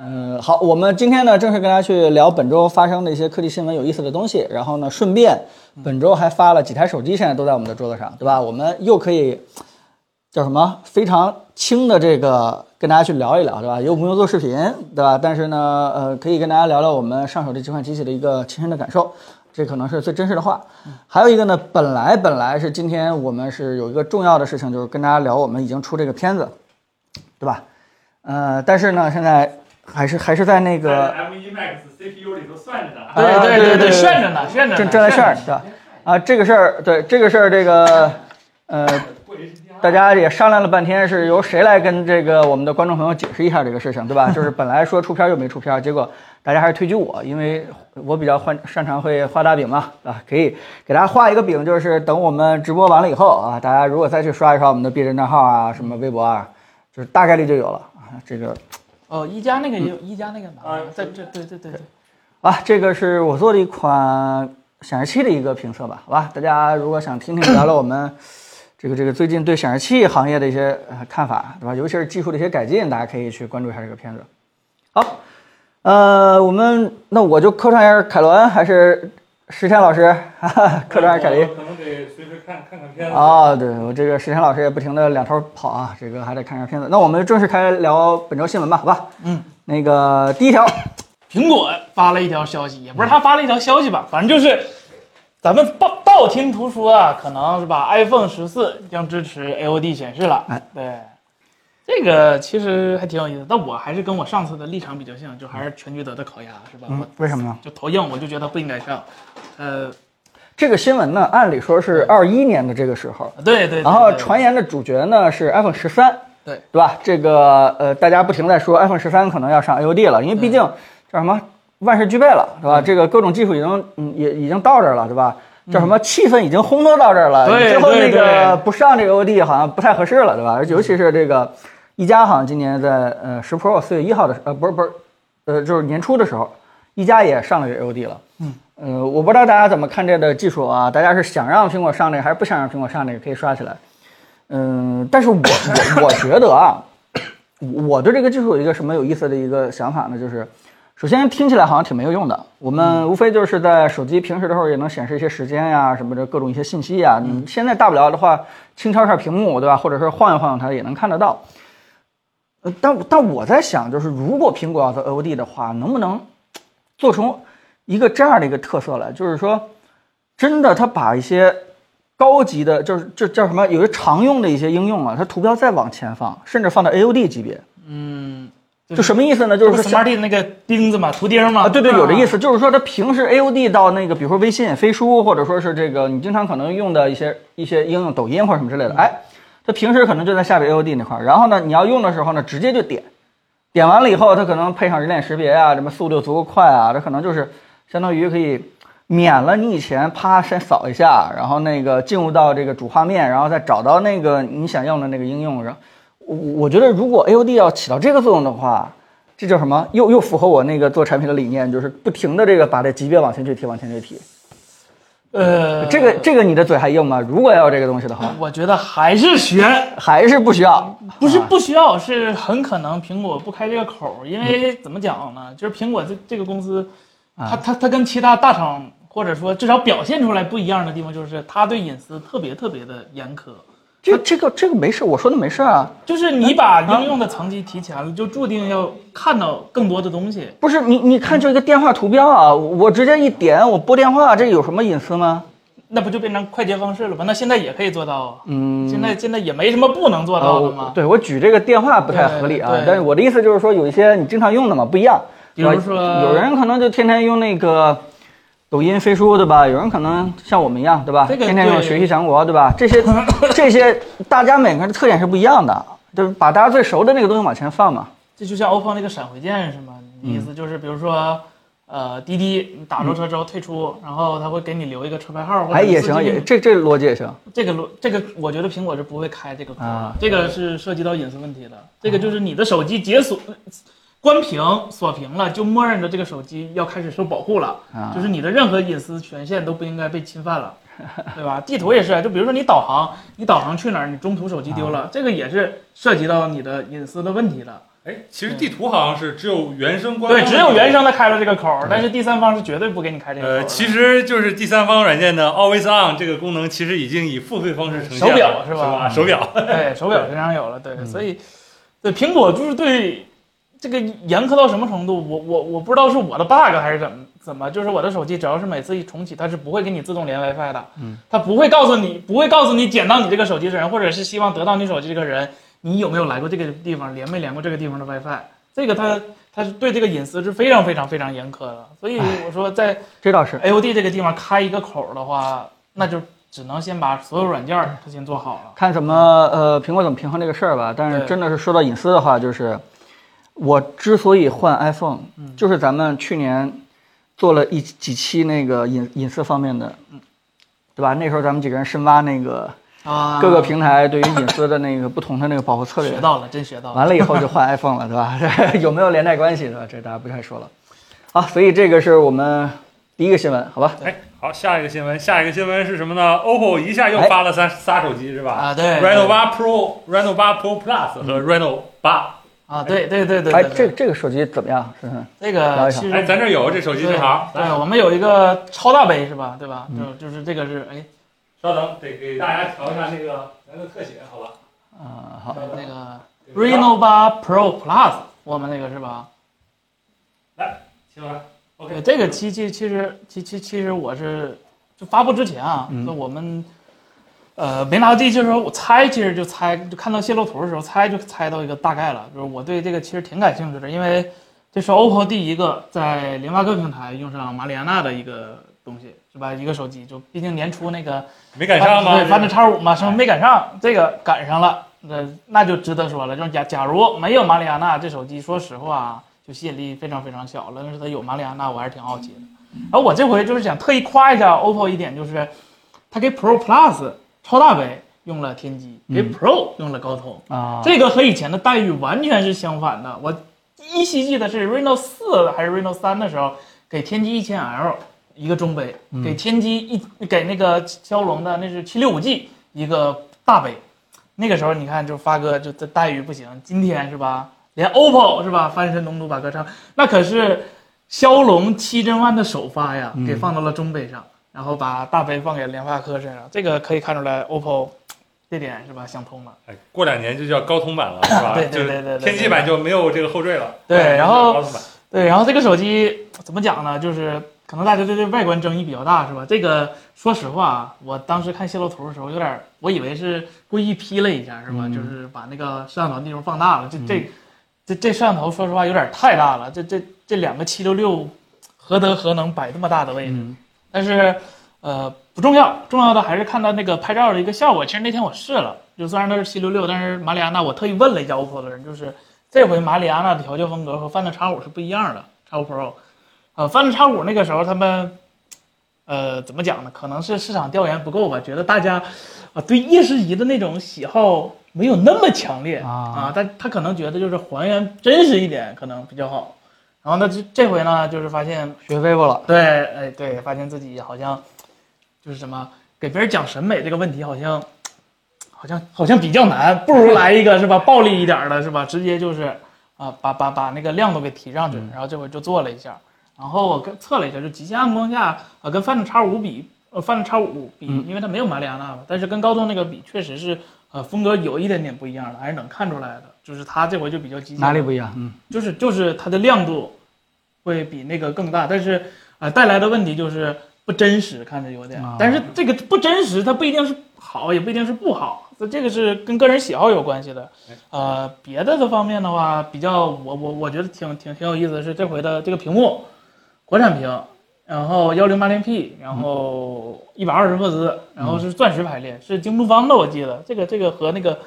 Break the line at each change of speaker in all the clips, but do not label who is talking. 嗯，好，我们今天呢，正式跟大家去聊本周发生的一些科技新闻、有意思的东西。然后呢，顺便呃本周还发了几台手机，现在都在我们的桌子上，对吧？我们又可以叫什么非常轻的这个跟大家去聊一聊，对吧？又不用做视频，对吧？但是呢，呃，可以跟大家聊聊我们上手的这款机器的一个亲身的感受。这可能是最真实的话。还有一个呢，本来本来是今天我们是有一个重要的事情，就是跟大家聊我们已经出这个片子，对吧？呃，但是呢，现在还是还是在那个
M1 Max CPU 里头算着呢。
哎
对
对
对
对
对，
对
炫着呢，炫着呢，
正正在事儿，对吧？啊，这个事儿，对这个事儿，这个呃，
过 HDR
大家也商量了半天，是由谁来跟这个我们的观众朋友解释一下这个事情，对吧？ 就是本来说出片儿又没出片儿，结果大家还是推举我，因为我比较欢擅长会画大饼嘛，啊，可以给大家画一个饼，就是等我们直播完了以后啊，大家如果再去刷一刷我们的 B 站账号啊，什么微博啊，就是大概率就有了啊。这个
哦，一加那个也有，一加那个哪
啊
儿？在这，对对对对，
啊，这个是我做的一款显示器的一个评测吧，好吧？大家如果想听听聊聊我们这个这个最近对显示器行业的一些呃看法，对吧？尤其是技术的一些改进，大家可以去关注一下这个片子。好，呃，我们那我就客串一下凯伦，还是石天老师， 哈哈，客串一下凯林。
可能得随时看看看片子。
啊、对我这个石天老师也不停的两头跑啊，这个还得看一下片子。那我们正式开聊本周新闻吧，好吧？
嗯，
那个第一条，
苹果发了一条消息，也不是他发了一条消息吧，反正就是咱们道道听途说啊，可能是吧，iPhone 十四将支持 AOD 显示了
哎。
对，这个其实还挺有意思，但我还是跟我上次的立场比较像，就还是全聚德的烤鸭是吧？
嗯
我，
为什么呢？
就头硬，我就觉得不应该上。呃，
这个新闻呢，按理说是二一年的这个时候，
对对对，
然后
对
传言的主角呢是 iPhone 十三，
对
对吧？这个呃，大家不停在说 iPhone 十三可能要上 AOD 了，因为毕竟叫什么万事俱备了，
嗯
对吧？这个各种技术已经嗯也已经到这儿了，对吧？叫什么气氛已经烘托到这儿了，
对
最后那
对
个
对嗯
不上这个 AOD 好像不太合适了，对吧？尤其是这个一加好像今年在呃十 Pro 四月一号的时呃不是不是呃就是年初的时候，一加也上了这个 AOD 了。
嗯
呃，我不知道大家怎么看这个技术啊？大家是想让苹果上这个，还是不想让苹果上这个？可以刷起来。嗯，但是我我我觉得啊，我对这个技术有一个什么有意思的一个想法呢？就是，首先听起来好像挺没有用的。我们无非就是在手机平时的时候也能显示一些时间呀、什么的各种一些信息呀。你现在大不了的话，轻敲一下屏幕，对吧？或者是晃一晃它也能看得到。呃，但但我在想，就是如果苹果要做 AOD 的话，能不能做成一个这样的一个特色来？就是说，真的，它把一些高级的，就是这叫什么，有些常用的一些应用啊，它图标再往前放，甚至放到 AOD 级别，
嗯，
就什么意思呢？就是
不
说
是 Smart 那个钉子嘛，图钉嘛。
啊，对对，有这意
思。
思，就是说它平时 AOD 到那个，比如说微信、飞书，或者说是这个你经常可能用的一些一些应用，抖音或者什么之类的，哎，它平时可能就在下边 AOD 那块儿，然后呢，你要用的时候呢，直接就点，点完了以后，它可能配上人脸识别啊，什么速度足够快啊，这可能就是相当于可以免了你以前啪先扫一下，然后那个进入到这个主画面，然后再找到那个你想用的那个应用，然后我我觉得如果 AOD 要起到这个作用的话，这叫什么？又又符合我那个做产品的理念，就是不停的这个把这级别往前去提，往前去提。
呃，
这个这个你的嘴还硬吗？如果要有这个东西的话，
我觉得还是学，
还是不需要。
不是不需要，是很可能苹果不开这个口儿，因为
嗯
怎么讲呢？就是苹果这这个公司，它
啊
它它跟其他大厂或者说至少表现出来不一样的地方，就是它对隐私特别特别的严苛。
这这个这个没事，我说的没事啊。
就是你把应用的层级提前了，就注定要看到更多的东西。
不是你你看这个电话图标啊，我直接一点我拨电话，这有什么隐私吗？
那不就变成快捷方式了吗？那现在也可以做到啊。嗯，现在现在也没什么不能做
啊，
到的
我
嘛。
对我举这个电话不太合理啊
对，对
但是我的意思就是说，有一些你经常用的嘛不一样，
比如
对吧
说
有人可能就天天用那个抖音、飞书，对吧？有人可能像我们一样，对吧？
这个
天天用
对
学习强国，对吧？这 些这些大家每个人的特点是不一样的，就是把大家最熟的那个东西往前放嘛。
这就像 OPPO 那个闪回键是吗？
嗯
你意思就是，比如说，呃，滴滴你打着车之后退出，然后他会给你留一个车牌号，或者
哎，也
司机
行，也
名
这这逻辑也行。
这个逻这个，我觉得苹果是不会开这个口的
啊
这个是涉及到隐私问题的。这个就是你的手机解锁、关屏、锁屏了，就默认着这个手机要开始受保护了，
啊
就是你的任何隐私权限都不应该被 侵犯了，对吧？地图也是，啊就比如说你导
啊
航，你导航去哪儿，你中途手机丢了，这个也是涉及到你的隐私的问题的。
哎，其实地图好像是只有原生官方
对，
的
只有原生的开了这个口儿，但是第三方是绝对不给你开这个口儿的。
呃，其实就是第三方软件的 Always On 这个功能，其实已经以付费方式呈现了
手表是吧
啊手表，
对，手表身上有了，对，
嗯
所以对苹果就是对这个严苛到什么程度，我我我不知道是我的 bug 还是怎么怎么，就是我的手机只要是每次一重启，它是不会给你自动连 WiFi 的，
嗯，
它不会告诉你，不会告诉你捡到你这个手机的人，或者是希望得到你手机这个人，你有没有来过这个地方，连没连过这个地方的 WiFi，这个它它是对这个隐私是非常非常非常严苛的，所以我说在。
这倒 是。
AOD 这个地方开一个口儿的话，那就只能先把所有软件儿都先做好了。
看怎么呃苹果怎么平衡这个事儿吧。但是
对
真的是说到隐私的话，就是我之所以换 iPhone，、
嗯
就是咱们去年做了一几期那个隐隐私方面的，
嗯
对吧？那时候咱们几个人深挖那个
啊
各个平台对于隐私的那个不同的那个保护策略
学，到了，真学到了。
完了以后就换 iPhone 了，对吧？ 这有没有连带关系，对吧？这大家不太说了。好，所以这个是我们第一个新闻，好吧？
哎，好，下一个新闻，下一个新闻是什么呢？OPPO 一下又
哎
发了三仨手机是吧？
啊，对
Reno 8 Pro、Reno 8 Pro Plus 和 Reno 8。
啊，对对对对
哎，
对，
这
对
个这个手机怎么样？是
这
聊
个
一下
其实
哎，咱这儿有这手机正好，
对，
来
我们有一个超大杯是吧？对吧？
嗯
就就是这个是哎，
稍等，得给大家调一下那个咱的特写，好吧？
啊、好，
那个 Reno 8 Pro Plus，我们那个是吧？
行吧
对，
，OK，
这个其其其实其其其实我是就发布之前啊，
嗯
就我们呃没拿到第一期的时候，我猜其实就猜就看到泄露图的时候猜就猜到一个大概了，就是我对这个其实挺感兴趣的，因为这是 OPPO 第一个在联发科平台用上马里亚纳的一个东西，是吧？一个手机，就毕竟年初那个
没赶上吗？哎
对，发展叉五嘛，什么没赶上，这个赶上了，那那就值得说了。就是假假如没有马里亚纳这手机，说实话啊，就吸引力非常非常小了。但是它有马里亚纳，我还是挺好奇的。
嗯
然后我这回就是想特意夸一下 OPPO 一点，就是它给 Pro Plus 超大杯用了天玑，给
嗯
Pro 用了高通。
啊，
这个和以前的待遇完全是相反的。我依稀记得是 Reno 四还是 Reno 三的时候，给天玑一千 L 一个中杯，给天玑一给那个骁龙的那是七六五 G 一个大杯。那个时候你看，就是发哥就这待遇不行，今天是吧？连 OPPO 是吧？翻身农奴把歌唱，那可是骁龙七千万的首发呀，给放到了中杯上，然后把大杯放给联发科身上，这个可以看出来 OPPO 这点是吧想通了。
哎过两年就叫高通版了，是吧？
对对对对对
就天玑版就没有这个后缀了。
对
哎
然后
高通版
对，然后这个手机怎么讲呢？就是可能大家对这外观争议比较大，是吧？这个说实话啊，我当时看泄露图的时候，有点儿我以为是故意 P 了一下，是吧？
嗯
就是把那个摄像头内容放大了，这这这这摄像头说实话有点太大了，这这这两个七六六何德何能摆这么大的位置？
嗯
但是，呃，不重要，重要的还是看到那个拍照的一个效果。其实那天我试了，就虽然它是七六六，但是马里亚纳我特意问了一下 OPPO 的人，就是这回马里亚纳的调教风格和 Find X5 是不一样的，X5 Pro。呃，Find X5 那个时候他们，呃，怎么讲呢？可能是市场调研不够吧，觉得大家，啊、对夜视仪的那种喜好没有那么强烈
啊
啊，但他可能觉得就是还原真实一点可能比较好。然后呢，这这回呢，就是发现
学 vivo 了。
对，哎，对，发现自己好像就是什么给别人讲审美这个问题，好像好像好像比较难，不如来一个是吧，暴力一点儿的是吧，直接就是啊、把把把那个亮度给提上
嗯
去，然后这回就做了一下，然后我跟测了一下，就极限暗光下啊、呃跟 Find X5 比，呃 Find X5 比，
嗯
因为它没有马里亚纳嘛，但是跟高通那个比，确实是呃风格有一点点不一样的，还是能看出来的，就是它这回就比较极限
哪里不一样？嗯，
就是就是它的亮度会比那个更大，但是啊、呃带来的问题就是不真实，看着有点。
啊
但是这个不真实，它不一定是好，也不一定是不好，那这个是跟个人喜好有关系的。呃，别的的方面的话，比较我我我觉得挺挺挺有意思的是这回的这个屏幕，国产屏。然后幺零八零 P，然后一百二十赫兹，然后是钻石排列，是京东方的，我记得这个这个和那个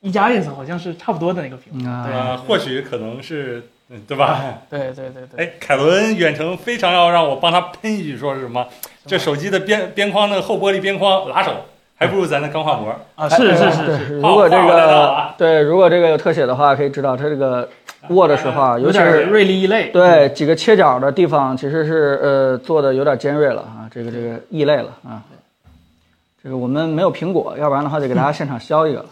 一加 S 好像是差不多的那个屏幕，
啊
对
呃，或许可能是，嗯对吧？
对对对对。
哎，凯伦远程非常要让我帮他喷一句，说是什么？这手机的边边框的后玻璃边框拉手，还不如咱的钢化膜。
啊，
哎
是
哎
是
对
是是，
如果这
画画得到
个
啊
对，如果这个有特写的话，可以知道它这个握的时候啊，尤
嗯有
其
点儿
是
锐利异类。
对几个切角的地方，其实是呃做的有点尖锐了啊，这个这个异类了啊。这个我们没有苹果，要不然的话得给大家现场削一个了。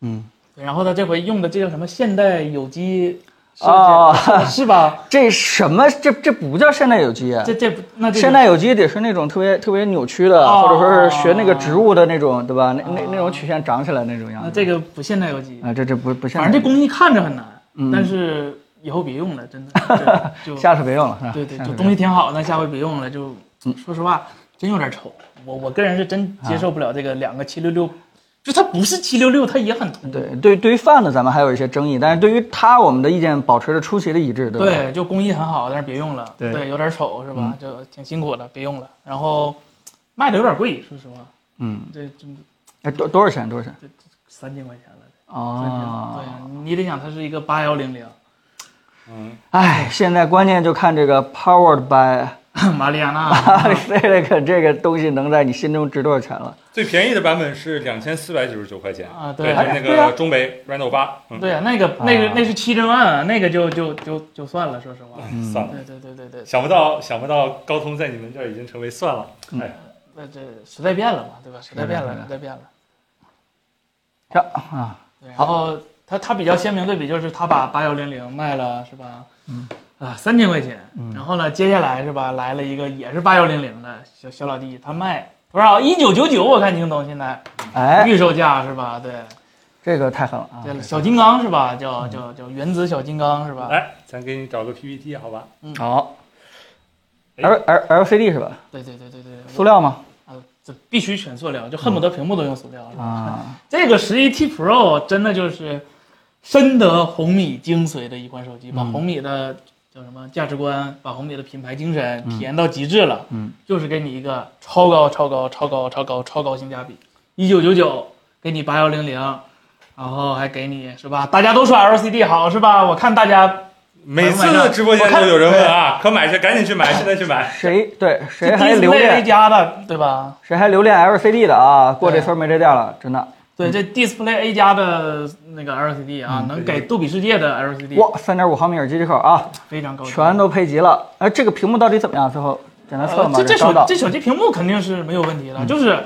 嗯，
对然后他这回用的这叫什么现代有机设计
哦
是吧？
这什么？这这不叫现代有机啊！
这这不那这个
现代有机得是那种特别特别扭曲的，
哦
或者说是学那个植物的那种，对吧？那那那种曲线长起来那种样子。
那啊这个不现代有机，
啊，这这不不现
反
代嗯
正这
有机，
工艺看着很难，但是以后别用了， 真的就就
下次别用了，是吧？嗯
对对，
下次
就
别
东西挺好的，下回别用了。就说实话，真有点丑。我我个人是真接
啊
受不了这个两个七六六，就它不是七六六，它也很土。
对对，对于贩子咱们还有一些争议，但是对于他，我们的意见保持着出奇的一致，对吧？
对，就工艺很好，但是别用了。
对
有点丑是吧？就挺辛苦的，别用了。然后卖的有点贵，说实话，
嗯，
这这
哎，多多少钱？多少钱？
三千块钱了。
哦
对，呀，你得想它是一个八幺零零，
嗯
哎，现在关键就看这个 powered by
马里亚纳
Silicon 这个东西能在你心中值多少钱了？
最便宜的版本是两千四百九十九块钱
啊
对，
对
就是那
对啊
个中北 Reno 八，嗯，
对呀，那个那个
啊
那是七千万啊，那个就就就就算了，说实话。
算了，
对对对对对，
想不到想不到高通在你们这儿已经成为算了，
嗯
哎，
那这时代变了嘛，对吧？时代变了，
时代变了
时代变了。
这啊，
对然后它它比较鲜明对比就是它把八幺零零卖了是吧？嗯，啊三千块钱。然后呢，接下来是吧，来了一个也是八幺零零的小小老弟，他卖多少？一九九九，我看京东现在
哎，啊
预售价是吧？对，
这个太狠了啊！
嗯对，小金刚是吧？叫
嗯
叫叫原子小金刚是
哎
吧？
来，哎咱给你找个 PPT 好吧？
好
哎
，L L LCD 是吧？
对对对对对，
塑料吗？
我啊，这必须全塑料，就恨不得屏幕都用塑料是吧？
啊，
这个十一 T Pro 真的就是深得红米精髓的一款手机，把红米的叫什么价值观，把红米的品牌精神体验到极致了。
嗯，
就是给你一个超高、超高、超高、超高、超高性价比，一九九九给你八幺零零，然后还给你是吧？大家都说 LCD 好是吧？我看大家
每次直播间都有人问啊，可买去，赶紧去 买，现在去买。
谁对谁
第
还
一次
留
被 A
恋
加的对吧？
谁还留恋 LCD 的啊？过这
对
分没这店了，真的。
对，这 Display A 加的那个 LCD 啊，能给杜比世界的 LCD
哇，三点五毫米耳机接口啊，
非常高清，
全都配齐了。哎，这个屏幕到底怎么样？最后简单测
呃
吗？
这这
张
手
导
这手机屏幕肯定是没有问题的，就是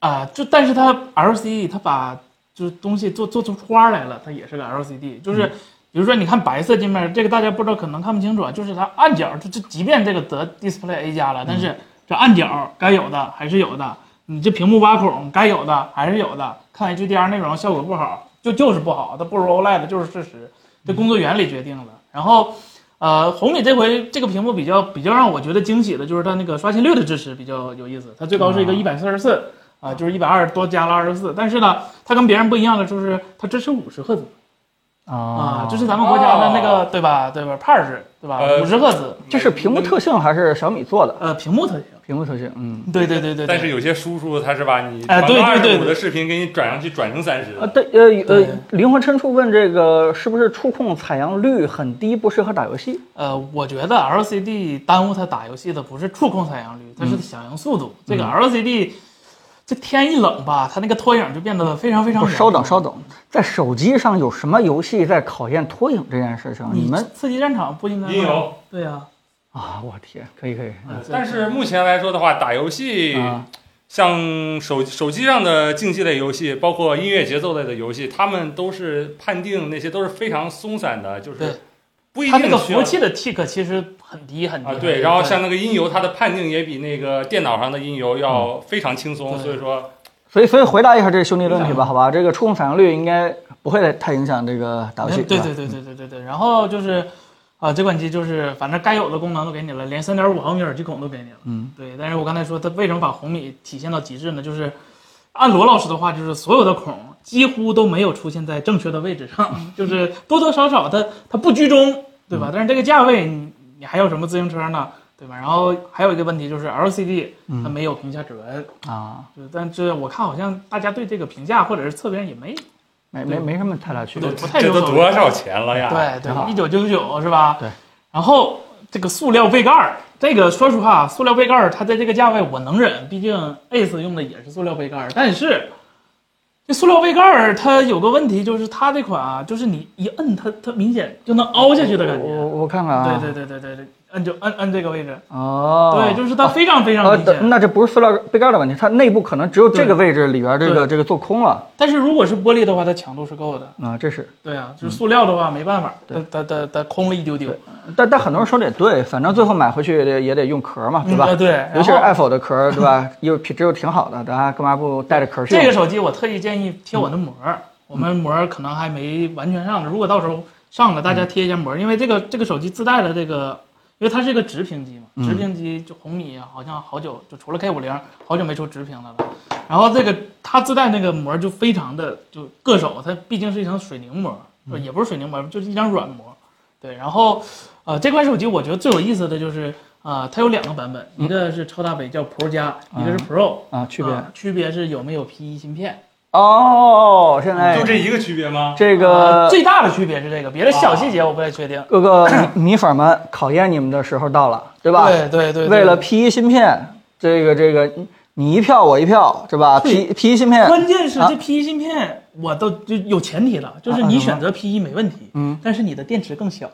啊、就但是它 LCD 它把就是东西做做出花来了，它也是个 LCD，就是。比如说，你看白色界面，这个大家不知道，可能看不清楚啊。就是它暗角，这这即便这个得 Display A 加了，但是这暗角该有的还是有的，你这屏幕挖孔该有的还是有的。看 HDR 内容效果不好，就就是不好，它不如 OLED 就是事实，这工作原理决定的。然后呃，红米这回这个屏幕比较比较让我觉得惊喜的就是它那个刷新率的支持比较有意思，它最高是一个一百四十四啊，就是一百二多加了二十四，但是呢，它跟别人不一样的就是它支持五十赫兹啊，这是咱们国家的那个、对吧？对吧？PARS 对吧？
哦呃
五十赫兹，
这是
嗯
屏幕特性还是小米做的？
呃，屏幕特性，
屏幕特性，嗯，
对对对对对，
但是有些叔叔他是把你
哎对
二
对对
十五的视频给你转上去，转成三十
啊，
的。
对，呃
对
呃，灵魂深处问这个是不是触控采样率很低，不适合打游戏？
呃，我觉得 LCD 耽误它打游戏的不是触控采样率，它
嗯
是响应速度。这个 LCD 这天一冷吧，它那个拖影就变得非常非常
不
远。
是，稍等，稍等，在手机上有什么游戏在考验拖影这件事情？
你
啊你们
刺激战场不应该吗
也有
对呀、
啊，我天，可以可以，
嗯
但是目前来说的话，打游戏
啊
像手手机上的竞技类游戏，包括音乐节奏类的游戏，他们都是判定那些都是非常松散的，就
对
是不一
它那
定
个
需
服
要
务器的 tick 其实很低很低
啊。对，然后像那个音游，它的判定也比那个电脑上的音游要非常轻松，
嗯对
所以说
所以所以回答一下这个兄弟的问题吧，好吧？这个触控采样率应该不会太影响这个打游戏，
嗯对
是吧
对对对对对对。然后就是，啊、这款机就是反正该有的功能都给你了，连三点五毫米耳机孔都给你了。
嗯，
对。但是我刚才说它为什么把红米体现到极致呢？就是按罗老师的话，就是所有的孔几乎都没有出现在正确的位置
嗯
上， 就是多多少少它它不居中，对吧？但是这个价位你你还有什么自行车呢？对吧？然后还有一个问题就是 LCD
嗯
它没有屏下指纹，
嗯啊。
就但这我看好像大家对这个评价或者是侧边也没
没没没什么太大区别
对。不太
这
有
都
所谓
多少钱了呀？
对
啊挺好
对，一九九九是吧？
对。
然后这个塑料杯盖儿，这个说实话，塑料杯盖儿它在这个价位我能忍，毕竟 Ace 用的也是塑料杯盖儿。但是这塑料杯盖儿它有个问题，就是它这款啊，就是你一摁它，它明显就能凹下去的感
我
觉。
我看看啊，
对对对对对对，摁就摁摁这个位置，
哦，
对，就是它非常非常
呃
明，
等
显。
那这不是塑料杯盖的问题，它内部可能只有这个位置里边这个这个做空了
但是如果是玻璃的话，它强度是够的。
啊，这是。
对啊，就是塑料的话没办法，
嗯
它它它它空了一丢丢。
但但很多人说的也对，反正最后买回去也得也得用壳嘛，对吧？
嗯呃对
尤其是
然后
Apple 的壳，对吧？又品质又挺好的，大家干嘛不带着壳去用？
这个手机我特意建议贴我的膜儿，我们膜儿可能还没完全上呢。如果到时候上了，大家贴一下膜儿，因为这个这个手机自带的这个，因为它是一个直屏机嘛，直屏机就红米好像好久就除了 K 五零，好久没出直屏的了。然后这个它自带那个膜儿就非常的就硌手，它毕竟是一层水凝膜，就也不是水凝膜，就是一张软膜。对，然后呃这款手机我觉得最有意思的就是。啊、它有两个版本，一个是超大杯叫 Pro 加，一个是 Pro，、
啊，区别、
啊区别是有没有 P1 芯片。
哦，现在
就这一个区别吗？
这
啊
个啊
最大的区别是这个，别的小细节我不太确定。
各个米米粉们考验你们的时候到了，对吧？
对对对，
为了
对
P 一芯片，这个这个你你一票我一票，是吧？P
对
P 一芯片，
关键是
啊
这 P1 芯片，我都就有前提了，就是
啊啊
你
什么
选择 P1 没问题，
嗯，
但是你的电池更小，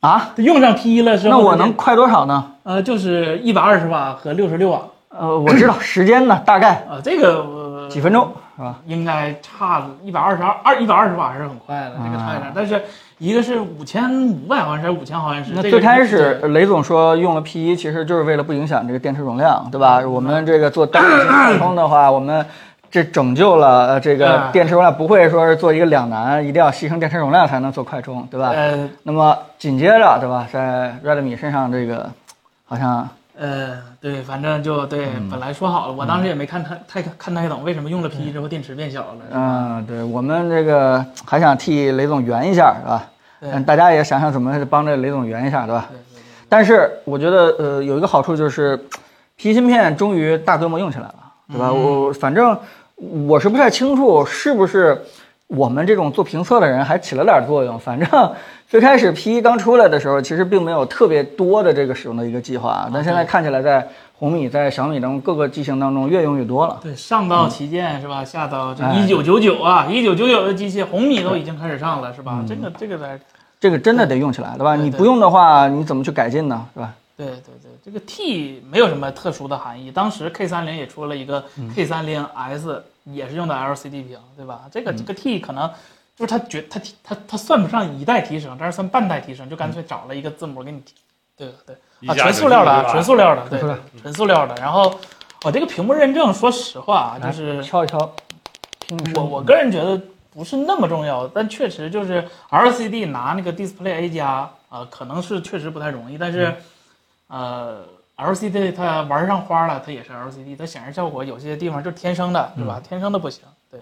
啊，
用上 P1 了之
那
后，
我能快多少呢？
呃就是一百二十瓦和六十六瓦，
呃，我知道时间呢，大概
啊，这个呃
几分钟，是吧？
应该差一百二十二二一百二十瓦还是很快的，这个差一
啊
点，但是一个是五千五百毫安时，还是五千毫安时，
那
这个
最开
是
始雷总说用了 P 一，其实就是为了不影响这个电池容量，对吧？我们这个做单核心畅通的话，我们这拯救了呃这个
嗯
电池容量，不会说是做一个两难，一定要牺牲电池容量才能做快充，对吧？
呃
那么紧接着，对吧，在 Redmi 身上这个好像
呃，对，反正就对，
嗯
本来说好了，我当时也没看太太看太懂，为什么用了 P 1之后电池变小了？
嗯，对我们这个还想替雷总圆一下，是吧？
对
嗯，大家也想想怎么帮这雷总圆一下，对吧？
对对
但是我觉得，呃，有一个好处就是，P 芯片终于大规模用起来了，对吧？
嗯
我反正我是不太清楚是不是我们这种做评测的人还起了点作用。反正 最开始 P 一刚出来的时候，其实并没有特别多的这个使用的一个计划，但现
嗯
在看起来在红米、在小米等各个机型当中越用越多了。
对，上到旗舰是吧？下到这
嗯哎
一九九九啊，一九九九的机器，红米都已经开始上了是
嗯
吧？这个这个在
这个真的得用起来，对吧？
对
你
对
不用的话，你怎么去改进呢？对吧？
对对对，这个 T 没有什么特殊的含义。当时 K 3 0也出了一个
嗯
K 3 0 S，、也是用的 LCD 屏，对吧？这
嗯
个这个 T 可能就是它觉它提它它算不上一代提升，但是算半代提升，
嗯
就干脆找了一个字母给你提。对对
一
啊，
加
纯塑料的
九十
啊，纯
六
塑料的，对
纯塑料，
纯塑料的。然后我、这个屏幕认证，说实话啊，就是
来敲一敲，听一
我
声。
我个人觉得不是那么重要，但确实就是 LCD 拿那个 Display A 加啊、可能是确实不太容易，但是、
嗯
呃，LCD 它玩上花了，它也是 LCD，它显示效果有些地方就是天生的，对吧？
嗯
天生的不行， 对，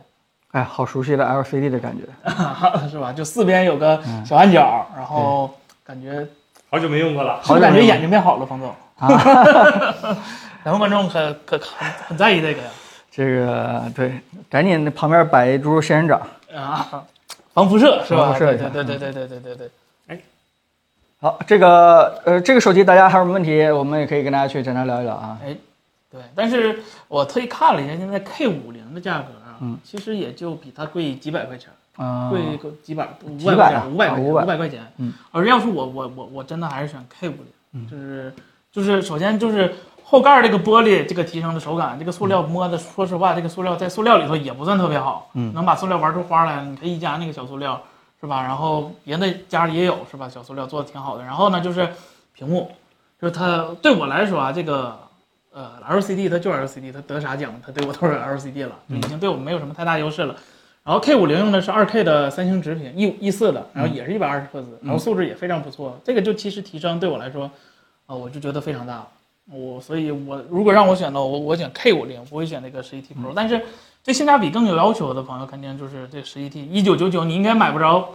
哎，好熟悉的 LCD 的感觉。
是吧？就四边有个
嗯
小暗角，然后感觉
好久没用过了。
是
好
不
久
是感
没
觉
用
眼睛变好了，冯总。
啊
咱们观众可可可很很在意这个呀
这个对，赶紧那旁边摆一株仙人掌。
啊，防辐射是吧？
防辐射一下
对对对对对对对对。
好，这个呃，这个手机大家还有什么问题，我们也可以跟大家去简单聊一聊啊。
哎，对，但是我特意看了一下，现在 K 五零的价格啊，
嗯
其实也就比它贵几百块钱，
啊、
贵个几百，五
几百
块
啊
钱，五百块
啊
钱，
500
五百块钱。
嗯，
而要是我我我我真的还是选 K 五零，就是就是首先就是。后盖儿这个玻璃，这个提升的手感，这个塑料摸的，说实话，这个塑料在塑料里头也不算特别好，
嗯
能把塑料玩出花来。你看一加那个小塑料，是吧？然后别的家也有，是吧？小塑料做的挺好的。然后呢，就是屏幕，就是它对我来说啊，这个呃 LCD 它就是 LCD，它得啥奖它对我都是 LCD 了，
嗯
就已经对我没有什么太大优势了。然后 K 5 0用的是2 K 的三星直屏，一五一，E 四的，然后也是一百二十赫兹，然后素质也非常不错。这个就其实提升对我来说，啊、我就觉得非常大了。我所以我，如果让我选的，我我选 K 5 0不会选那个十一 T Pro。但是对性价比更有要求的朋友，肯定就是这十一 T 一九九九，你应该买不着，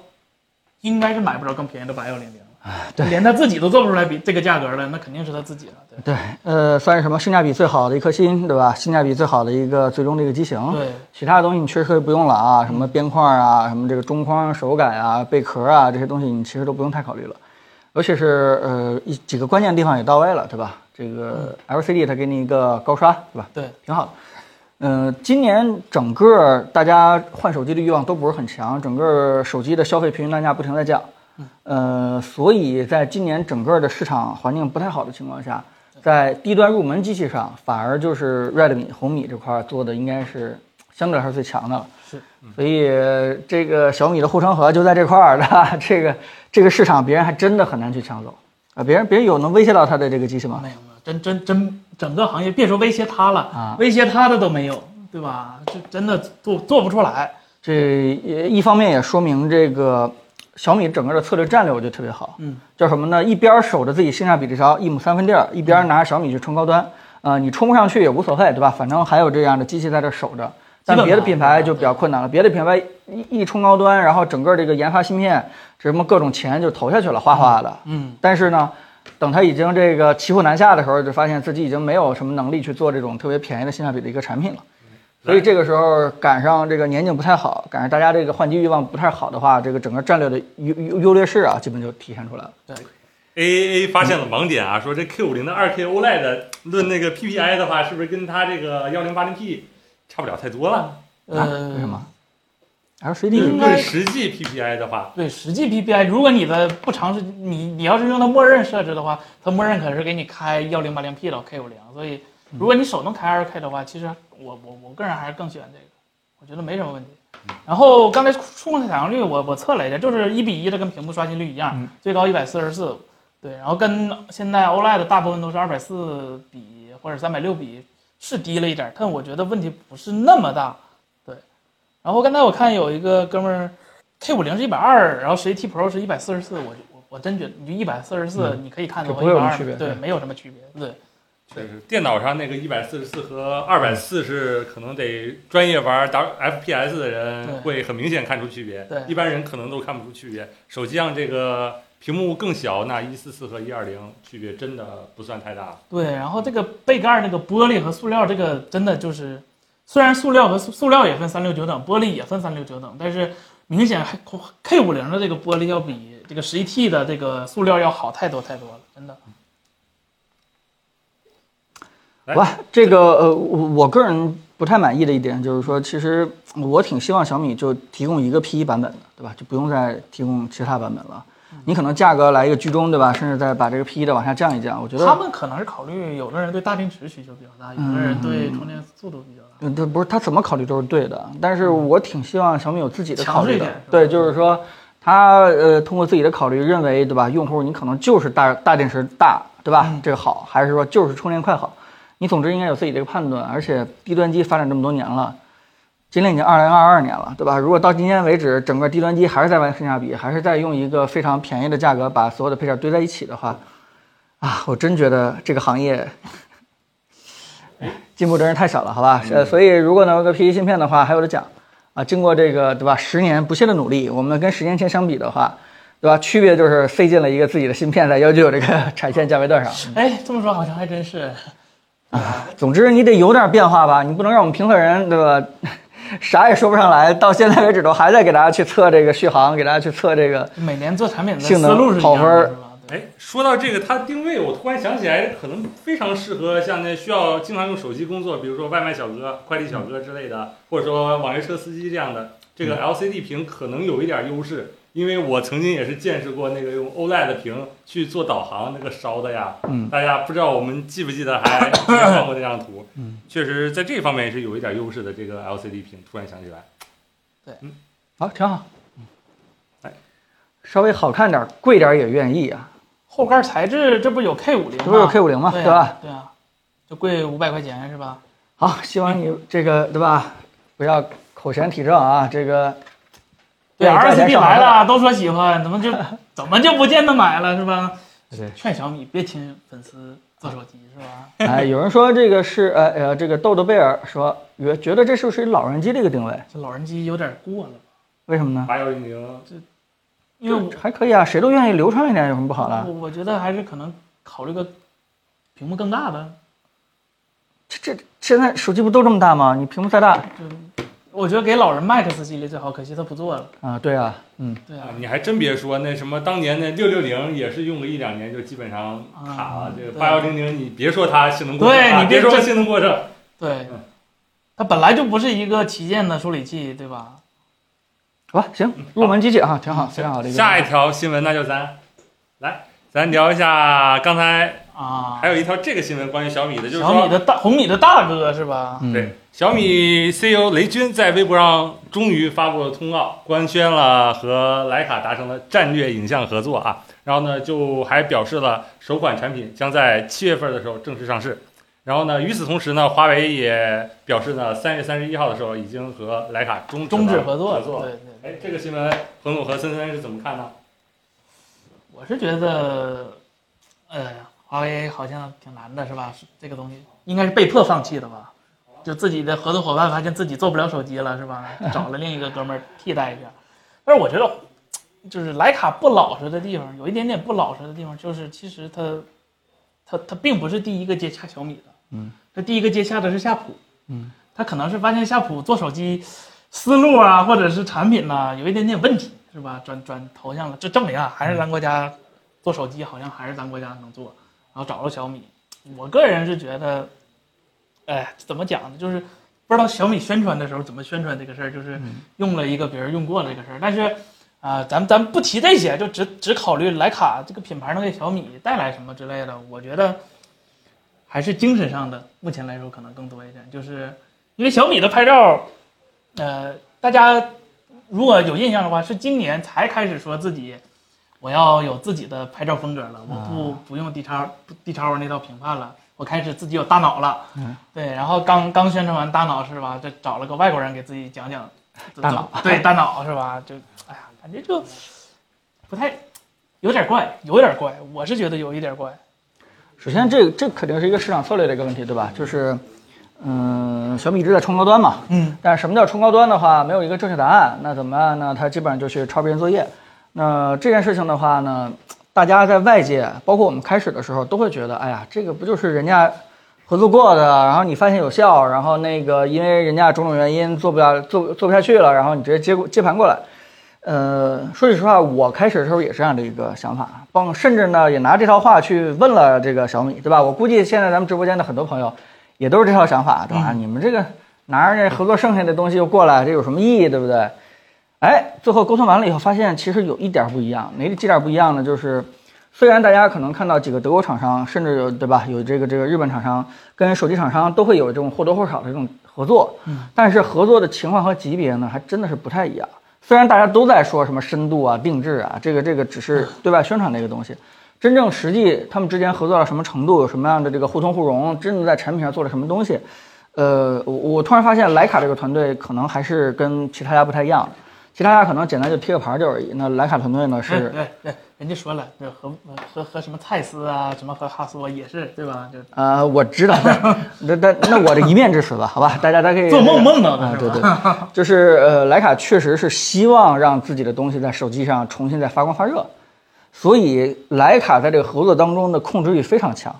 应该是买不着更便宜的八幺零零了。
对
连他自己都做不出来比这个价格了，那肯定是他自己了。对。
对，呃，算是什么性价比最好的一颗心，对吧？性价比最好的一个最终的一个机型。
对
其他的东西你确实可以不用了啊，什么边框啊，什么这个中框手感啊、贝壳啊这些东西，你其实都不用太考虑了。尤其是呃一几个关键地方也到位了，对吧？这个 LCD 它给你一个高刷，对吧？
对，
挺好的。嗯，今年整个大家换手机的欲望都不是很强，整个手机的消费平均单价不停在降。呃，所以在今年整个的市场环境不太好的情况下，在低端入门机器上，反而就是 Redmi、红米这块儿做的应该是相对来说最强的了。
是，
所以呃这个小米的护城河就在这块儿的， 这个这个市场别人还真的很难去抢走啊！别人别人有能威胁到它的这个机器吗？
没有没有，真真真整个行业别说威胁他了，
啊
威胁他的都没有，对吧？这真的做做不出来。
这也一方面也说明这个小米整个的策略战略，我觉得特别好。
嗯，
叫什么呢？一边守着自己性价比这条一亩三分地儿，一边拿着小米去冲高端。啊、你冲不上去也无所谓，对吧？反正还有这样的机器在这守着。但别的品牌就比较困难了，别的品牌一一冲高端，然后整个这个研发芯片什么各种钱就投下去了，哗哗的。
嗯，
但是呢，等他已经这个骑虎难下的时候，就发现自己已经没有什么能力去做这种特别便宜的性价比的一个产品了。所以这个时候赶上这个年景不太好，赶上大家这个换机欲望不太好的话，这个整个战略的优优优劣势啊，基本就体现出来了。
对，
A A 发现了盲点啊，说这 Q 五零的二 K OLED 的论那个 PPI 的话，是不是跟它这个幺零八零 P 差不了太多了？
啊
呃，
为什么？LCD
应该
论实际 PPI 的话，
对，实际 PPI，如果你的不尝试，你你要是用它默认设置的话，它默认可是给你开幺零八零 P 的 K 五零，所以如果你手动开 2K 的话，其实我我我个人还是更喜欢这个，我觉得没什么问题。
嗯
然后刚才触控采样率我我测了一下，就是一比一的，跟屏幕刷新率一样，
嗯
最高一百四十四，对，然后跟现在 OLED 大部分都是二百四比或者三百六比，是低了一点儿，但我觉得问题不是那么大，对。然后刚才我看有一个哥们儿。K 五零是一百二，然后十一 T Pro 是一百四十四，我就我我真觉得你就一百四十四，你可以看
嗯
到
就
我
不会
一
有
百
什么
二
区别，
对，
对
没有什么区别，对，
确实，电脑上那个一百四十四和二百四是可能得专业玩 W FPS 的
对
人会很明显看出区别，
对
一般人可能都看不出区别。手机上这个屏幕更小，那一四四和一二零区别真的不算太大。
对，然后这个背盖儿那个玻璃和塑料，这个真的就是，虽然塑料和塑塑料也分三六九等，玻璃也分三六九等，但是明显 K 五零的这个玻璃要比这个十一 T 的这个塑料要好太多太多了，真的。
哎
哇，这个呃，我我个人不太满意的一点就是说，其实我挺希望小米就提供一个 P 一版本的，对吧？就不用再提供其他版本了。你可能价格来一个居中，对吧？甚至再把这个 P 一的往下降一降，我觉得
他们可能是考虑有的人对大电池需求比较大，有的人对
嗯
充电速度比较大。
嗯，他不是他怎么考虑都是对的，但是我挺希望小米有自己的考虑
嗯强势一
的
点是吧。
对，就是说他呃通过自己的考虑认为，对吧？用户你可能就是大大电池大，对吧？
嗯
这个好，还是说就是充电快好？你总之应该有自己的一个判断。而且低端机发展这么多年了，今年已经二零二二年了，对吧？如果到今天为止，整个低端机还是在玩性价比，还是在用一个非常便宜的价格把所有的配件堆在一起的话，啊，我真觉得这个行业进步真是太小了，好
嗯
吧？呃，所以如果能有个 P1 芯片的话，还有的讲啊。经过这个对吧，十年不懈的努力，我们跟十年前相比的话，对吧？区别就是塞进了一个自己的芯片在幺九九这个 产线价位段上。
哎，这么说好像还真是。
总之，你得有点变化吧，你不能让我们评测人对吧， 啥也说不上来，到现在为止都还在给大家去测这个续航，给大家去测这个
每年做产品的思
性能
路是一
跑
样
分
的，
儿
是吧？对
哎，说到这个，它定位，我突然想起来，可能非常适合像那需要经常用手机工作，比如说外卖小哥、快递小哥之类
嗯
的，或者说网约车司机这样的。这个 LCD 屏可能有一点优势，因为我曾经也是见识过那个用 OLED 的屏去做导航，那个烧的呀。
嗯
大家不知道我们记不记得 还之前放过那张图？
嗯，
确实在这方面是有一点优势的。这个 LCD 屏突然想起来，
好，挺好
嗯
哎。
稍微好看点儿，贵点儿也愿意啊。
后盖材质这不有 K 五零吗？
这不是有 K 五零吗？
对
对吧？
啊？对啊，就贵五百块钱是吧？
好，希望你这个对吧，不要口嫌体正啊。这个
对
对价钱
，LCD
上
来
来
了，都说喜欢，怎么就怎么就不见得买了是吧？
对
劝小米别亲粉丝做手机是吧？
哎，有人说这个是呃呃，这个豆豆贝尔说，觉觉得这是不是老人机的一个定位？
这老人机有点过了，
为什么呢？
八幺零零
因为
还可以啊，谁都愿意流畅一点，有什么不好
我
的？
我我觉得还是可能考虑个屏幕更大的，
这这现在手机不都这么大吗？你屏幕再大啊、
就我觉得给老人 Max 系列最好，可惜他不做了。
对啊，嗯，
对啊
啊，，你还真别说，那什么，当年那六六零也是用个一两年就基本上卡了。
啊
这
对
个八幺零零，你别说它性能过剩啊，
对你
别
别
说
这
性能过剩，
对
嗯，
它本来就不是一个旗舰的处理器对吧？
好吧，行，入门机器啊，挺好，非常好的一个。
下一条新闻，那就咱来，咱聊一下刚才
啊
还，有一条这个新闻，关于小米的，就是
小米
说，
的大红米的大哥是吧？
嗯，
对，小米 CEO 雷军在微博上终于发布了通告，官宣了和徕卡达成了战略影像合作啊，然后呢，就还表示了首款产品将在七月份的时候正式上市。然后呢，与此同时呢，华为也表示呢，三月三十一号的时候已经和徕卡终
终止
了
合
嗯
作
合
了，
作了。
对对。
哎，这个新闻，彭总和森森是怎么看呢？
我是觉得，呃，华为好像挺难的，是吧？这个东西应该是被迫放弃的吧？就自己的合作伙伴发现自己做不了手机了，是吧？找了另一个哥们儿替代一下。但是我觉得，就是徕卡不老实的地方，有一点点不老实的地方，就是其实它，它它并不是第一个接洽小米的，
嗯，
它第一个接洽的是夏普，
嗯，
它可能是发现夏普做手机思路啊，或者是产品呐、有一点点问题，是吧？转转头向了，这证明啊，还是咱国家做手机好像还是咱国家能做，然后找了小米。我个人是觉得，哎，怎么讲呢？就是不知道小米宣传的时候怎么宣传这个事儿，就是用了一个别人用过的这个事儿。但是，啊、咱咱不提这些，就只只考虑徕卡这个品牌能给小米带来什么之类的。我觉得还是精神上的，目前来说可能更多一点，就是因为小米的拍照，呃，大家如果有印象的话，是今年才开始说自己我要有自己的拍照风格了，我不、不用 D 叉 D 叉 O 那套评判了，我开始自己有大脑了。
嗯，
对，然后刚刚宣传完大脑是吧？这找了个外国人给自己讲讲
大脑，
对大脑是吧？就哎呀，感觉就不太有点怪，有点怪，我是觉得有一点怪。
首先这这肯定是一个市场策略的一个问题，对吧？就是，嗯，小米一直在冲高端嘛，
嗯，
但是什么叫冲高端的话，没有一个正确答案，那怎么办呢？他基本上就去抄别人作业。那这件事情的话呢，大家在外界，包括我们开始的时候，都会觉得，哎呀，这个不就是人家合作过的，然后你发现有效，然后那个因为人家种种原因做不了，做做不下去了，然后你直接接过接盘过来。呃，说句实话，我开始的时候也是这样的一个想法，帮甚至呢也拿这套话去问了这个小米，对吧？我估计现在咱们直播间的很多朋友也都是这套想法，对吧？你们这个拿着这合作剩下的东西又过来，这有什么意义，对不对？哎，最后沟通完了以后，发现其实有一点不一样，哪几点不一样呢？就是虽然大家可能看到几个德国厂商，甚至有对吧，有这个这个日本厂商跟手机厂商都会有这种或多或少的这种合作，但是合作的情况和级别呢，还真的是不太一样。虽然大家都在说什么深度啊、定制啊，这个这个只是对外宣传的一个东西，真正实际他们之间合作到什么程度，有什么样的这个互通互融，真正在产品上做了什么东西，呃，我我突然发现徕卡这个团队可能还是跟其他家不太一样的，其他家可能简单就贴个牌儿就而已，那徕卡团队呢
对
是。
对对，人家说了，这和和和什么蔡司啊，什么和哈苏啊也是对吧？就
呃，我知 道，那那那我这一面之词吧，好吧，大家大家可以
做梦梦到
啊
的，是
对
吧？
对，就是呃，徕卡确实是希望让自己的东西在手机上重新再发光发热，所以徕卡在这个合作当中的控制欲非常强。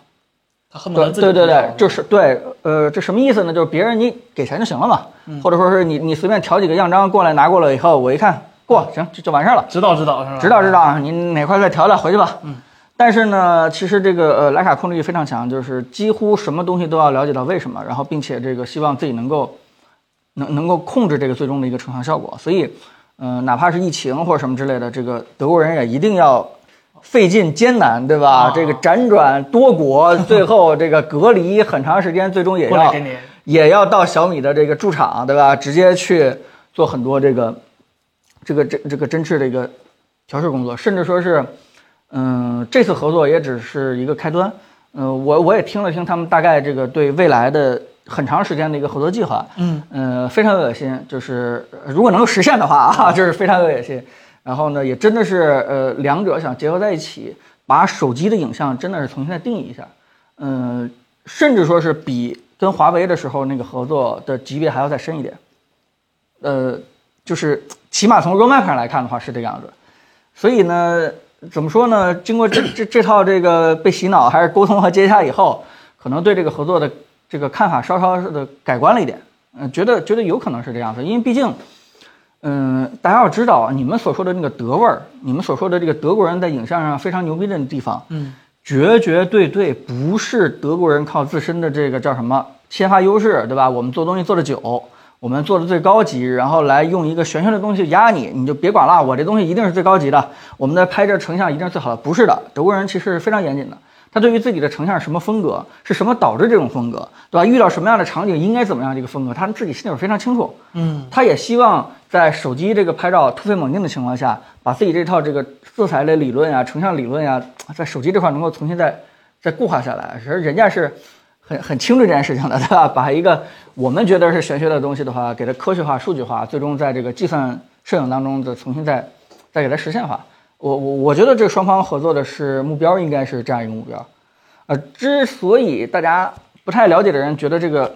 他恨不
对
得自己
对对
不要
对
了，
就是对，呃，这什么意思呢？就是别人你给钱就行了嘛，
嗯
或者说是你你随便调几个样章过来拿过来以后，我一看过行就就完事儿了。
指导指导是吧？嗯
知道知道啊，你哪块再调调回去吧。嗯。但是呢，其实这个呃，徕卡控制欲非常强，就是几乎什么东西都要了解到为什么，然后并且这个希望自己能够能能够控制这个最终的一个成像效果。所以，嗯、哪怕是疫情或者什么之类的，这个德国人也一定要费尽艰难，对吧？
啊
这个辗转多国，最后这个隔离很长时间，最终也
过来
要
给你
也要到小米的这个驻场，对吧？直接去做很多这个这个这这个针刺的一个调试工作，甚至说是，嗯、这次合作也只是一个开端。嗯、我我也听了听他们大概这个对未来的很长时间的一个合作计划，
嗯，
呃，非常有野心，就是呃如果能够实现的话啊， 就是非常有野心。然后呢，也真的是呃，两者想结合在一起，把手机的影像真的是重新再定义一下，嗯、甚至说是比跟华为的时候那个合作的级别还要再深一点。呃，就是起码从 roadmap 上来看的话是这个样子。所以呢，怎么说呢？经过这这这套这个被洗脑还是沟通和接洽以后，可能对这个合作的这个看法稍稍的改观了一点。嗯、觉得觉得有可能是这样子，因为毕竟，嗯、大家要知道，你们所说的那个德味儿，你们所说的这个德国人在影像上非常牛逼的地方，
嗯，
绝绝对对不是德国人靠自身的这个叫什么先发优势，对吧？我们做东西做的久，我们做的最高级，然后来用一个玄学的东西压你，你就别管了，我这东西一定是最高级的，我们的拍摄成像一定是最好的。不是的，德国人其实是非常严谨的，他对于自己的成像是什么风格，是什么导致这种风格，对吧？遇到什么样的场景应该怎么样这个风格，他们自己心里边非常清楚。
嗯，
他也希望在手机这个拍照突飞猛进的情况下，把自己这套这个色彩类理论呀、成像理论呀，在手机这块能够重新再再固化下来。其实人家是很很清楚这件事情的，对吧？把一个我们觉得是玄学的东西的话，给它科学化、数据化，最终在这个计算摄影当中的重新再再给它实现化。我我我觉得这双方合作的是目标应该是这样一个目标。呃，之所以大家不太了解的人觉得这个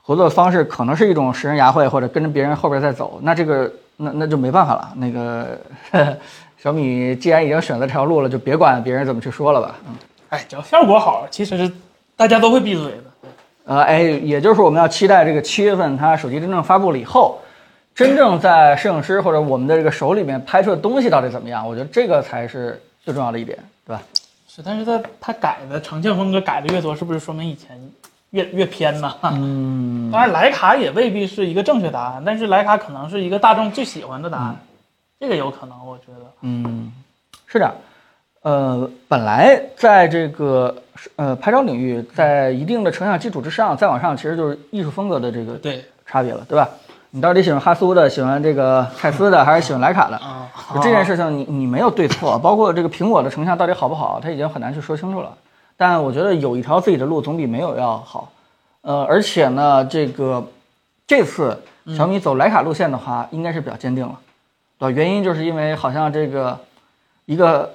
合作方式可能是一种识人牙慧，或者跟着别人后边再走，那这个那那就没办法了。那个 小米既然已经选择这条路了，就别管别人怎么去说了吧。嗯
哎，只要效果好，其实大家都会闭嘴的。
呃，哎，也就是我们要期待这个七月份它手机真正发布了以后，真正在摄影师或者我们的这个手里面拍出的东西到底怎么样？我觉得这个才是最重要的一点，对吧？
是，但是他他改的成像风格改的越多，是不是说明以前越越偏呢？嗯，当然莱卡也未必是一个正确答案，但是莱卡可能是一个大众最喜欢的答案，这个有可能，我觉得。
嗯，是这样。呃，本来在这个呃拍照领域，在一定的成像基础之上，再往上其实就是艺术风格的这个
对
差别了，对吧？你到底喜欢哈苏的，喜欢这个蔡司的，还是喜欢莱卡的？
啊，
就这件事情你，你没有对错，包括这个苹果的成像到底好不好，它已经很难去说清楚了。但我觉得有一条自己的路总比没有要好。呃，而且呢，这个这次
嗯
小米走徕卡路线的话，应该是比较坚定了，对吧？原因就是因为好像这个一个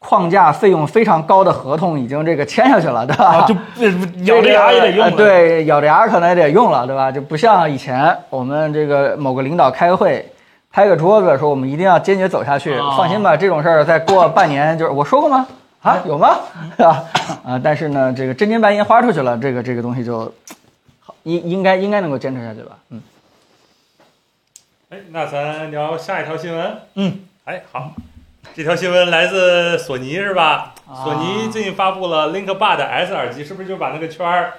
框架费用非常高的合同已经这个签下去了，对吧？
啊，就不咬着牙也得用
呃
了。
对，咬着牙可能也得用了，对吧？就不像以前我们这个某个领导开个会，拍个桌子说我们一定要坚决走下去，
哦
放心吧，这种事儿再过半年就是我说过吗？啊，有吗？是
嗯
吧？ 啊，但是呢，这个真金白银花出去了，这个这个东西就好应应该应该能够坚持下去吧？嗯，
哎，那咱聊下一条新闻。
嗯，
哎，好，这条新闻来自索尼是吧？
啊
索尼最近发布了 Link Bud S 耳机，是不是就把那个圈儿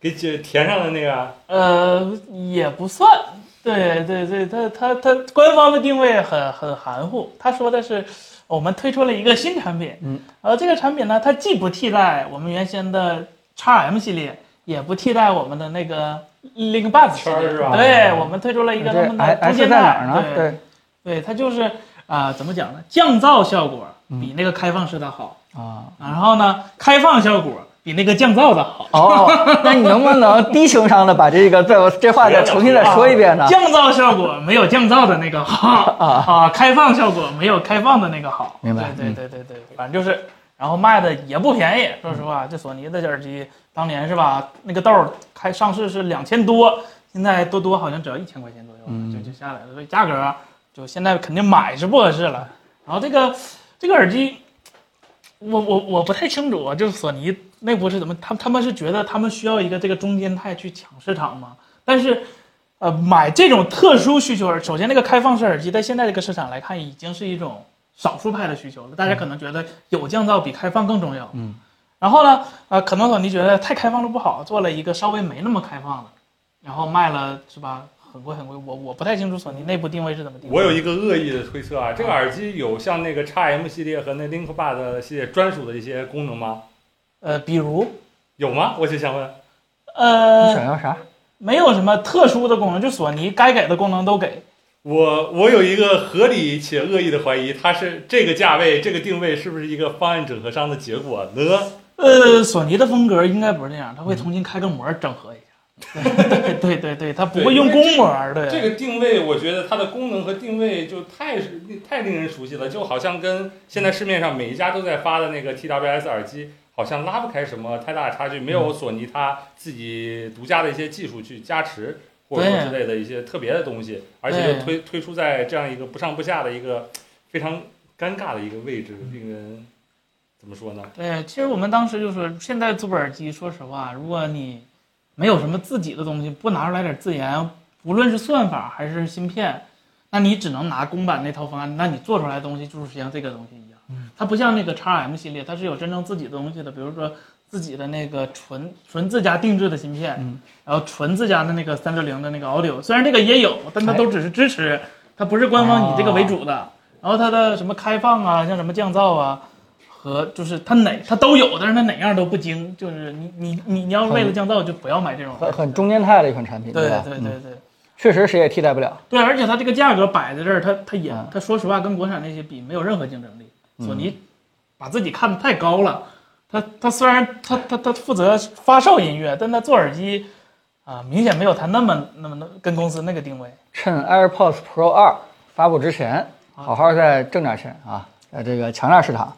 给解填上了那个？
呃，也不算。对对对，它它它官方的定位很很含糊，他说的是我们推出了一个新产品，
嗯，
呃，这个产品呢，它既不替代我们原先的 x M 系列，也不替代我们的那个 Link Buds 系
圈儿
列，
是吧
对，我们推出了一
这
个他们的
S
中
S
间
嗯在哪儿呢？
对，
对
对，它就是啊、怎么讲呢？降噪效果
嗯
比那个开放式的好，
啊。
然后呢，开放效果比那个降噪的好。
哦， 那你能不能低情商的把这个再这话再重新再说一遍呢？
降噪效果没有降噪的那个好
啊
啊，开放效果没有开放的那个好。
明白嗯
对对对对对，反正就是，然后卖的也不便宜。说实话，这索尼的耳机当年是吧，那个豆儿开上市是两千多，现在多多好像只要一千块钱左右，
嗯
就就下来了，所以价格就现在肯定买是不合适了。然后这个这个耳机，我我我不太清楚啊，就是索尼内部是怎么，他他们是觉得他们需要一个这个中间态去抢市场吗？但是，呃，买这种特殊需求耳，首先那个开放式耳机在现在这个市场来看，已经是一种少数派的需求了。大家可能觉得有降噪比开放更重要。
嗯。
然后呢，呃，可能索尼觉得太开放了不好，做了一个稍微没那么开放的，然后卖了是吧？很贵很贵，我我不太清楚索尼内部定位是怎么定位。
我有一个恶意的推测啊，这个耳机有像那个 x M 系列和那 Link Bud 系列专属的一些功能吗？
呃，比如
有吗？我就想问。
你
呃，
想要啥？
没有什么特殊的功能，就索尼该给的功能都给。
我我有一个合理且恶意的怀疑，它是这个价位、这个定位是不是一个方案整合商的结果呢？
呃，索尼的风格应该不是这样，它会重新开个模儿整合一下。对对对对，它不会用公模儿，对。
这个定位，我觉得它的功能和定位就太是太令人熟悉了，就好像跟现在市面上每一家都在发的那个 TWS 耳机，好像拉不开什么太大的差距，没有索尼它自己独家的一些技术去加持，或者说之类的一些特别的东西，而且又推推出在这样一个不上不下的一个非常尴尬的一个位置，令人怎么说呢？
对，其实我们当时就是，现在做耳机，说实话，如果你没有什么自己的东西，不拿出来点自研，无论是算法还是芯片，那你只能拿公版那套方案，那你做出来的东西就是像这个东西一样，它不像那个 x M 系列，它是有真正自己的东西的，比如说自己的那个纯纯自家定制的芯片，
嗯
然后纯自家的那个三六零的那个 audio，虽然这个也有，但它都只是支持，它不是官方以这个为主的。然后它的什么开放啊，像什么降噪啊。和就是它哪它都有，但是它哪样都不精。就是你你你你要为了降噪就不要买这种。
很很中间态的一款产品，
对
吧？
对对
嗯，
对
确实谁也替代不了。
对，而且它这个价格摆在这儿，它它也
嗯
它说实话跟国产那些比没有任何竞争力。索尼把自己看得太高了，它它虽然它它它负责发售音乐，但它做耳机啊、明显没有它那么那么那么跟公司那个定位。
趁 AirPods Pro 二发布之前，好好再挣点钱啊，呃，这个强大市场，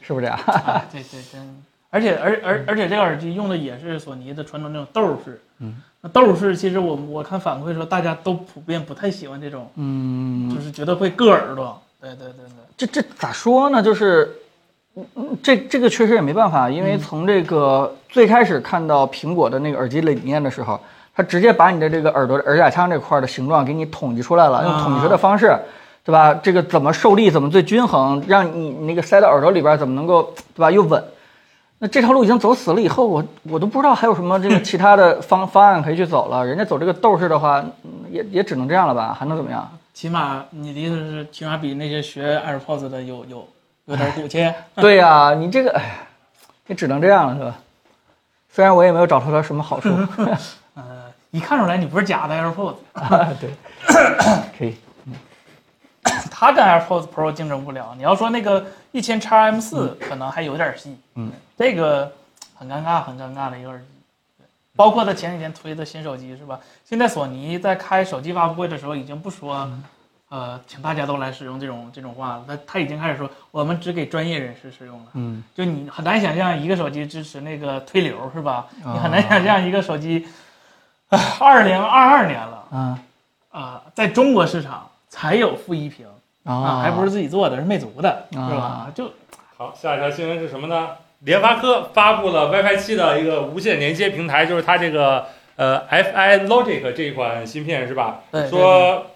是不是这样？
啊， 对对真，而且而而而且这个耳机用的也是索尼的传统那种豆式，嗯，那豆式其实我我看反馈说大家都普遍不太喜欢这种，嗯，就是觉得会硌耳朵。对对对对，
这这咋说呢？就是，嗯嗯，这这个确实也没办法，因为从这个最开始看到苹果的那个耳机理念的时候，它直接把你的这个耳朵的耳甲腔这块的形状给你统计出来了，用统计学的方式，对吧？这个怎么受力，怎么最均衡，让你你那个塞到耳朵里边怎么能够，对吧？又稳。那这条路已经走死了，以后我我都不知道还有什么这个其他的方方案可以去走了。人家走这个斗式的话，嗯也也只能这样了吧？还能怎么样？
起码你的意思是，起码比那些学 AirPods 的有有有点骨气。
对呀、你这个，哎，也只能这样了，是吧？虽然我也没有找出它什么好 处，
呃，一看出来你不是假的 AirPods，
啊 对，可以，
它跟 AirPods Pro 竞争不了。你要说那个一千 x M 四可能还有点戏，
嗯，
这个很尴尬，很尴尬的一个耳机。包括它前几天推的新手机是吧？现在索尼在开手机发布会的时候已经不说，呃，请大家都来使用这种这种话了，它它已经开始说我们只给专业人士使用了。
嗯，
就你很难想象一个手机支持那个推流是吧？你很难想象一个手机，呃二零二二年了
啊
啊、在中国市场才有负一屏。啊，还不是自己做的，是魅族的，是吧
啊？
就
好，下一条新闻是什么呢？联发科发布了 WiFi 7的一个无线连接平台，就是它这个呃 Fi Logic 这一款芯片是吧？
对对
说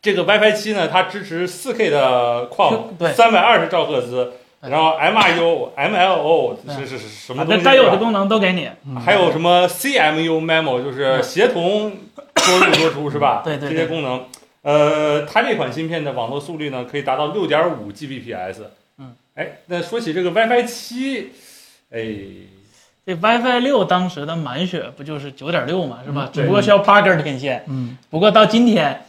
这个 WiFi 7呢，它支持 4K 的框
对，
三百二十兆赫兹，
对
然后 MRU、MLO 是是是什么
反
东
正
西？
该有
是啊
的
吧
功能都给你。
还有什么 CMU memo，就是协同说入说出是吧？
嗯对对对
这些功能。呃，它这款芯片的网络速率呢，可以达到六点五 Gbps。
嗯，
哎，那说起这个 WiFi 七，哎，
这 WiFi 六当时的满血不就是九点六嘛，是吧？
对
只不过需要八根天线。
嗯，
不过到今天，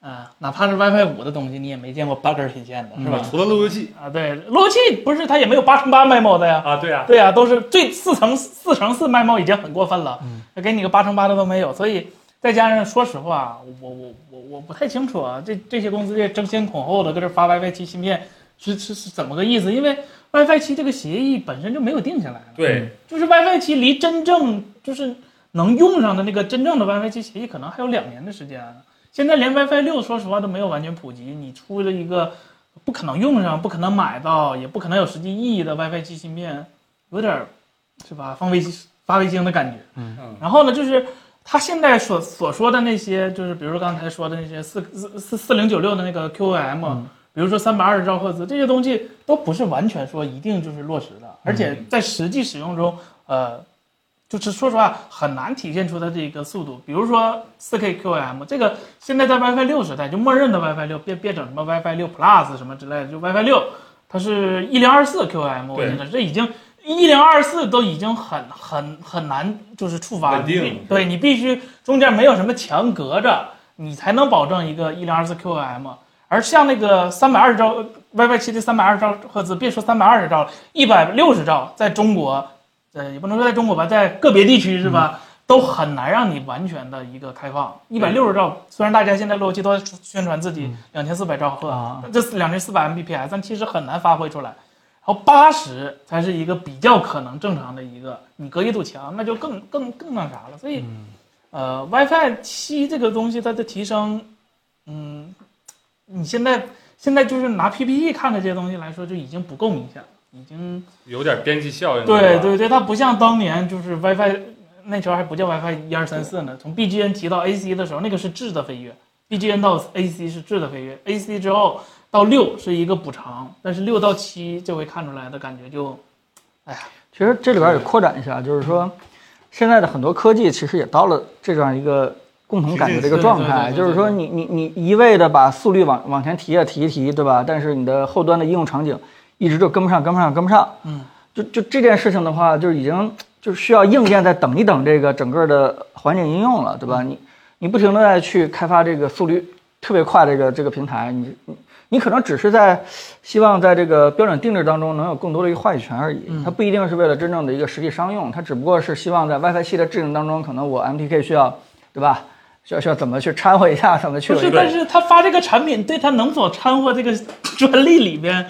啊，哪怕是 WiFi 五的东西，你也没见过八根天线的，是吧？
除了路由器
啊，对，路由器不是它也没有八乘八 MIMO 的呀。
啊，对啊，
对呀、都是最四乘四乘四 MIMO 已经很过分了，给你个八乘八的都没有，所以再加上说实话，我我我我不太清楚啊，这这些公司这争先恐后的搁这发 WiFi 七芯片是是是怎么个意思？因为 WiFi 七这个协议本身就没有定下来了，
对，
就是 WiFi 七离真正就是能用上的那个真正的 WiFi 七协议，可能还有两年的时间啊。现在连 WiFi 六说实话都没有完全普及，你出了一个不可能用上、不可能买到、也不可能有实际意义的 WiFi 七芯片，有点儿是吧？放卫星发卫星的感觉。
嗯，
然后呢，就是他现在所所说的那些，就是比如说刚才说的那些四四四四零九六的那个 QOM，、比如说三百二十兆赫兹这些东西，都不是完全说一定就是落实的，而且在实际使用中，呃，就是说实话很难体现出它这个速度。比如说四 K QOM 这个，现在在 WiFi 六时代就默认的 WiFi 六，别别整什么 WiFi 六 Plus 什么之类的，就 WiFi 六它是一零二四 QOM，我
对
觉得这已经。一零二四都已经很很很难，就是触发
稳定
你必对你必须中间没有什么墙隔着，你才能保证一个一零二四 QOM。而像那个三百二十兆 WiFi 七的三百二十兆赫兹，别说三百二十兆了，一百六十兆，在中国，呃，也不能说在中国吧，在个别地区是
嗯
吧，都很难让你完全的一个开放。一百六十兆，虽然大家现在路由器都在宣传自己
嗯
两千四百兆赫，
啊
这两千四百 Mbps，但其实很难发挥出来。然后八十才是一个比较可能正常的一个，你隔一堵墙，那就更更更那啥了。所以，呃，WiFi 七这个东西它的提升，嗯，你现在现在就是拿 PPE 看的这些东西来说，就已经不够明显了，已经
有点边际效应。
对
是吧，
对对，它不像当年就是 WiFi 那时候还不叫 WiFi 一二三四呢，从 BGN 提到 AC 的时候，那个是质的飞跃，BGN 到 AC 是质的飞跃，AC 之后到六是一个补偿，但是六到七这回看出来的感觉就，哎呀，
其实这里边也扩展一下，就是说，现在的很多科技其实也到了这样一个共同感觉的一个状态，
对对对对对
就是说你你你一味的把速率往往前提啊提一提，对吧？但是你的后端的应用场景一直就跟不上，跟不上，跟不上。
嗯，
就就这件事情的话，就是已经就是需要硬件再等一等这个整个的环境应用了，对
嗯
吧？你你不停的在去开发这个速率特别快这个这个平台，你你你可能只是在希望在这个标准定制当中能有更多的一个话语权而已，
嗯
它不一定是为了真正的一个实际商用，它只不过是希望在 WiFi 系的制定当中，可能我 MTK 需要，对吧？需要需要怎么去掺和一下，怎么去
不
有一
是，
个
但是他发这个产品对他能否掺和这个专利里边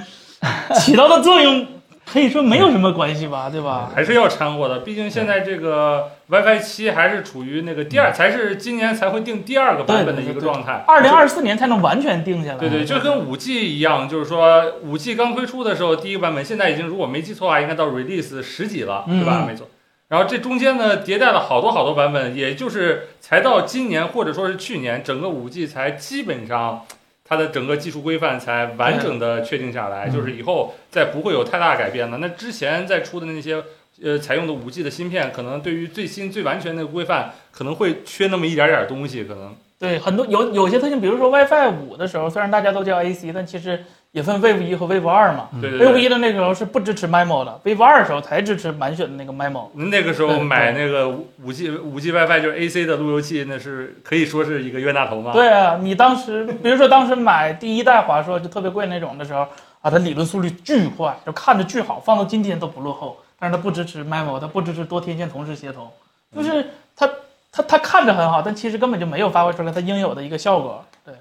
起到的作用，可以说没有什么关系吧，对吧？
还是要掺和的，毕竟现在这个 WiFi 七还是处于那个第
嗯
二，才是今年才会定第二个版本的一个状态。
二零二四年才能完全定下来。
对对，就跟五 G 一样，就是说五 G 刚推出的时候，第一个版本现在已经如果没记错的话，应该到 release 十几了，对吧？
嗯
没错。然后这中间呢，迭代了好多好多版本，也就是才到今年或者说是去年，整个五 G 才基本上它的整个技术规范才完整的确定下来，
嗯
就是以后再不会有太大改变了。那之前再出的那些呃采用的五 G 的芯片，可能对于最新最完全的规范，可能会缺那么一点点东西，可能
对，很多有有些特性，比如说 WiFi 五的时候，虽然大家都叫 AC，但其实也分 Wave 一和 Wave 二嘛。
对对对。
Wave 一的那时候是不支持 MIMO 的，Wave 二的时候才支持满血的那个 MIMO。
那个时候
对
买那个五五 G 五 G WiFi 就是 AC 的路由器，那是可以说是一个冤大头嘛。
对啊，你当时比如说当时买第一代华硕就特别贵那种的时候啊，它理论速率巨快，就看着巨好，放到今天都不落后。但是它不支持 MIMO，它不支持多天线同时协同，就是它它它看着很好，但其实根本就没有发挥出来它应有的一个效果。对，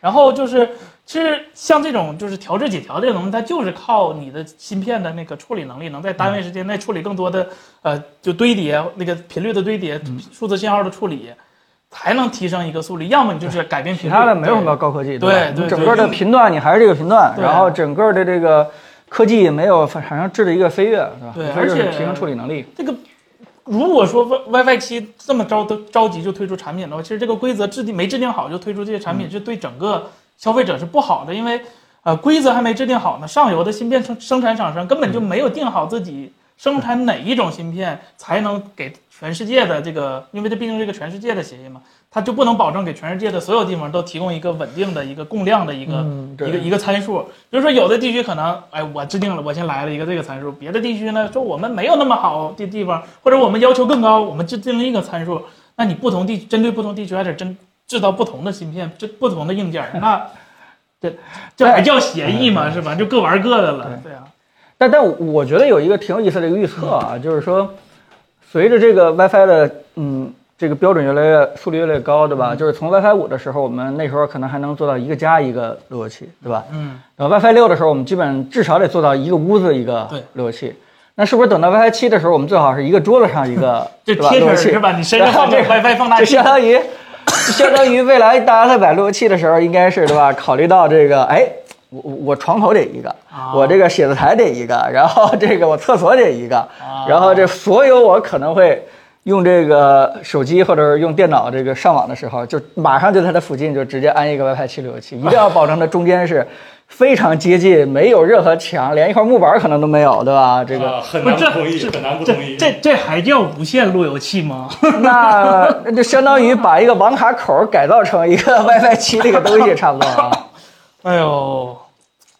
然后就是其实像这种就是调制解调这种东西，它就是靠你的芯片的那个处理能力，能在单位时间内处理更多的呃就堆叠那个频率的堆叠、数字信号的处理。才能提升一个速率，要么你就是改变
其
频率，
他的没有什
对
么高科技，
对
吧？
对
你整个的频段你还是这个频段，
对
然后整个的这个科技也没有产生质的一个飞跃，对吧？
对
无非就是
而且
提升处理能力。
这个如果说 Wi WiFi 七这么着都着急就推出产品的话，其实这个规则制定没制定好就推出这些产品，是对整个消费者是不好的，因为呃规则还没制定好呢，上游的芯片生生产厂商根本就没有定好自己生产哪一种芯片才能给全世界的这个，因为这毕竟是一个全世界的协议嘛，它就不能保证给全世界的所有地方都提供一个稳定的一个供量的一个、
嗯对
一个一个参数。比如说有的地区可能，哎，我制定了，我先来了一个这个参数，别的地区呢说我们没有那么好的地方，或者我们要求更高，我们制定了一个参数，那你不同地针对不同地区还得针制造不同的芯片，这不同的硬件，那这这还叫协议吗？是吧？就各玩各的了，对啊，
但但我觉得有一个挺有意思的一个预测
嗯
啊，就是说，随着这个 WiFi 的嗯这个标准越来越速率越来越高，对吧？
嗯
就是从 WiFi 五的时候，我们那时候可能还能做到一个加一个路由器，对吧？
嗯，
然后 WiFi 六的时候，我们基本至少得做到一个屋子一个
对
路由器。那是不是等到 WiFi 七的时候，我们最好是一个桌子上一 个
这
对吧
贴
路由
纸
器
是吧？你身上放个
这个
WiFi 放大
就
器
相，当于，就相当于未来大家在买路由器的时候，应该是对吧？考虑到这个，哎，我我我床头得一个
啊，
我这个写字台得一个， 然后这个我厕所得一个
啊，
然后这所有我可能会用这个手机或者是用电脑这个上网的时候，就马上就在它附近就直接安一个 WiFi 七路由器，一定要保证它中间是。非常接近，没有任何墙，连一块木板可能都没有，对吧？这个
啊很
不
难
是
不同意，
这
很难不同
这
意。
这这还叫无线路由器吗？
那那就相当于把一个网卡口改造成一个 WiFi 七这个东西，差不多啊。
哎呦，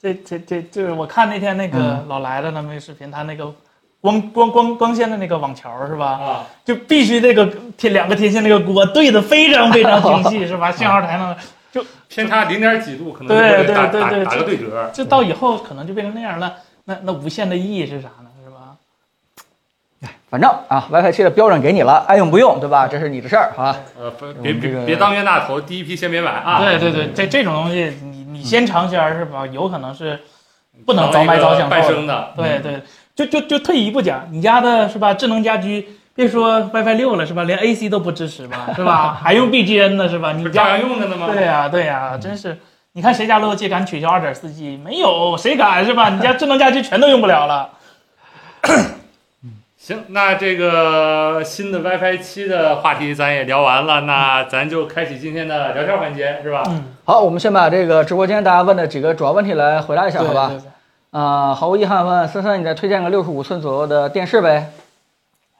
这这这这，我看那天那个
嗯
老来了他们视频，他那个光光光光纤的那个网桥是吧？
啊，
就必须这个天两个天线那个锅对的非常非常精细
啊
是吧？信号才能
偏差零点几度，可能
对
就会
对
打
对
打
对
打个对折。
这到以后可能就变成那样了。那那无线的意义是啥呢？是吧？
反正啊，WiFi 七的标准给你了，爱用不用，对吧？这是你的事儿啊。
呃，不别
我们这个
别别当冤大头，第一批先别买啊。
对对对，这这种东西你你先尝鲜儿是吧？有可能是不能早
当一
买
个
早享
半
受的。
生的，
对对，就就就退一步讲，你家的是吧？智能家居，别说 WiFi 六了是吧？连 AC 都不支持吧，是 吧？还用 BGN 呢是吧？
不
你
是照
家
样用着呢吗？
对呀、对呀、真是，你看谁家路由器敢取消 2.4G？没有，谁敢是吧？你家智能家居全都用不了了。
行，那这个新的 WiFi 七的话题咱也聊完了，那咱就开启今天的聊天环节，是吧？
嗯，
好，我们先把这个直播间大家问的几个主要问题来回答一下，
对
好吧？
对对
啊、毫无遗憾问森森，你再推荐个六十五寸左右的电视呗？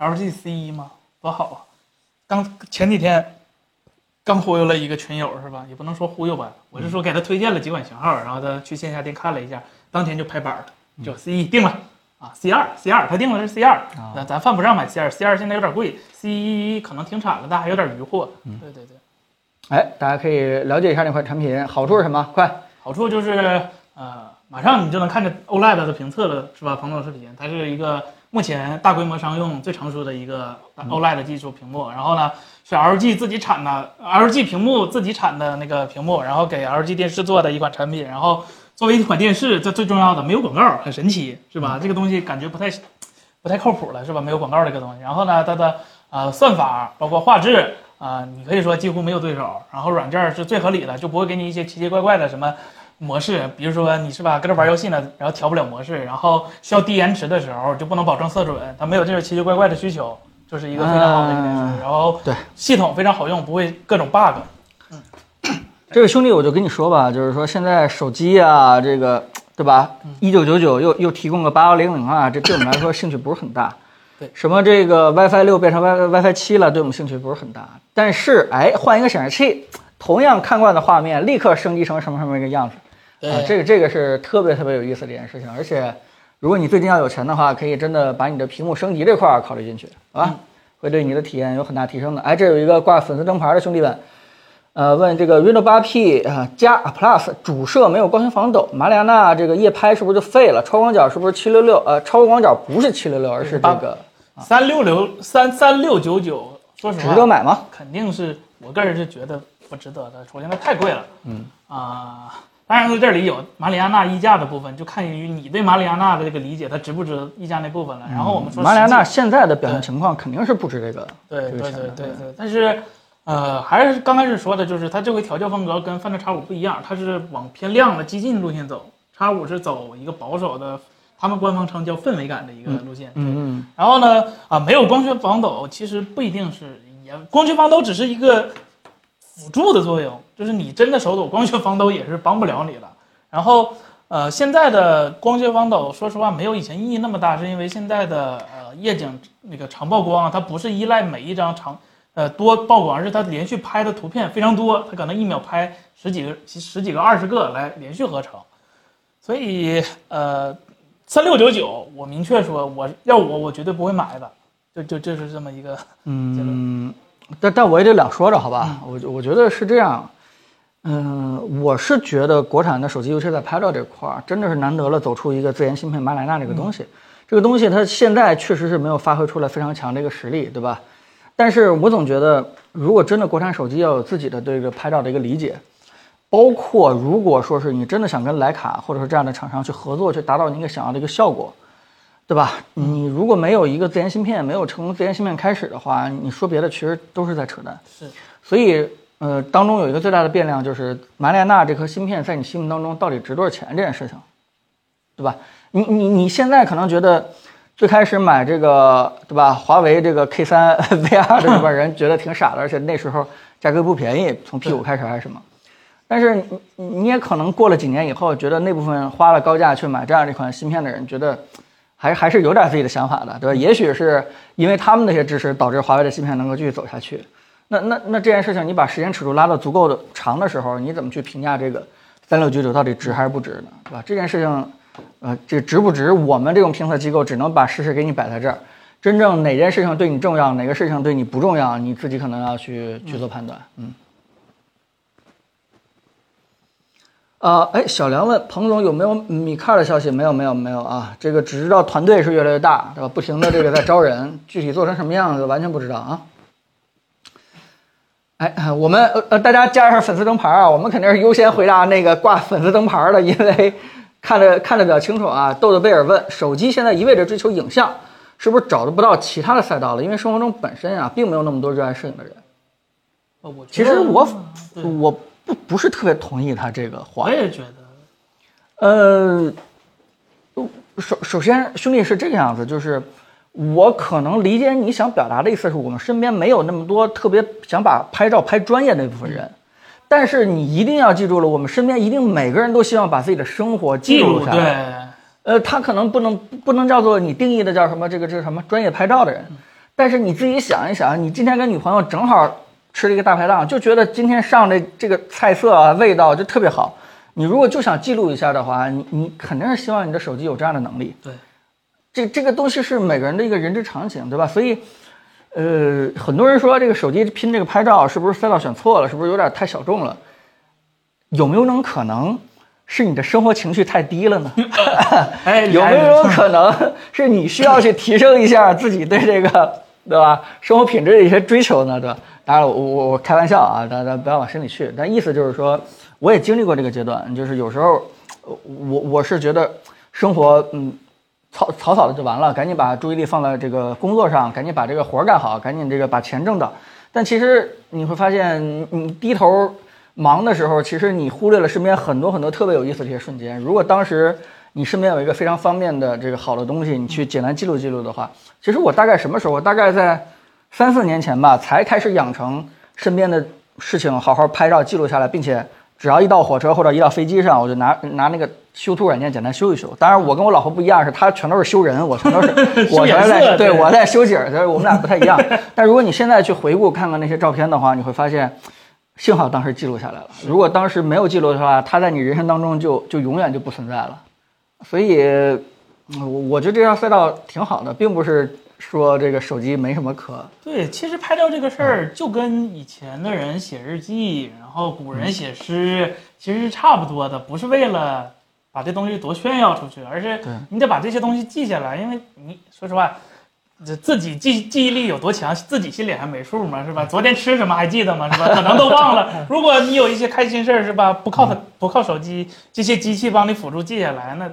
LGC 嘛，E 多好啊！刚前几天刚忽悠了一个群友是吧？也不能说忽悠吧，我是说给他推荐了几款型号，然后他去线下店看了一下，当天就拍板了，就 C 一定了啊，C 二 C 二他定的是 C
哦
二，那咱犯不上买 C 二，C 二现在有点贵，C 一可能停产了，但还有点余货。对对对，
哎，大家可以了解一下那款产品，好处是什么？快，
好处就是呃，马上你就能看着 OLED 的评测了，是吧？彭总视频，它是一个目前大规模商用最成熟的一个 OLED 技术屏幕。然后呢，是 LG 自己产的，LG 屏幕自己产的那个屏幕，然后给 LG 电视做的一款产品。然后作为一款电视，这最重要的没有广告，很神奇，是吧？这个东西感觉不太不太靠谱了，是吧？没有广告这个东西。然后呢，它的呃算法包括画质。啊、你可以说几乎没有对手，然后软件儿是最合理的，就不会给你一些奇奇怪怪的什么模式，比如说你是吧，搁这玩游戏呢，然后调不了模式，然后需要低延迟的时候就不能保证色准，它没有这种奇奇怪怪的需求，就是一个非常好的一件事。
嗯
然后
对
系统非常好用，不会各种 bug。
这位兄弟，我就跟你说吧，就是说现在手机啊，这个对吧？
嗯
一九九九又又提供个八幺零零啊，这对我们 来说兴趣不是很大。
对
什么这个 WiFi 六变成 Wi WiFi 七了，对我们兴趣不是很大。但是哎，换一个显示器，同样看惯的画面，立刻升级成什么什么一个样子。啊，
呃
这个这个是特别特别有意思的一件事情，而且如果你最近要有钱的话，可以真的把你的屏幕升级这块儿考虑进去，好
嗯
吧？会对你的体验有很大提升的。哎，这有一个挂粉丝灯牌的兄弟们，呃，问这个 Windows 八 P 啊加啊 Plus 主摄没有高清防抖，马里亚纳这个夜拍是不是就废了？超广角是不是七六六？呃，超广角不是七六六，而是这个
三六六三三六九九，说实
值
话，
得买吗？
肯定是我个人是觉得不值得的。首先它太贵了，嗯啊、当然了，这里有马里亚纳溢价的部分，就看于你对马里亚纳的这个理解，它值不值溢价那部分了。然后我们说
嗯马里亚
实际
纳现在的表现
对
情况肯定是不止这个，
对
这
对
个
对
钱
对
的
对，但是呃，还是刚开始说的，就是它这回调教风格跟范特叉五不一样，它是往偏亮的激进路线走，叉五是走一个保守的，他们官方称叫氛围感的一个路线。
嗯嗯，
然后呢，啊，没有光学防抖，其实不一定是也光学防抖只是一个辅助的作用，就是你真的手抖，光学防抖也是帮不了你的。然后，呃，现在的光学防抖，说实话没有以前意义那么大，是因为现在的呃夜景那个长曝光啊，它不是依赖每一张长呃多曝光，而是它连续拍的图片非常多，它可能一秒拍十几个、十几个、二十个来连续合成，所以呃，三六九九，我明确说，我要我我绝对不会买的，就就这是这么一个结论。
嗯，但但我也得两说着，好吧？我觉我觉得是这样，嗯、我是觉得国产的手机，尤其是在拍照这块儿，真的是难得了走出一个自研芯片马里亚纳这个东西。这个东西它现在确实是没有发挥出来非常强的一个实力，对吧？但是我总觉得，如果真的国产手机要有自己的对这个拍照的一个理解，包括如果说是你真的想跟徕卡或者说这样的厂商去合作，去达到你一个想要的一个效果，对吧？你如果没有一个自研芯片，没有成功自研芯片开始的话，你说别的其实都是在扯淡。
是，
所以呃，当中有一个最大的变量就是马里亚纳这颗芯片在你心目当中到底值多少钱这件事情，对吧？你你你现在可能觉得最开始买这个对吧？华为这个 K 三 VR 的这帮人觉得挺傻的，而且那时候价格不便宜，从 P 五开始还是什么？但是你你你也可能过了几年以后，觉得那部分花了高价去买这样的一款芯片的人，觉得还还是有点自己的想法的，对吧？也许是因为他们那些支持，导致华为的芯片能够继续走下去。那那那这件事情，你把时间尺度拉到足够的长的时候，你怎么去评价这个三六九九到底值还是不值呢？对吧？这件事情，呃，这值不值？我们这种评测机构只能把事实给你摆在这儿。真正哪件事情对你重要，哪个事情对你不重要，你自己可能要去去做判断。嗯。啊，哎，小梁问彭总有没有米卡的消息？没有，没有，没有啊。这个只知道团队是越来越大，对吧？不停的这个在招人，具体做成什么样子完全不知道啊。哎，我们呃呃，大家加一下粉丝灯牌啊，我们肯定是优先回答那个挂粉丝灯牌的，因为看着看着比较清楚啊。豆豆贝尔问，手机现在一味着追求影像，是不是找得不到其他的赛道了？因为生活中本身啊，并没有那么多热爱摄影的人。
呃我
其
觉得
实我
对
我不不是特别同意他这个话
我。也觉得，
呃，首首先，兄弟是这个样子，就是我可能理解你想表达的意思是我们身边没有那么多特别想把拍照拍专业那部分人，但是你一定要记住了，我们身边一定每个人都希望把自己的生活记录下来。
对，
呃，他可能不能不能叫做你定义的叫什么这个这个什么专业拍照的人，但是你自己想一想，你今天跟女朋友正好吃了一个大排档，就觉得今天上的这个菜色啊味道就特别好。你如果就想记录一下的话，你你肯定是希望你的手机有这样的能力。
对，
这这个东西是每个人的一个人之常情，对吧？所以，呃，很多人说这个手机拼这个拍照是不是赛道选错了，是不是有点太小众了？有没有种可能是你的生活情绪太低了呢？
哎，
有没有种可能是你需要去提升一下自己对这个，对吧？生活品质的一些追求呢，对吧？当然了，我我我开玩笑啊，大家不要往心里去。但意思就是说，我也经历过这个阶段，就是有时候呃我我是觉得生活嗯草草草的就完了，赶紧把注意力放在这个工作上，赶紧把这个活儿干好，赶紧这个把钱挣到。但其实你会发现，你你低头忙的时候，其实你忽略了身边很多很多特别有意思的一些瞬间。如果当时你身边有一个非常方便的这个好的东西，你去简单记录记录的话，其实我大概什么时候？我大概在三四年前吧，才开始养成身边的事情好好拍照记录下来，并且只要一到火车或者一到飞机上，我就拿拿那个修图软件简单修一修。当然，我跟我老婆不一样，是她全都是修人，我全 都是我全是
修颜
在
色
对
对
我在修景儿，就是我们俩不太一样。但如果你现在去回顾看看那些照片的话，你会发现。幸好当时记录下来了，如果当时没有记录的话，它在你人生当中就就永远就不存在了。所以，嗯我我觉得这条赛道挺好的，并不是说这个手机没什么可
对，其实拍照这个事儿就跟以前的人写日记，然后古人写诗，其实是差不多的，不是为了把这东西多炫耀出去，而是
对
你得把这些东西记下来，因为你说实话，这自己记记忆力有多强，自己心里还没数嘛，是吧？昨天吃什么还记得吗？是吧？可能都忘 了。如果你有一些开心事儿，是吧？不靠它，不靠手机这些机器帮你辅助记下来，那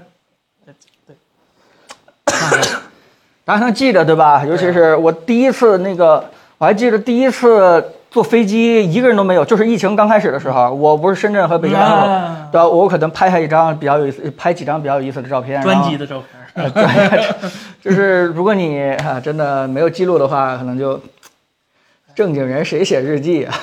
大家能记得对吧？尤其是我第一次那个，我还记得第一次坐飞机一个人都没有，就是疫情刚开始的时候，我不是深圳和北京都有，
啊
对吧？我可能拍下一张比较有意思，拍几张比较有意思的照片，然
专
后
辑的照片儿。
就是如果你啊真的没有记录的话，可能就正经人谁写日记啊？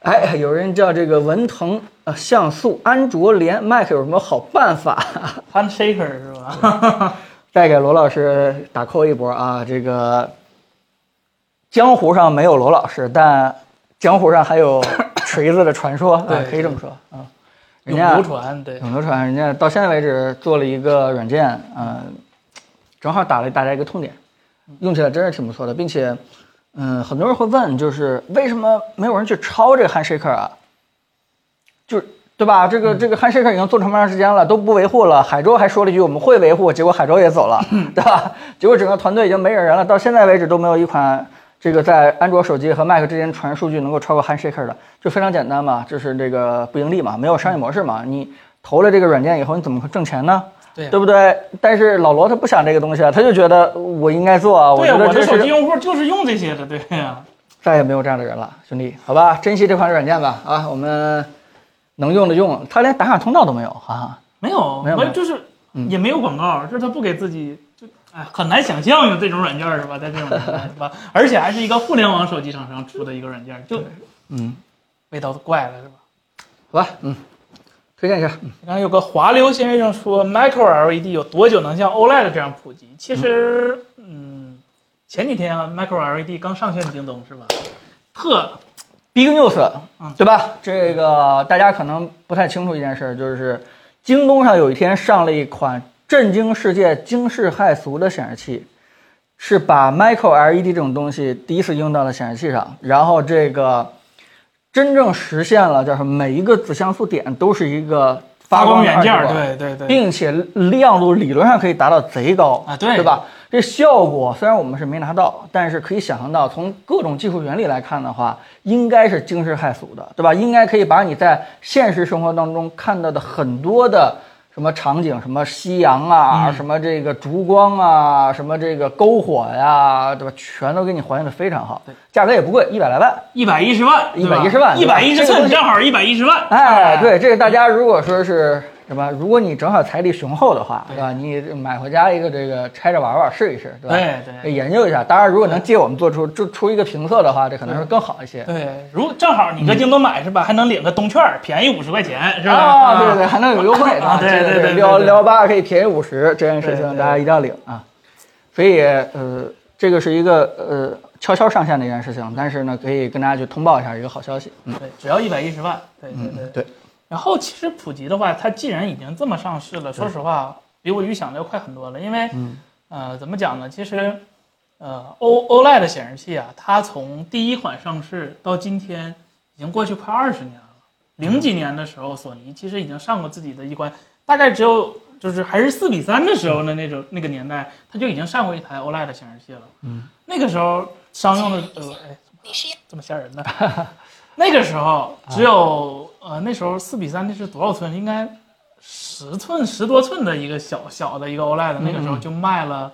哎，有人叫这个文腾啊，像素、安卓联、Mac 有什么好办法？
Handshaker 是吧？
再给罗老师打 call 一波啊！这个江湖上没有罗老师，但江湖上还有锤子的传 说，啊
对
可以这么说啊。人
永
家
流传，对，
永流传，人家到现在为止做了一个软件，嗯、正好打了大家一个痛点，用起来真是挺不错的，并且，嗯、很多人会问，就是为什么没有人去抄这个 Handshaker 啊？就是对吧？这
嗯
个这个 Handshaker 已经做这么长时间了，都不维护了。海州还说了一句我们会维护，结果海州也走了，
嗯
对吧？结果整个团队已经没有人了，到现在为止都没有一款这个在安卓手机和 Mac 之间传数据能够超过 Handshaker 的，就非常简单嘛，就是这个不盈利嘛，没有商业模式嘛。你投了这个软件以后，你怎么会挣钱呢？
对啊呀
对不对？但是老罗他不想这个东西啊，他就觉得我应该做啊，
对
觉
呀，
得
我
这
的手机
是
用户就是用这些的，对呀、
再也没有这样的人了，兄弟，好吧，珍惜这款软件吧啊，我们能用的用，他连打卡通道都没有，哈、哈。
没有，
没有嗯
我
没有
就是也没有广告，就是他不给自己，就哎，很难想象有这种软件儿是吧？在这种年代是吧？而且还是一个互联网手机厂商出的一个软件儿，就
嗯，
味道都怪了是吧？
好吧，嗯，推荐一下，嗯
然后有个华流先生说，Micro LED 有多久能像 OLED 这样普及？其实，嗯，前几天啊，Micro LED 刚上线京东是吧？特
，Big News，
嗯
对吧？这个大家可能不太清楚一件事，就是京东上有一天上了一款震惊世界、惊世骇俗的显示器，是把 Micro LED 这种东西第一次用到了显示器上，然后这个真正实现了，叫什么？每一个子像素点都是一个
发光
光
元件儿，
对。
对对对，
并且亮度理论上可以达到贼高
啊对
对吧？这效果虽然我们是没拿到，但是可以想象到，从各种技术原理来看的话，应该是惊世骇俗的，对吧？应该可以把你在现实生活当中看到的很多的什么场景，什么夕阳啊，
嗯
什么这个烛光啊，什么这个篝火呀、对吧？全都给你还原的非常好，价格也不贵，一百来万。
一百一十万，
110万
一
对吧
百一十
这个东
寸
西哎
正好一百一十万。哎
哎，对，这个大家如果说是是吧？如果你正好财力雄厚的话，
对
对吧？你买回家一个这个拆着玩玩试一试，对吧？
哎对对
得研究一下。当然，如果能借我们做出出出一个评测的话，这可能是更好一些。
对，如正好你搁京东买是吧，还能领个东券儿，便宜五十块钱是吧？
啊，对对，还能有优惠
啊对
这个
对对对
六幺
对
六幺八可以便宜五十，这件事
对对
情
对
大家一定要领啊。所以呃，这个是一个呃悄悄上线的一件事情，但是呢，可以跟大家去通报一下一个好消息。嗯
对，只要一百一十万，对对对
嗯，。对，
然后其实普及的话，它既然已经这么上市了，说实话，比我预想的要快很多了。因为，呃，怎么讲呢？其实，呃，O OLED 的显示器啊，它从第一款上市到今天，已经过去快二十年了。零几年的时候，索尼其实已经上过自己的一款，大概只有就是还是四比三的时候的那种那个年代，它就已经上过一台 OLED 的显示器了。嗯，那个时候商用的呃，哎，
你是
这么吓人的。 那个时候只有、呃，那时候四比三那是多少寸？应该十寸十多寸的一个小小的一个 OLED，那个时候就卖了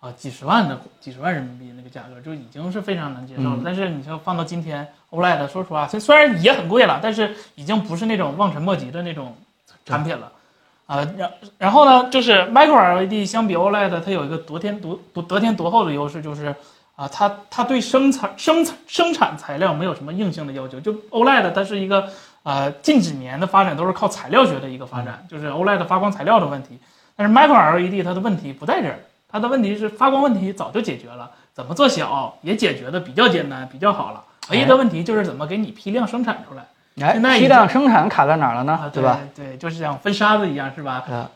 啊、几十万的几十万人民币那个价格，就已经是非常能接受了。但是你像放到今天 OLED，说实话，虽虽然也很贵了，但是已经不是那种望尘莫及的那种产品了。啊，然然后呢，就是 Micro LED 相比 OLED，它有一个得天独独得天独厚的优势，就是啊，它它对生产生产生产材料没有什么硬性的要求。就 OLED 它是一个呃近几年的发展都是靠材料学的一个发展，就是 OLED 发光材料的问题。但是 Micro LED E 它的问题不在这儿，它的问题是发光问题早就解决了，怎么做小也解决的比较简单，比较好了。唯一的问题就是怎么给你批量生产出来现在
哎，
已
批
经啊
量生产卡在哪儿了呢？
对
吧？？
对，就是像分沙子一样，是吧？
啊，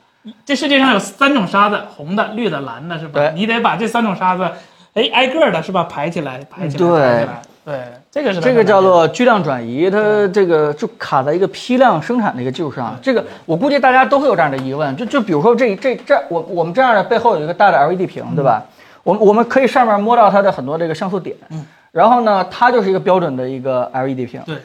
这世界上有三种沙子，红的、绿的、蓝的，是吧
对？
你得把这三种沙子，哎，挨个儿的是吧，排起来，排起来，
对
排起来，对，这个是
这个叫做巨量转移，它
嗯
这个就卡在一个批量生产的一个基础上。这个我估计大家都会有这样的疑问，就就比如说这这这我我们这样的背后有一个大的 LED 屏，对
嗯
吧？我们我们可以上面摸到它的很多这个像素点，然后呢，它就是一个标准的一个 LED 屏。
对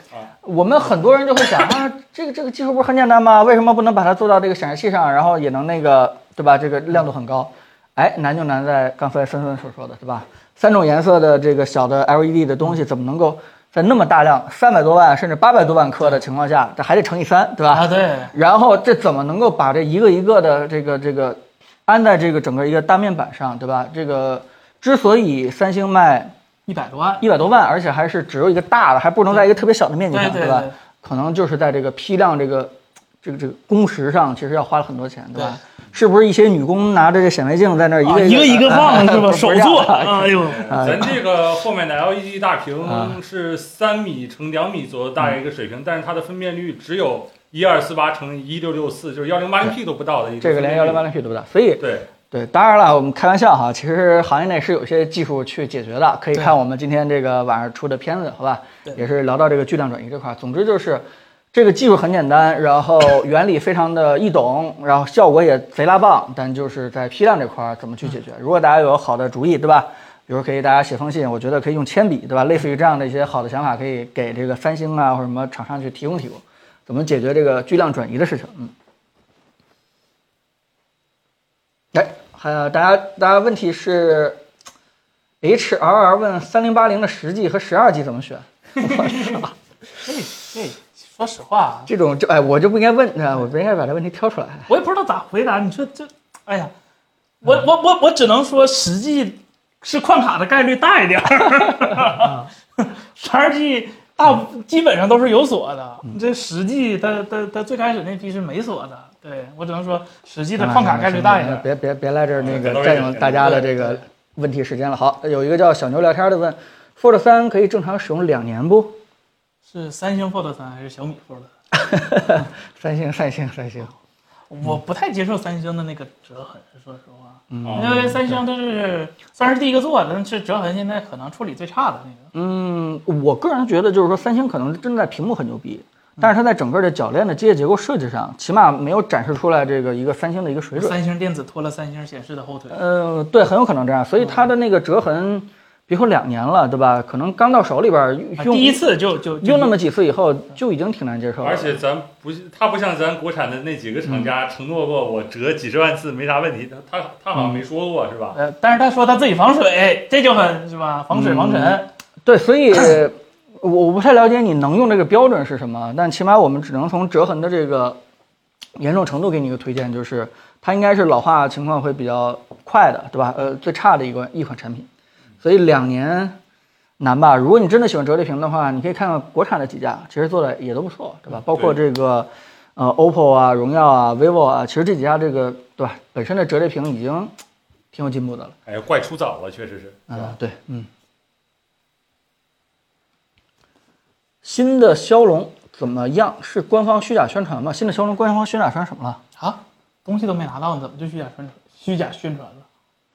我们很多人就会想啊，这个这个技术不是很简单吗？为什么不能把它做到这个显示器上，然后也能那个对吧？这个亮度很高。哎，难就难在刚才森森所说的，对吧？三种颜色的这个小的 LED 的东西，怎么能够在那么大量三百多万甚至八百多万颗的情况下，这还得乘以三，对吧？
啊，对，
然后这怎么能够把这一个一个的这个这个安在这个整个一个大面板上，对吧？这个之所以三星卖
一百多万，
一百多万，而且还是只有一个大的，还不能在一个特别小的面积上，
对对对
吧
对？
可能就是在这个批量这个这个这个工时上，其实要花了很多钱，对吧
对？
是不是一些女工拿着这显微镜在那儿一
啊，
个
一个一个
放
放是吧？手做，
啊
哎啊呦，
咱这个后面的 LED 大屏是三米乘两米左右大一个水平，但是它的分辨率只有一二四八乘以一六六四，就是幺零八零 P 都不到的一个。
这个连幺零八。零 P 都不到，所以
对，
对，当然了，我们开玩笑哈，其实行业内是有些技术去解决的，可以看我们今天这个晚上出的片子，好吧？也是聊到这个巨量转移这块儿。总之就是，这个技术很简单，然后原理非常的易懂，然后效果也贼拉棒，但就是在批量这块儿怎么去解决？如果大家有好的主意，对吧？比如可以大家写封信，我觉得可以用铅笔，对吧？类似于这样的一些好的想法，可以给这个三星啊或者什么厂商去提供提供，怎么解决这个巨量转移的事情？嗯。哎，还有大家，大家问题是，H R R 问三零八零的十 G 和十二 G 怎么选？
这这，哎说实话啊，
这种就哎，我就不应该问，啊，我不应该把这问题挑出来。
我也不知道咋回答，你说这，哎呀，我我我我只能说实际是矿卡的概率大一点儿， 十二 G 大基本上都是有锁的，这实际它它它最开始那批是没锁的，对我只能说实
哎
际的矿卡概率大一点儿。
别别别来这儿那
嗯
个占用大家的这个问题时间了。好，有一个叫小牛聊天的问，Fold 三可以正常使用两年不？
是三星 Fold 三还是小米 Fold 三？
三星，三星，三星。
我不太接受三星的那个折痕，说实话，因
啊，
为三星它是算是第一个做的，但是折痕现在可能处理最差的那个。
嗯，我个人觉得就是说，三星可能真的在屏幕很牛逼，但是它在整个的铰链的机械结构设计上，起码没有展示出来这个一个三星的一个水准。
三星电子拖了三星显示的后腿。
呃，对，很有可能这样，所以它的那个折痕，别说两年了，对吧？可能刚到手里边儿
啊
用
第一次就就就
用那么几次以后，就已经挺难接受了。
而且咱不是，它不像咱国产的那几个厂
嗯
家承诺过我折几十万次没啥问题，他他他好像没说过是吧？
呃，但是他说他自己防水，这就很是吧？防水防尘，
嗯对，所以我我不太了解你能用这个标准是什么，但起码我们只能从折痕的这个严重程度给你一个推荐，就是它应该是老化情况会比较快的，对吧？呃，最差的一个一款产品，所以两年难吧？如果你真的喜欢折叠屏的话，你可以看看国产的几家，其实做的也都不错，对吧？包括这个呃 OPPO 啊、荣耀啊、vivo 啊，其实这几家这个对吧，本身的折叠屏已经挺有进步的了。
哎呀，怪出早了，确实是。对吧
啊，对，嗯。新的骁龙怎么样？是官方虚假宣传吗？新的骁龙官方虚假宣传什么了？
啊，东西都没拿到，你怎么就虚假宣传？虚假宣传了？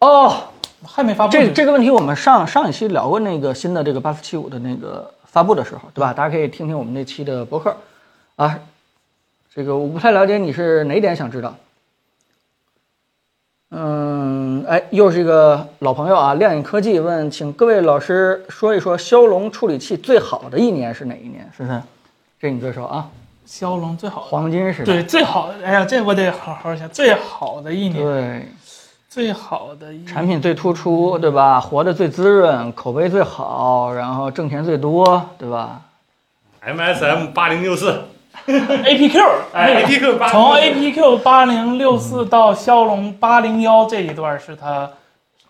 哦，
还没发布
这
呢
这个问题我们上上一期聊过那个新的这个八四七五的那个发布的时候，对吧？大家可以听听我们那期的博客啊。这个我不太了解你是哪点想知道。嗯，哎，又是一个老朋友啊，亮眼科技问，请各位老师说一说骁龙处理器最好的一年是哪一年？深深，这你最熟啊，
骁龙最好的，
黄金时代。
对最好的，哎呀，这我得好好想，最好的一年，
对，
最好的一
产品最突出，对吧？活得最滋润，口碑最好，然后挣钱最多，对吧？
MSM 八零六四，
APQ，
哎
那个
，APQ 八，
嗯从 APQ 八零六四到骁龙八零幺这一段是它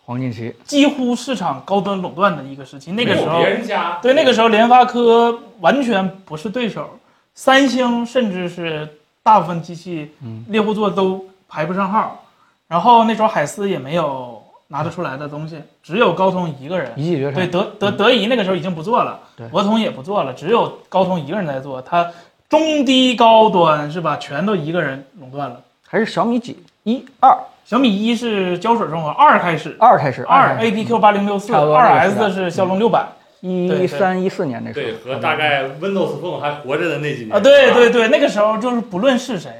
黄金期。
几乎市场高端垄断的一个时期，那个
没有
时候
别人家
对，那个时候联发科完全不是对手，三星甚至是大部分机器
嗯
猎户座都排不上号，然后那时候海思也没有拿得出来的东西，只有高通一个人。
一骑绝
对，
尘。
德德德仪那个时候已经不做了
对，
博通也不做了，只有高通一个人在做，它中低高端是吧，全都一个人垄断了。
还是小米几？一二
小米一是胶水中和，二开始，
二开始，
二
开始
APQ 八零六四，
差不多那
二
个时代
S 是骁龙六百，
一三一四年那时候，
对和大概 Windows Phone 还活着的那几年
啊，对
是吧
对对，那个时候就是不论是谁，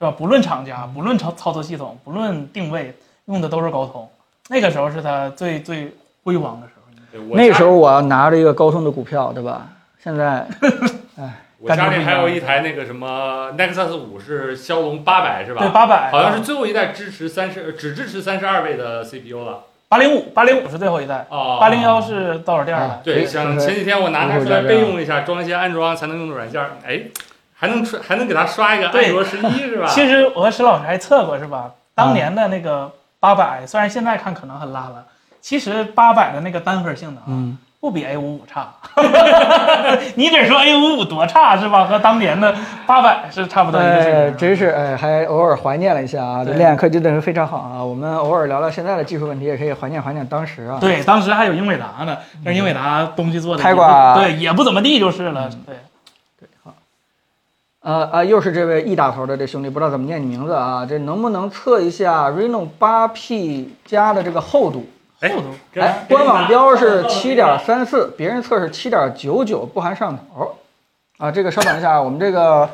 是吧？不论厂家，
嗯
不论操操作系统，不论定位，用的都是高通。那个时候是它最最辉煌的时候。
对
嗯
我
那
家
时候我要拿着一个高通的股票，对吧？现在
我家
感
里
觉不一
还有
样
一台那个什么 Nexus 五是骁龙八百是吧？
对，八百啊
好像是最后一代支持三十，呃只支持三十二位的 CPU 了
八零五，八零五是最后一代，
啊。
八零幺是倒数第二
啊
代。
对，
对
像
就是
前几天我拿它
一
出
会儿
来
再
备
这样
用一下，装一些安装才能用的软件儿，哎，还能出还能给它刷一个
对
安卓十一是吧？嗯
其实我和石老师还测过，是吧？当年的那个八百，虽然现在看可能很拉了，其实八百的那个单核性能啊，
嗯，
不比 A 五五差。 你得说 A 五五多差是吧？和当年的八百是差不多一个水
哎，
平。
真是哎，还偶尔怀念了一下啊。这
对
恋爱科技真是非常好啊。我们偶尔聊聊现在的技术问题，也可以怀念怀念当时啊。嗯
对，当时还有英伟达呢，但是英伟达东西做的
开
也不
挂
对，也不怎么地就是了。对，
呃啊，又是这位 E 打头的这兄弟，不知道怎么念你名字啊？这能不能测一下 Reno 八 P 加的这个厚度？
哎
厚度
给
哎，
给你
官网
拿
标是七点三四，别人测是七点九九，不含上头。啊，这个稍等一下，我们这个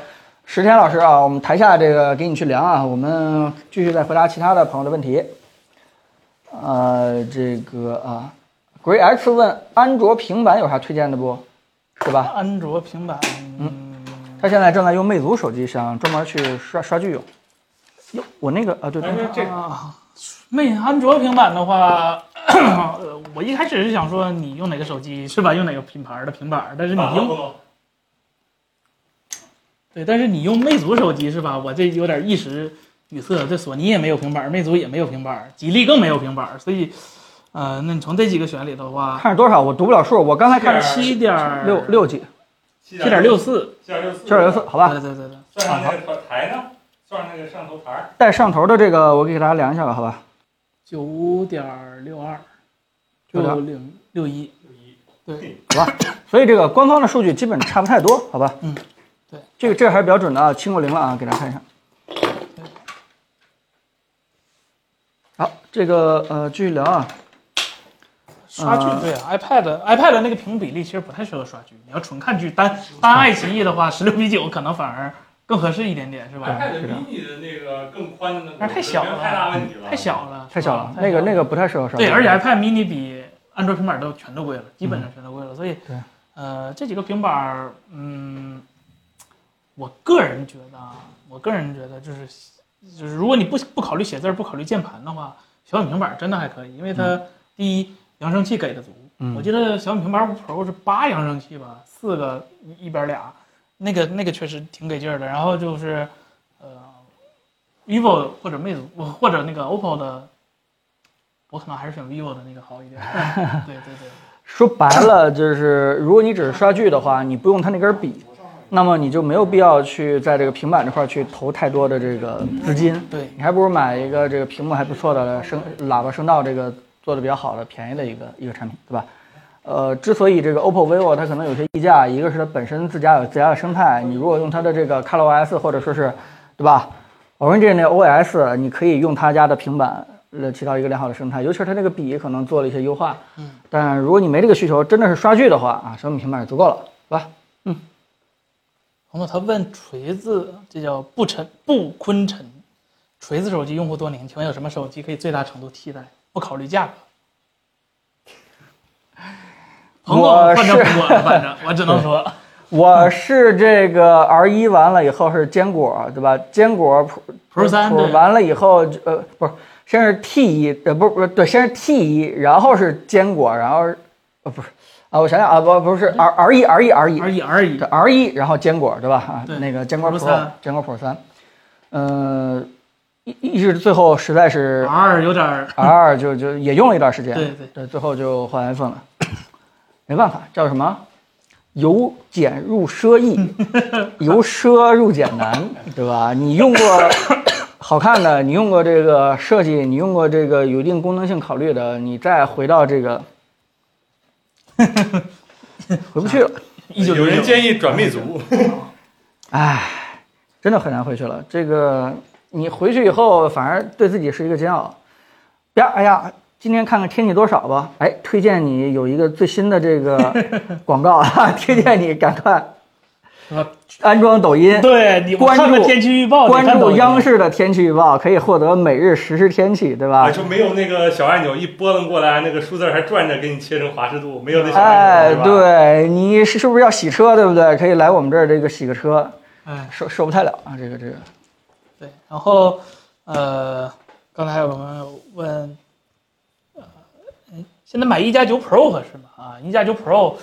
石天老师啊，我们台下这个给你去量啊，我们继续再回答其他的朋友的问题。呃，这个啊，Gray X 问安卓平板有啥推荐的不？对吧？
安卓平板，嗯，
他现在正在用魅族手机，想专门去刷刷剧用。哟，我那个啊，对，
哎那这
啊，魅安卓平板的话， 呃我一开始是想说你用哪个手机是吧？用哪个品牌的平板？但是你
啊
用对，但是你用魅族手机是吧？我这有点一时语塞。这索尼也没有平板，魅族也没有平板，吉利更没有平板，所以，呃，那你从这几个选里的话，
看是多少？我读不了数，我刚才看是
七点
六六几，
七
七点，六四，啊
七点六四，
七点六四，好吧？
对对对对。
算上那个台呢，算上那个上头台儿，
带上头的这个，我给大家量一下吧，好吧？
九点六二，
9.62
零六一，
就一
所以这个官方的数据基本差不太多，好吧？
嗯，对，
这个这个还是比较准的啊，清过零了啊，给大家看一下。好，这个呃，继续聊啊，
刷剧
呃
对啊，iPad iPad 那个屏幕比例其实不太适合刷剧，你要纯看剧，单单爱奇艺的话，十六比九可能反而更合适一点点，是吧？
，iPad mini 的那个更宽的那个，
但是太小
没有
了，
太大问题了，
太啊小了，
太小了
是，吧
那个那个不太适合刷。
对，而且 iPad mini 比安卓平板都全都贵了，基本上全都贵了，所以
对，
呃，这几个平板儿，嗯，我个人觉得啊，我个人觉得就是就是，如果你不不考虑写字儿，不考虑键盘的话，小米平板儿真的还可以，因为它第一扬声器给的足，
嗯
我记得小米平板五 Pro 是八扬声器吧，四个一一边俩，那个那个确实挺给劲儿的，然后就是呃， vivo 或者魅族我或者那个 OPPO 的，我可能还是选 vivo 的那个好 一点。对对对，
说白了就是，如果你只是刷剧的话，你不用它那根笔，那么你就没有必要去在这个平板这块去投太多的这个资金。
对
你还不如买一个这个屏幕还不错的声喇叭声道这个做的比较好的便宜的一个一个产品，对吧？呃，之所以这个 OPPO、vivo 它可能有些溢价，一个是它本身自家有自家的生态，你如果用它的这个 ColorOS 或者说是，对吧？Orange 那 OS，你可以用它家的平板来起到一个良好的生态，尤其是它那个笔可能做了一些优化。
嗯，
但如果你没这个需求，真的是刷剧的话啊，小米平板就足够了，对吧？
朋友他问锤子，这叫不沉不坤沉，锤子手机用户多年，请问有什么手机可以最大程度替代？不考虑价 格。苹果
我
换成
是
苹果了，反正我只能说，
我是这个 R 一完了以后是坚果，对吧？坚果 Pro
Pro 三对
完了以后就，呃，不是，先是 T 一，呃，不是不是，对，先是 T 一，然后是坚果，然后是，呃，不是，啊，我想想啊，不不是 R R 一 R 一 R 一
而已而已
对。R 一，然后坚果，对吧？啊，
对
那个坚果
Pro
Pro，
3
坚果 Pro 三，呃，一一直最后实在是
R 有点儿
R 二就就也用了一段时间，
对对
对，最后就换 iPhone 了，没办法，叫什么？由俭入奢易，由奢入俭难，对吧？你用过好看的，你用过这个设计，你用过这个有一定功能性考虑的，你再回到这个， 回不去了，
一九
有人
议
建议转魅族，
唉，真的很难回去了。这个你回去以后，反而对自己是一个煎熬。呀，哎呀，今天看看天气多少吧。哎，推荐你有一个最新的这 个广告啊， 推荐你赶快
是吧？
安装抖音，
啊对你我
关注
看看天气预报，你
关
看抖
注
音啊
央视的天气预报，可以获得每日实时天气，对
哎
吧
啊，？就没有那个小按钮一拨楞过来，那个数字儿还转着给你切成华氏度，没有那小按
哎，
钮，是吧？
对你是是不是要洗车，对不对？可以来我们这儿这个洗个车，
哎
受受不太了啊，这个这个。
对，然后呃，刚才我们问，呃，哎现在买一加九 Pro 合适吗？啊，一加九 Pro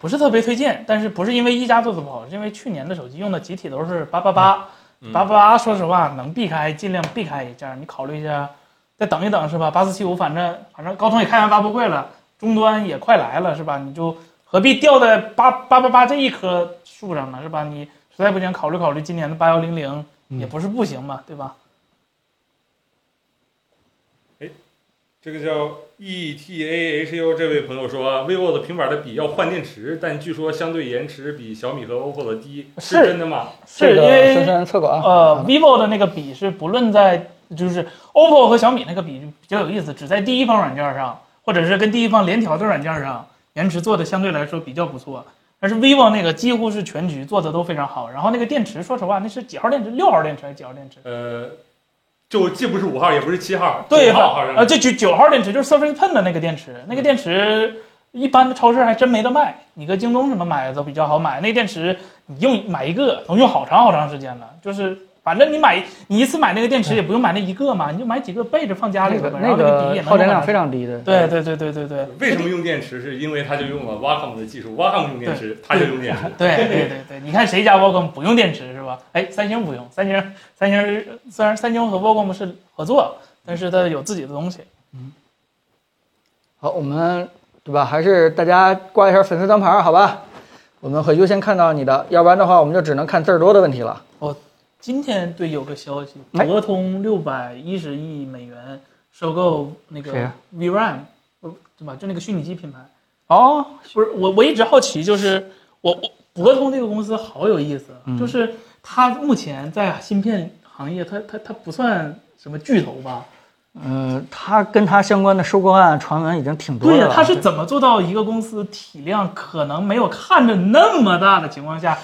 不是特别推荐，但是不是因为一加做的不好，是因为去年的手机用的集体都是八八八，八八八，说实话能避开尽量避开一下，你考虑一下，再等一等是吧？八四七五，反正反正高通也开完发布会了，终端也快来了是吧？你就何必吊在八八八八这一棵树上呢是吧？你实在不行考虑考虑今年的八幺零零。
嗯
也不是不行嘛，对吧？
这个叫 E T A H U 这位朋友说，vivo 的平板的笔要换电池，但据说相对延迟比小米和 OPPO 的低，是
是
真的吗？
这
是因
个深
为
深测过啊，
呃
啊
，vivo 的那个笔是不论在就是 OPPO 和小米那个笔比较有意思，只在第一方软件上，或者是跟第一方联调的软件上，延迟做的相对来说比较不错。但是 vivo 那个几乎是全局做的都非常好，然后那个电池，说实话，那是几号电池？六号电池还是几号电池？
呃，就既不是五号，也不是七号，
对
9号好像
呃，这九九号电池就是 Surface Pen 的那个电池，那个电池一般的超市还真没得卖，你搁京东什么买都比较好买。那电池你用买一个能用好长好长时间了，就是反正你买你一次买那个电池也不用买那一个嘛，你就买几个备着放家里
啊那
头
个
呗。
那
然后个笔
个
也能
耗电量
用
非常低的，
对对对对对对
为什么用电池？是因为他就用了 Wacom 的技术，Wacom 用电池，他就用电池。
对对对对，你看谁家 Wacom 不用电池是吧？哎，三星不用，三星三星虽然三星和 Wacom 是合作，但是它有自己的东西。
好，我们对吧？还是大家挂一下粉丝灯牌儿，好吧？我们会优先看到你的，要不然的话，我们就只能看字儿多的问题了。
今天对有个消息，
哎
博通六百一十亿美元收购那
谁啊
个
呀
VRAM，不对吧？就那个虚拟机品牌。
哦，
不是我，我一直好奇，就是我我博通这个公司好有意思，啊
嗯
就是它目前在芯片行业，它它它不算什么巨头吧？
呃，他跟他相关的收购案传闻已经挺多
对
的
呀，
了。
它是怎么做到一个公司体量可能没有看着那么大的情况下，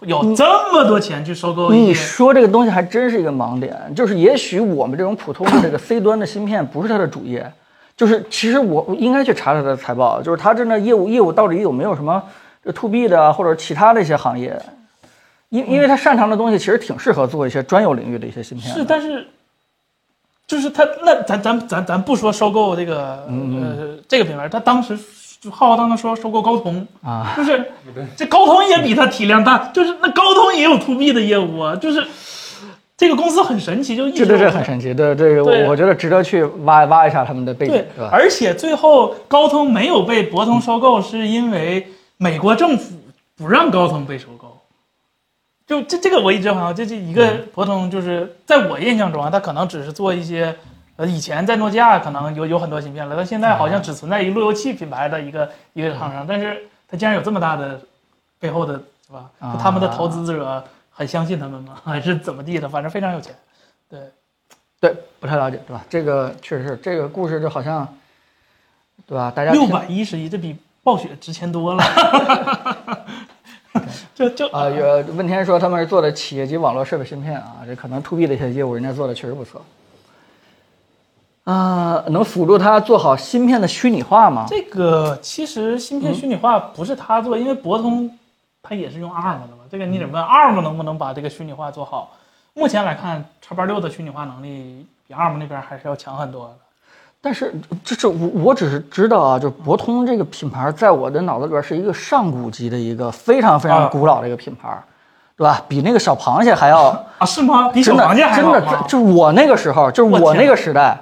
有这么多钱去收购一
你
些？
说这个东西还真是一个盲点，就是也许我们这种普通的这个 C 端的芯片不是它的主业，就是其实我应该去查查它的财报，就是它真的业务业务到底有没有什么这 to B 的啊或者其他的一些行业，因因为它擅长的东西其实挺适合做一些专有领域的一些芯片的。
是，但是就是他那咱咱咱咱不说收购这个、
嗯
呃这个品牌，他当时就浩浩荡荡说收购高通
啊，
就是这高通也比他体量大，就是那高通也有 to B 的业务啊，就是这个公司很神奇，就一直
这这这很神奇，对这个
对
我我觉得值得去挖挖一下他们的背景
对，，
对吧？
而且最后高通没有被博通收购，是因为美国政府不让高通被收购。就这这个我一直好像这这一
嗯
个博通，就是在我印象中啊，它可能只是做一些，呃，以前在诺基亚可能有有很多芯片了，但现在好像只存在于路由器品牌的一个
嗯
一个厂商，但是它竟然有这么大的背后的是吧？
啊
就他们的投资者很相信他们吗？ 还是怎么地的？反正非常有钱。对，
对，不太了解，对吧？这个确实是这个故事就好像，对吧？大家
六
听
百一十一，这比暴雪值钱多 了。就就
啊，有问天说他们是做的企业级网络设备芯片啊，这可能 to B 的一些业务人家做的确实不错。啊，能辅助他做好芯片的虚拟化吗？
这个其实芯
嗯
片虚拟化不是他做，因为博通它也是用 ARM 的嘛。这个你得
嗯
问 ARM 能不能把这个虚拟化做好。目前来看，叉八六的虚拟化能力比 ARM 那边还是要强很多的。
但是这这我我只是知道啊，就是博通这个品牌在我的脑子里边是一个上古级的一个非常非
啊
常古老的一个品牌，对吧？比那个小螃蟹还要。
啊，是吗？比小
真的
螃蟹还
真
好
的，
吗
这就是我那个时候，就是
我
我
天
那个时代，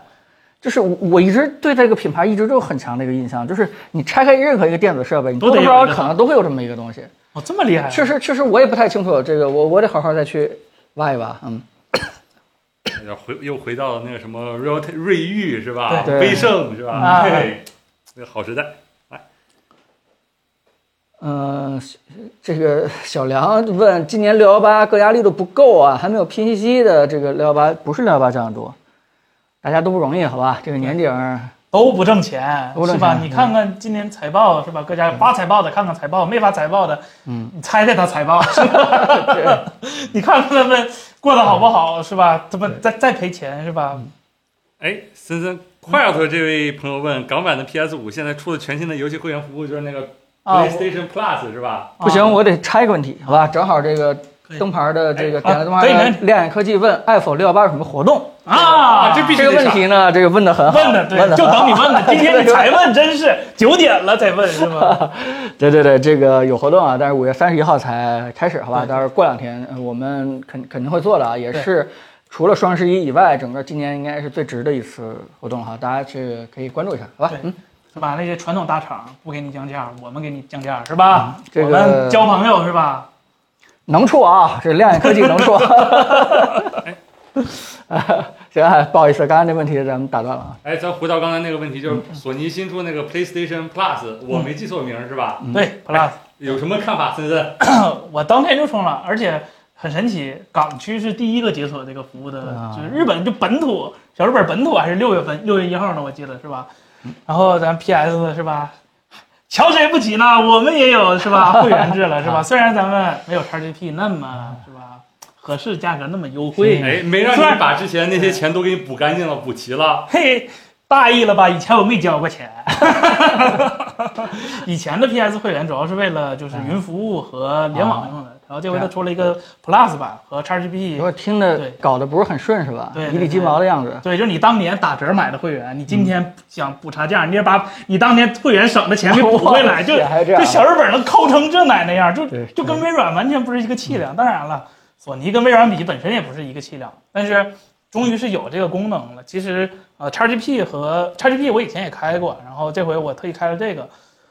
就是我我一直对这个品牌一直都有很强的一个印象，就是你拆开任何一个电子设备，你
都
多
得
多少少
有一个
可能都会有这么一个东西。
哦，这么厉害啊、
确实，确实我也不太清楚这个，我我得好好再去挖一挖。嗯，
又回又回到了那个什么瑞瑞昱是吧？
对
威盛是吧？
啊
嘿，那个好时代。
呃，这个小梁问，今年六幺八各家力度不够啊，还没有拼夕夕的这个六幺八，不是六幺八这样多，大家都不容易，好吧？这个年景 儿，
都不挣钱，
都不挣
是吧？
钱
你看看今年财报是吧？各家发财报的看看财报，没发财报的，
嗯，
你猜猜他财报，
对
你看看他们过得好不好是吧？他们再再赔钱是吧？
哎，森森，Quiet 这位朋友问，港版的 PS 五现在出了全新的游戏会员服务，就是那个
啊，我
PlayStation Plus 是吧？
啊
不行，我得插一个问题，好吧？正好这个
可以
灯牌的这个
哎
点了灯
啊
牌
可以可
的
以
亮眼科技问爱否六幺八有什么活动？
啊，
这必须
这
得
个问题呢，这个问的很好，
问的对，
问的
就等你问 了。今天你才问，真是九点了才问是 吗？
对对对，这个有活动啊，但是五月三十一号才开始，好吧？
对
到时候过两天呃我们肯肯定会做的啊，也是除了双十一以外，整个今年应该是最值的一次活动哈，啊大家去可以关注一下，好吧
对？
嗯，
是吧？那些传统大厂不给你降价，我们给你降价是吧？
嗯这
我
个
们交朋友是吧？
能处啊，这亮眼科技能处。啊
哎
行啊，不好意思，刚刚那问题咱们打断了啊。
哎，咱回到刚才那个问题，
嗯
就是索尼新出那个 PlayStation Plus，我没记错名儿是吧？
嗯哎
对，Plus，
有什么看法，森森？
我当天就充了，而且很神奇，港区是第一个解锁这个服务的，
啊
就是日本就本土小日本本土还是六月份六月一号呢，我记得是吧？然后咱 PS 是吧？瞧谁不起呢？我们也有是吧？会员制了是吧？虽然咱们没有 XGP 那么是吧合适价格那么优惠，
哎，没让
嗯虽然嗯
你把之前那些钱都给你补干净了，补齐了。
嘿，大意了吧？以前我没交过钱。 以前的 PS 会员主要是为了就是云服务和联网用的，然后这回他出了一个 Plus 版和 XGP
如果听的
对
搞得不是很顺是吧
对？对
一地鸡
对
毛的样子。
对，就是你当年打折买的会员，你今天想补差价，你也把你当年会员省的钱给补 回 来，就
我天还这样
就小日本能抠成这奶那样，就
对
就跟微软完全不是一个气量。当然了，索尼跟微软比本身也不是一个气量，但是终于是有这个功能了。其实呃，XGP 和 XGP 我以前也开过，然后这回我特意开了这个。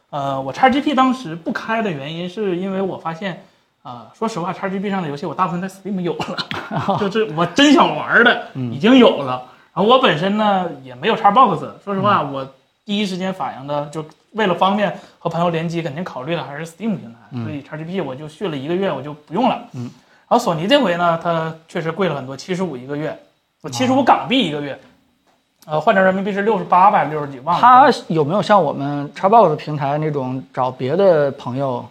呃，我 XGP 当时不开的原因是因为我发现。啊、说实话，XGP 上的游戏我大部分在 Steam 有了， 就是我真想玩的
嗯
已经有了。然后我本身呢也没有 Xbox，说
嗯
实话，我第一时间反应的就为了方便和朋友联机，肯定考虑的还是 Steam 平台，所以 XGP 我就续了一个月，我就不用了。
嗯，
然后索尼这回呢，它确实贵了很多，七十五一个月，
哦
我七十五港币一个月，呃，换成人民币是六十八吧，六十几，忘了。
他有没有像我们 Xbox 平台那种找别的朋友，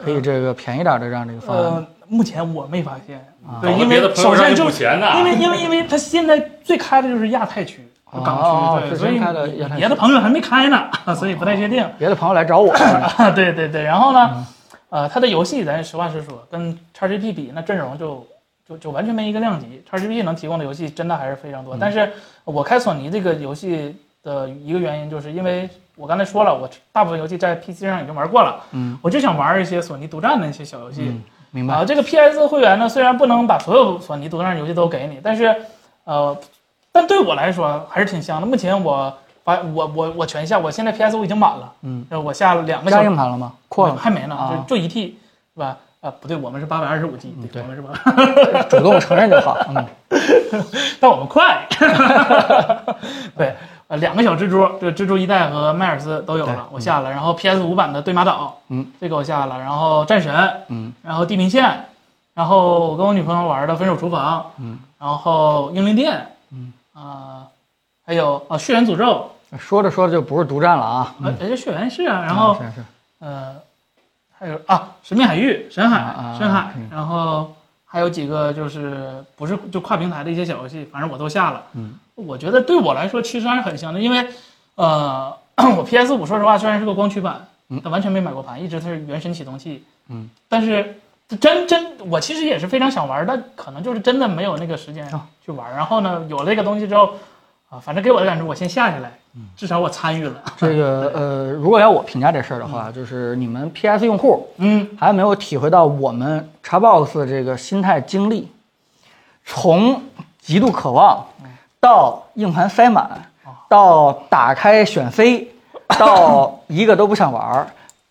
可以这个便宜点的这样的一个方案？
嗯呃，目前我没发现，
啊
对，
搞得
因
哦别的
为
朋友
首
让
先
你
就
补钱呢。
因为因为因为他现在最开的就是亚太区、
哦
港
哦
区，对，
是
所以
新开的亚太区
别的朋友还没开呢，啊所以不太确定。
别的朋友来找 我，
啊，对对对，然后呢，呃，它的游戏咱实话实说，跟 XGP 比，那阵容就就就完全没一个量级。XGP 能提供的游戏真的还是非常多，但是我开索尼这个游戏的一个原因，就是因为我刚才说了，我大部分游戏在 PC 上已经玩过了，
嗯，
我就想玩一些索尼独占的一些小游戏。
明
啊、
白。
这个 PS 会员呢，虽然不能把所有索尼独占游戏都给你，但是，呃，但对我来说还是挺香的。目前我把我我我全下，我现在 PS 五已经满了，呃
嗯，
我下了两个小
加
时
硬盘了 吗？扩了吗，
还没呢，
啊
就就一 T 是吧？啊，不对，我们是八百二 十五 G，
嗯对
我们是吧？
主动承认就好。嗯，
但我们快， 对，呃，两个小蜘蛛，这个蜘蛛一代和迈尔斯都有
对
了，我下了。然后 PS 五版的对马岛，
嗯，
这个我下了。然后战神，
嗯，
然后地平线，然后我跟我女朋友玩的分手厨房，
嗯，
然后英灵殿，
嗯，
啊，还有啊血缘诅咒，
说着说着就不是独占了啊。
呃，哎这血缘是啊，然
啊
后
是是
呃，还有啊神秘海域、神海、
啊啊
深海
嗯，
然后还有几个就是不是就跨平台的一些小游戏，反正我都下了。
嗯，
我觉得对我来说其实还是很香的，因为呃， 我 PS 五说实话虽然是个光驱版
嗯，
但完全没买过盘，一直它是原神启动器。
嗯，
但是真真我其实也是非常想玩，但可能就是真的没有那个时间
啊
去玩。然后呢，有了这个东西之后。啊，反正给我的感觉，我先下下来，
嗯
至少我参与了。
这个呃，如果要我评价这事儿的话，就是你们 PS 用户
嗯，
还没有体会到我们 Xbox 这个心态经历，从极度渴望到硬盘塞满，到打开选妃，到一个都不想玩儿，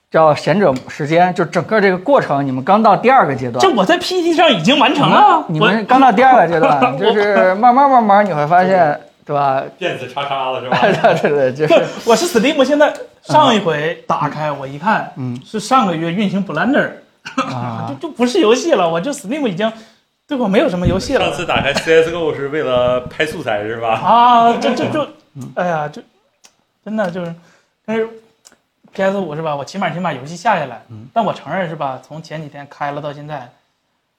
叫闲者时间，就整个这个过程，你们刚到第二个阶段
这。我在 PPT 上已经完成了。
嗯你
我
们刚到第二个阶段，就是慢慢慢慢你会发现，对吧？
电子叉叉了是吧？
对对对，就
不
是
是，我是 Steam 现在上一回打开我一看，
嗯
是上个月运行 Blender，
啊
就，就不是游戏了，我就 Steam 已经对我没有什么游戏
上
嗯
了
次打开 CSGO 是为了拍素材是吧？
啊，这这就，
嗯
哎呀，就真的就是，但是 PS 五是吧？我起码先把游戏下下来，
嗯
但我承认是吧？从前几天开了到现在。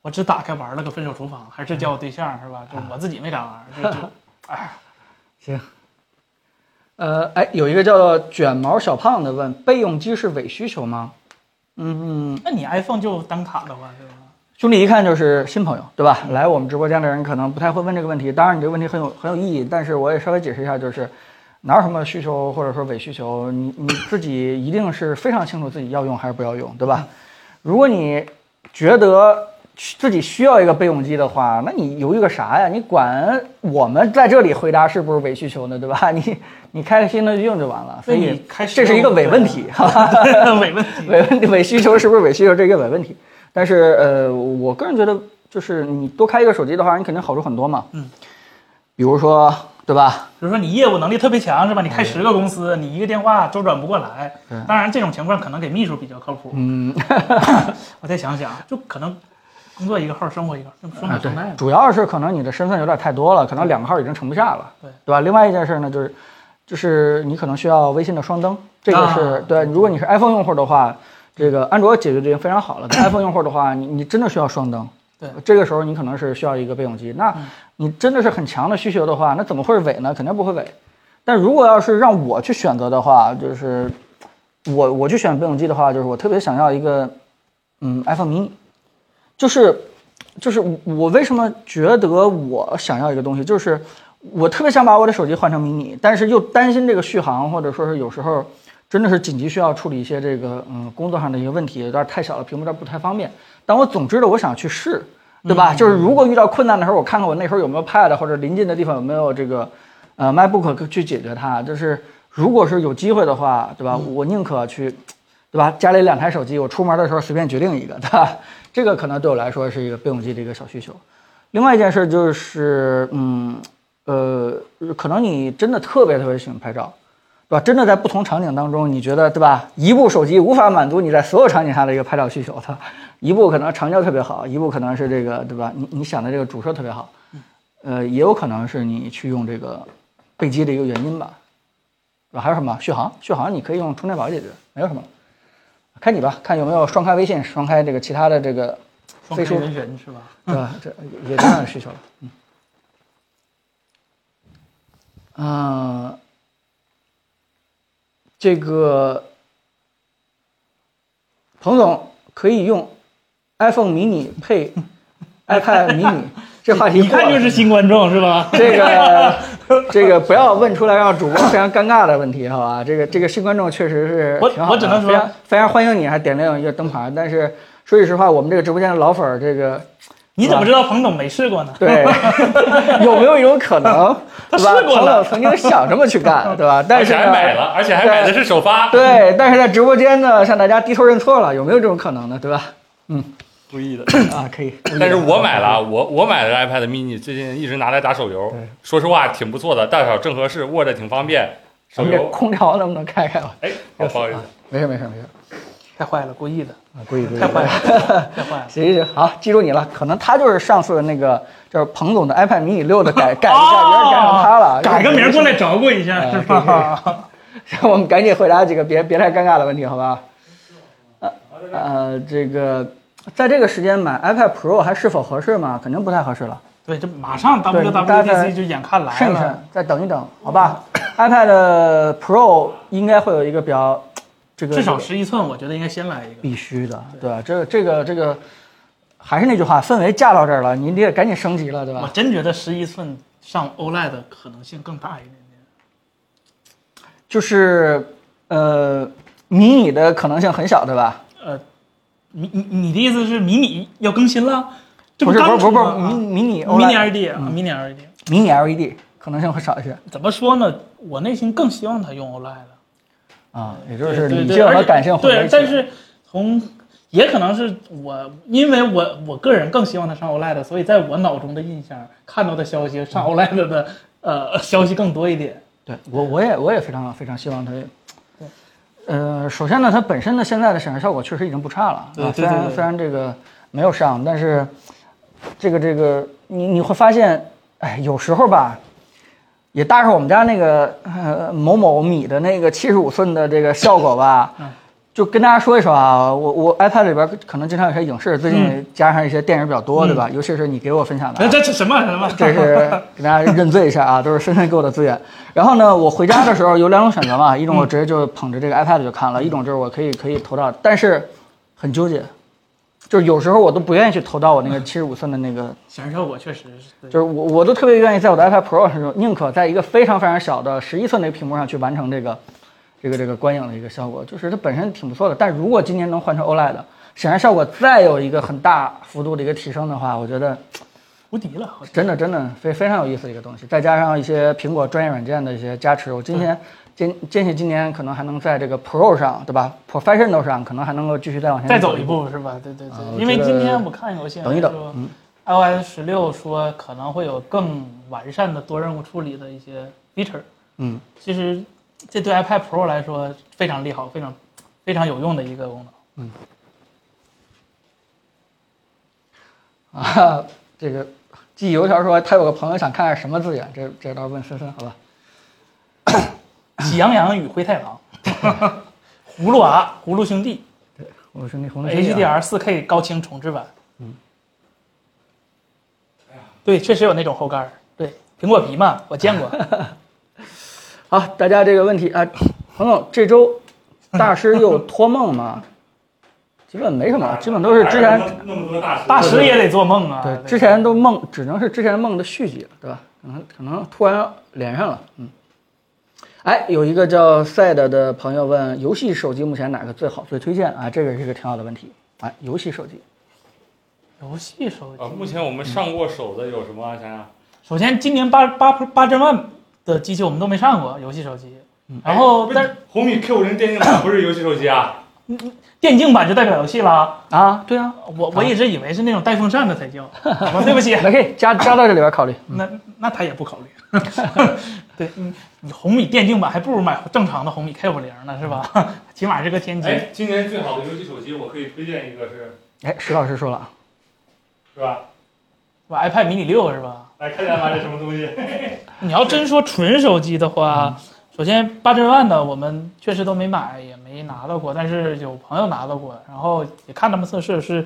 我只打开玩了个《分手厨房》，还是叫我
嗯
对象是吧？就
啊
我自己没咋玩，就就
呃，哎，有一个叫做卷毛小胖的问，备用机是伪需求吗？嗯，
那你 iPhone 就单卡的话，对吧？
兄弟一看就是新朋友，对吧？来我们直播间的人可能不太会问这个问题，当然你这个问题很有很有意义，但是我也稍微解释一下，就是哪有什么需求或者说伪需求，你你自己一定是非常清楚自己要用还是不要用，对吧？如果你觉得自己需要一个备用机的话，那你犹豫个啥呀？你管我们在这里回答是不是伪需求呢，对吧？ 你你开心的用就完了，所
所以
以
你开始
这是一个伪问题，哈哈。
啊 伪问题。
伪问伪需求是不是伪需求这个伪问题？但是呃，我个人觉得，就是你多开一个手机的话，你肯定好处很多嘛。
嗯，
比如说，对吧？
比如说你业务能力特别强是吧？你
嗯
开十个公司，你一个电话周转不过来。当然这种情况可能给秘书比较靠谱。
嗯，
我再想想，就可能工作一个号，生活一个号，这双
啊
管双带嘛。
主要是可能你的身份有点太多了，可能两个号已经盛不下了，
对
对吧？另外一件事呢，就是就是你可能需要微信的双登，这个是、
啊
对。如果你是 iPhone 用户的话，这个安卓解决的已经非常好了，但 iPhone 用户的话，你你真的需要双登。
对嗯
这个时候你可能是需要一个备用机。那你真的是很强的需求的话，那怎么会是伪呢？肯定不会伪。但如果要是让我去选择的话，就是我我去选备用机的话，就是我特别想要一个嗯 iPhone mini，就是就是我为什么觉得我想要一个东西，就是我特别想把我的手机换成 mini，但是又担心这个续航，或者说是有时候真的是紧急需要处理一些这个嗯工作上的一个问题，有点太小了，屏幕有点不太方便。但我总之的我想去试，对吧？就是如果遇到困难的时候，我看看我那时候有没有 Pad 或者临近的地方有没有这个呃 MacBook 去解决它。就是如果是有机会的话，对吧？我宁可去。对吧？家里两台手机，我出门的时候随便决定一个，对吧？这个可能对我来说是一个备用机的一个小需求。另外一件事就是，嗯，呃，可能你真的特别特别喜欢拍照，对吧？真的在不同场景当中，你觉得对吧？一部手机无法满足你在所有场景下的一个拍照需求的，一部可能长焦特别好，一部可能是这个对吧？你你想的这个主摄特别好，呃，也有可能是你去用这个备机的一个原因吧，对吧？还有什么续航？续航你可以用充电宝解决，没有什么了。看你吧，看有没有双开微信，双开这个其他的这个
双
飞
开
书
人人是吧？
对吧？这也这样的需求了。嗯，呃，这个彭总可以用 iPhone mini 配 iPad mini，这话题
一看
过了
就是新观众是吧？
这个 这个不要问出来让主播非常尴尬的问题，好吧？这个这个新观众确实是
我
挺好的
我只能说
非常非常欢迎你，还点亮一个灯牌，但是说句实话，我们这个直播间的老粉儿，这个
你怎么知道彭总没试过呢？
对有没有一种可能，
他
对吧？
试过
彭
了
总曾经想这么去干，对 吧？但
而
是
且还
呢，
买了，而且还买的是首发，
对，但是在直播间呢，向大家低头认错了，有没有这种可能呢？对吧？
故意的。
啊，可以。
但是我买了啊，我我买的 iPad mini 最近一直拿来打手游
对，
说实话挺不错的，大小正合适，握着挺方便。
咱
手
们这
游，
空调能不能开开吧？
哎，好不好意思，
没事没事没事，
太坏了，故意的，
啊，故意故意
太 坏了，太坏了。
行行行，好，记住你了。可能他就是上次那个，就是彭总的 iPad mini 六的 改改一下，有点改成他了，
哦
哎
改个名儿过来找我一下，是吧？
我们赶紧回答几个别别太尴尬的问题，好吧？呃呃，这个在这个时间买 iPad Pro 还是否合适吗？肯定不太合适了，
对，这马上
对大家再
WWDC 就眼看来
慎一
了
慎，，再等一等，好吧？iPad Pro 应该会有一个比较这个
至少十一寸，我觉得应该先来一个。
必须的，对吧？这个这个这个，还是那句话，氛围架到这儿了，你得赶紧升级了，对
我
吧？
真觉得十一寸上 OLED 的可能性更大一点点。
就是呃，迷你的可能性很小，对吧？
呃，你你你的意思是迷你要更新了？这
不是不
刚
是
出
不是
吗
迷迷你 E
啊迷你
OLED
LED 啊，迷你 LED。
迷你 LED 可能性会少一些。
怎么说呢？我内心更希望它用 OLED 的。
啊，也就是
对
理
对
性
而
和
且
感性混在
对
一，起。
但是从也可能是我，因为我我个人更希望它上 OLED，所以在我脑中的印象看到的消息
嗯
上 OLED 的呃消息更多一点。
对我我也我也非常非常希望它。呃，首先呢，它本身的现在的显示效果确实已经不差了啊，
对对
虽然
对对
虽然这个没有上，但是这个这个你你会发现，哎，有时候吧，也搭上我们家那个呃某某米的那个七十五寸的这个效果吧。 就跟大家说一说啊，我我 iPad 里边可能经常有些影视，最近加上一些电影比较多，对吧？尤其是你给我分享的啊
那，这是什么什 么？
这是给大家认罪一下啊，都是深深给我的资源。然后呢，我回家的时候有两种选择嘛，一种我直接就捧着这个 iPad 就看了，一种就是我可以可以投到，但是很纠结，就是有时候我都不愿意去投到我那个七十五寸的那个，
显示效果确实是
就是我我都特别愿意在我的 iPad Pro 上，宁可在一个非常非常小的十一寸的屏幕上去完成这个这个这个观影的一个效果，就是它本身挺不错的。但如果今年能换成 OLED，显示效果再有一个很大幅度的一个提升的话，我觉得。
无敌了。好像
真的真的非非常有意思的一个东西，再加上一些苹果专业软件的一些加持，我今天坚坚信今年可能还能在这个 Pro 上，对吧？Professional 上可能还能够继续再往前
再走一
一啊
步是吧？对对对，
我
因为
觉得
今天我看有些
等一嗯等
说 iOS 十六说可能会有更完善的多任务处理的一些 feature。
嗯，
其实这对 iPad Pro 来说非常利好，非常非常有用的一个功能。
啊，这个记忆油条说他有个朋友想看看什么资源，这这倒是问森森好吧？
《喜羊羊与灰太狼》 《葫芦娃》《葫芦兄弟
我是那》红
哎
绿机啊
HDR 4K 高清重制版。嗯，对，确实有那种后盖儿，对，苹果皮嘛，我见过。
好，大家这个问题啊，彭总这周大师又托梦吗？ 基本没什么，啊基本都是
哎
之前
哎那么多大师，
大师也得做梦啊！
对之前都梦，只能是之前梦的续集了，对吧？可能可能突然连上了，嗯。哎，有一个叫 Sad 的朋友问，游戏手机目前哪个最好，最推荐啊？这个是一个挺好的问题。哎，游戏手机，
游戏手机
啊，目前我们上过手的有什么啊？想想，
首先，今年八八八千万的机器我们都没上过游戏手机，然
哦
后
哎
嗯但是
红米 Q 零电竞版不是游戏手机啊？
电竞版就代表游戏了。
啊，对啊，
我我一直以为是那种带风扇的才 叫，我对不起，
那可以加加到这里边考虑。
那那他也不考虑。 对，你你红米电竞版还不如买正常的红米 K 五零呢，是吧？ 起码是个天玑。
哎，今年最好的游戏手机，我可以推荐一个是，
哎，石老师说了啊，
是吧？
我 iPad mini 六是吧？
来看一下吧，这什么东西？
你要真说纯手机的话，
嗯
首先八千万的我们确实都没买，也没拿到过，但是有朋友拿到过，然后也看他们测试是。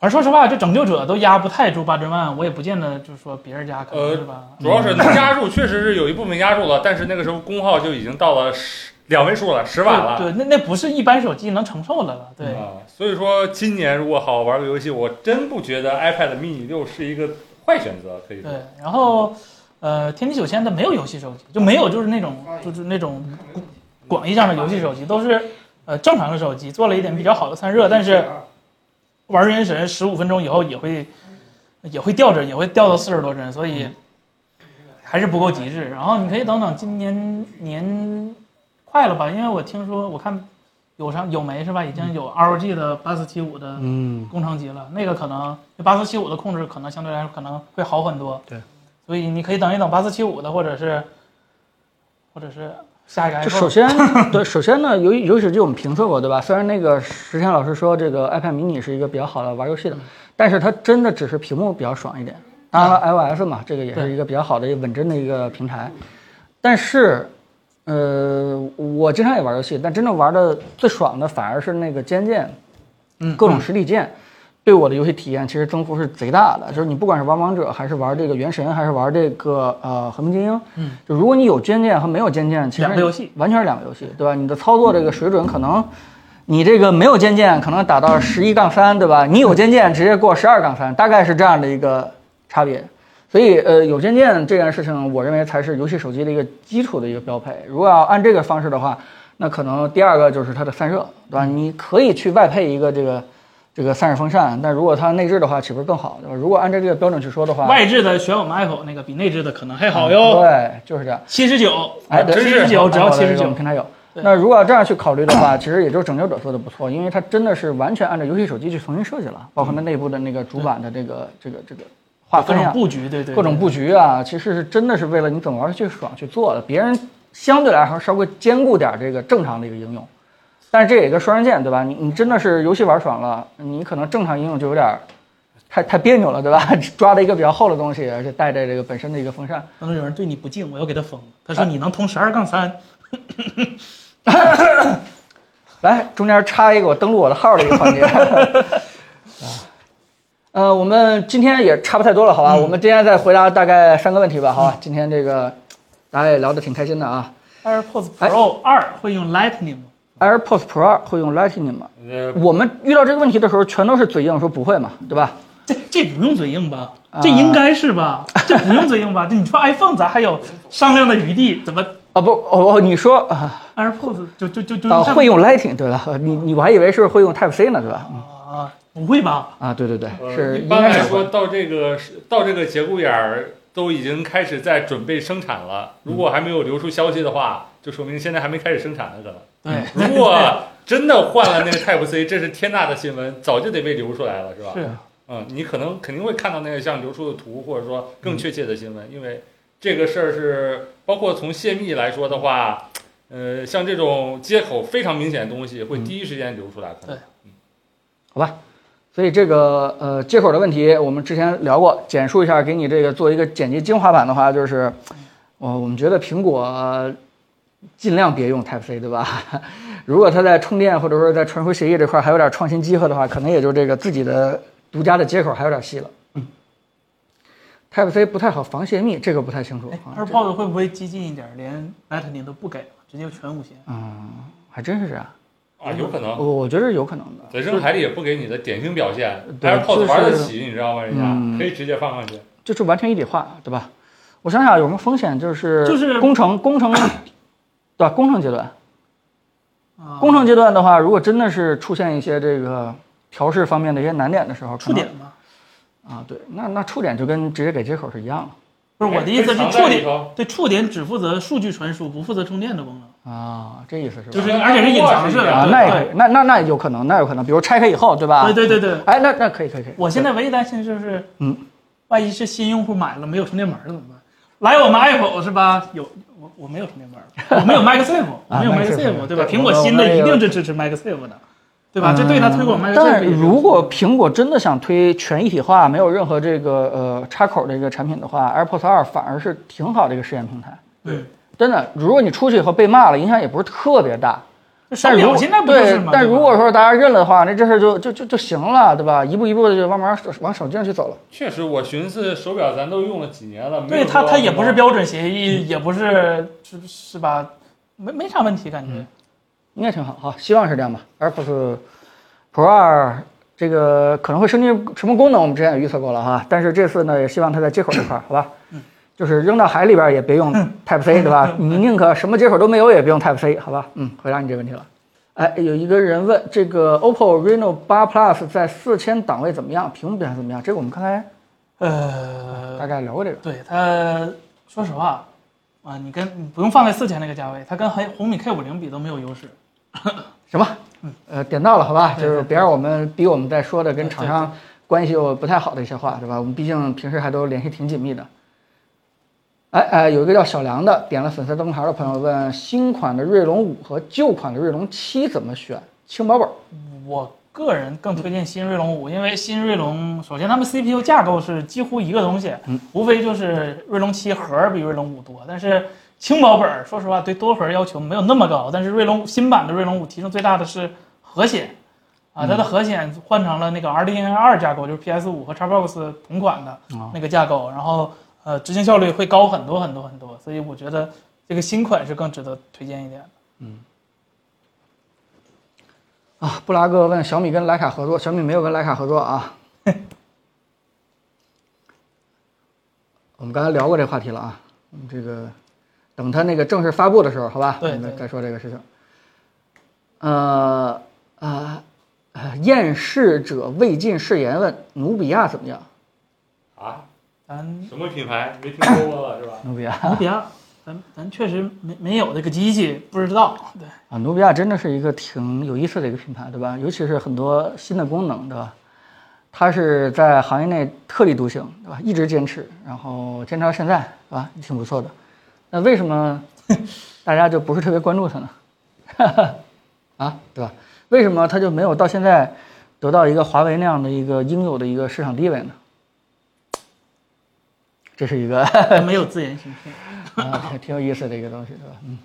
反正说实话，这拯救者都压不太住八千万，我也不见得就是说别人家可能
呃
是吧？
主要是能压住，确实是有一部分压住了，但是那个时候功耗就已经到了十两位数了，十瓦了。
对对，那那不是一般手机能承受的了。对，
啊，所以说今年如果好好玩个游戏，我真不觉得 iPad mini 六是一个坏选择，可以说
对，然后呃，天玑九千的没有游戏手机，就没有就是那种就是那种广义上的游戏手机，都是呃正常的手机，做了一点比较好的散热，但是玩原神十五分钟以后也会也会掉帧，也会掉到四十多帧，所以
嗯
还是不够极致。然后你可以等等今年年快了吧，因为我听说我看有啥有媒是吧，已经有 ROG 的八四七五的
嗯，
工程级了，那个可能八四七五的控制可能相对来说可能会好很多。
对，
所以你可以等一等八四七五的，或者是或者是下一个
就首
iPhone。
先，对，首先呢，由于由于手机我们评测过，对吧？虽然那个石天老师说这个 iPad mini 是一个比较好的玩游
嗯
戏的，但是它真的只是屏幕比较爽一点。当然了，iOS 嘛，这个也是
嗯对
一个比较好的一个稳真的一个平台。但是，呃，我经常也玩游戏，但真正玩的最爽的反而是那个肩键，
嗯
各种实体键，对我的游戏体验其实增幅是贼大的。就是你不管是玩王者，还是玩这个原神，还是玩这个呃和平精英，
嗯，
就如果你有肩键和没有肩键，其实
两个游戏
完全是两个游戏，对吧？你的操作这个水准可能。你这个没有肩键，可能打到十一杠三，对吧？你有肩键，直接过十二杠三，大概是这样的一个差别。所以，呃，有肩键这件事情，我认为才是游戏手机的一个基础的一个标配。如果要按这个方式的话，那可能第二个就是它的散热，对吧？你可以去外配一个这个这个散热风扇，但如果它内置的话，岂不是更好？对吧？如果按照这个标准去说的话，
外置的选我们 iPhone 那个比内置的可能还好
嗯
哟，
对，就是这样。
七十九，
哎，对
七十九只要七
我
十
们
九，
平台有。
对
那如果要这样去考虑的话，其实也就是拯救者做的不错，因为它真的是完全按照游戏手机去重新设计了，包括它内部的那个主板的这个这个这个划
啊各
分
种
呀，
布局，对对，
各种
对
布局啊，其实是真的是为了你怎么玩儿去爽去做的。别人相对来说稍微兼顾点儿这个正常的一个应用，但是这也一个双刃剑，对吧？你你真的是游戏玩爽了，你可能正常应用就有点儿太太别扭了，对吧？ 抓了一个比较厚的东西，而且带着这个本身的一个风扇，
当中有人对你不敬，我要给他封了。他
哎
说你能通十二杠三，
来，中间插一个我登录我的号的一个环节。 啊呃，我们今天也差不太多了，好
嗯
吧？我们今天再回答大概三个问题吧，好吧？今天这个大家也聊得挺开心的啊。
AirPods Pro 二会用 Lightning 吗？
AirPods Pro 2会用 Lightning 吗？
呃，
我们遇到这个问题的时候，全都是嘴硬说不会嘛，对吧？
这这不用嘴硬吧
啊？
这应该是吧？这不用嘴硬吧？这你说 iPhone 咱还有商量的余地，怎么
啊不，哦哦，你说啊
AirPods 就就就就
嗯
啊
上
会用 Lightning 对吧？你你我还以为是会用 Type C 呢，对吧？嗯
啊？不会吧？
啊，对对对，
呃
是
一
应
般
该
来
是
说
会。
到这个是到这个节骨眼儿，都已经开始在准备生产了。如
嗯
果还没有流出消息的话，就说明现在还没开始生产呢，可能。
对，
如果真的换了那个 Type C，这是天大的新闻，早就得被流出来了，是吧？
是
嗯，你可能肯定会看到那个像流出的图，或者说更确切的新闻，因为这个事儿是包括从泄密来说的话，呃，像这种接口非常明显的东西会第一时间流出来，可能。
所以这个呃接口的问题，我们之前聊过，简述一下，给你这个做一个剪辑精华版的话，就是，我、我们觉得苹果、呃尽量别用 Type C，对吧？ 如果它在充电或者说在传输协议这块还有点创新机会的话，可能也就这个自己的独家的接口还有点戏了。Type C 不太好防泄密，这个不太清楚
哎
啊。这
AirPods 会不会激进一点，连 Lightning 都不给了，直接全无线？
嗯，还真是这样，
啊，有可能。
我我觉得是有可能的。
在扔海里也不给你的典型表现
对
，AirPods 玩
就
得
是
起，你知道吗？人
嗯
家可以直接放上去。
就是完全一体化，对吧？我想想有什么风险，就是
就是
工程工程， 对吧？工程阶段，
啊，
工程阶段的话，如果真的是出现一些这个调试方面的一些难点的时候，可
触
能
点吗？
啊，对，那那触点就跟直接给接口是一样
不是我的意思是
哎藏
触，
在里
点，
头
对触点只负责数据传输，不负责充电的功能。
的啊，这意思是吧？
就是而且是隐藏式的
啊，
对
那也可以，那那那有可能，那有可能，比如拆开以后，对吧？
对对对对，
哎，那那可以可以可以，
我现在唯一担心就是，
嗯，
万一是新用户买了没有充电板儿怎么办？来我们 Apple 是吧？有我我没有充电板儿，我没 有 MagSafe，我没有
啊，MagSafe，
MagSafe，对吧？
对
苹果
我
新的
我也
一
有
定是支持 MagSafe 的，对吧？这对它推广
嗯
MagSafe
但
也是
如果苹果真的想推全一体化，没有任何这个呃插口的一个产品的话，AirPods 二反而是挺好的一个试验平台。
对，
真的，如果你出去以后被骂了，影响也不是特别大。
这手
但如
表
果
现在不就是
对
吗？，
但
对吧
如果说大家认了的话，那这事儿就就就就行了，对吧？一步一步的就慢慢往手机上去走了。
确实，我寻思手表咱都用了几年了，没
对
有
它
说
它也不是标准协
嗯
议，也不是是是吧？没没啥问题感觉。
应该挺好，好，希望是这样吧。AirPods Pro 二这个可能会升级什么功能，我们之前也预测过了哈，但是这次呢，也希望它在接口这块儿，好吧？就是扔到海里边儿也别用 Type C，对吧？你宁可什么接口都没有，也别用 Type C，好吧？嗯，回答你这个问题了。哎，有一个人问这个 OPPO Reno 8 Plus 在四千档位怎么样，屏幕表现怎么样？这个我们刚才
呃，
大概聊过这个。
对它，说实话，啊，你跟你不用放在四千那个价位，它跟红红米 K 五零比都没有优势。
行吧，呃，点到了，好吧，
对
就是
对
别让我们逼我们在说的跟厂
对
商关系又不太好的一些话，对吧？我们毕竟平时还都联系挺紧密的。哎哎，有一个叫小梁的点了粉丝灯牌的朋友问，新款的锐龙五和旧款的锐龙七怎么选？轻薄本儿，
我个人更推荐新锐龙五，因为新锐龙首先他们 CPU 架构是几乎一个东西，
嗯
无非就是锐龙七核比锐龙五多，但是轻薄本儿说实话对多核要求没有那么高，但是锐龙新版的锐龙五提升最大的是核显。
嗯
啊，它的核显换成了那个 RDNA 二架构，就是 PS 五和 Xbox 同款的
哦
那个架构，然后呃，执行效率会高很多很多很多，所以我觉得这个新款是更值得推荐一点的。
啊，布拉格问小米跟徕卡合作，小米没有跟徕卡合作啊。 我们刚才聊过这话题了啊，嗯这个等它那个正式发布的时候，好吧，
对
我们再
对
再说这个事情。呃啊，呃厌世者未尽誓言问努比亚怎么样？
啊，
咱
什么品牌没听说过了是吧？
努比亚
努比亚，咱咱确实没没有这个机器，不知 道。对，
啊，努比亚真的是一个挺有意思的一个品牌，对吧？尤其是很多新的功能，对吧？它是在行业内特立独行，对吧？一直坚持，然后坚持到现在，对吧？挺不错的。那为什么大家就不是特别关注它呢？ 啊，对吧？为什么它就没有到现在得到一个华为那样的一个应有的一个市场地位呢？这是一个
咱没有自研芯片。
啊，挺挺有意思的一个东西，对吧？嗯。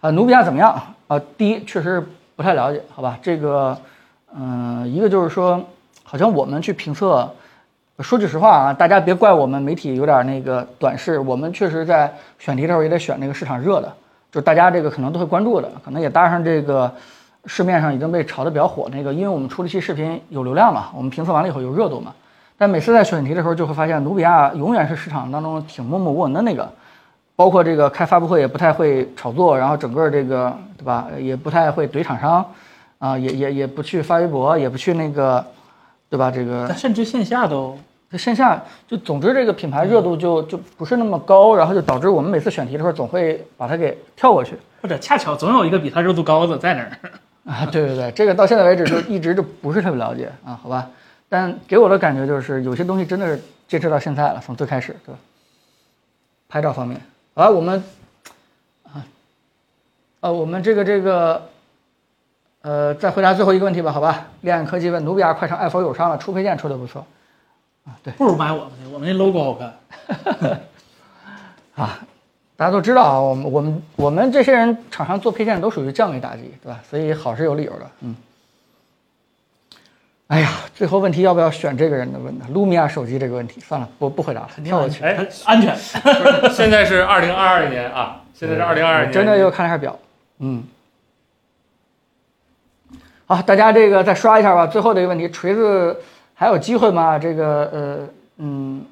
啊，努比亚怎么样？啊，第一确实不太了解，好吧？这个，嗯、一个就是说，好像我们去评测，说句实话啊，大家别怪我们媒体有点那个短视，我们确实在选题的时候也得选这个市场热的，就大家这个可能都会关注的，可能也搭上这个市面上已经被炒得比较火那个，因为我们出了一期视频有流量嘛，我们评测完了以后有热度嘛。但每次在选题的时候，就会发现努比亚永远是市场当中挺默默无闻的那个，包括这个开发布会也不太会炒作，然后整个这个对吧，也不太会怼厂商，啊、也也也不去发微博，也不去那个，对吧？这个
咱甚至线下都
这线下就总之这个品牌热度就就不是那么高，然后就导致我们每次选题的时候总会把它给跳过去。
或者恰巧总有一个比它热度高的在那儿。
啊，对对对，这个到现在为止就一直就不是特别了解啊，好吧。但给我的感觉就是，有些东西真的是坚持到现在了，从最开始，对吧？拍照方面，啊，我们，啊，呃，我们这个这个，呃，再回答最后一个问题吧，好吧？恋爱科技问努比亚快成爱否友商了，出配件出的不错
不如买我们的，我们那 logo 好看。
啊。大家都知道啊，我们我们我们这些人厂商做配件都属于降维打击，对吧？所以好是有理由的，嗯。哎呀，最后问题要不要选这个人的问的？卢米亚手机这个问题，算了，我不回答了，跳过去。
哎，
安全。
不是现在是二零二二年啊，现在是二零二二
我
年，
哎真的又看了一下表，嗯。好，大家这个再刷一下吧。最后的一个问题，锤子还有机会吗？这个呃，嗯，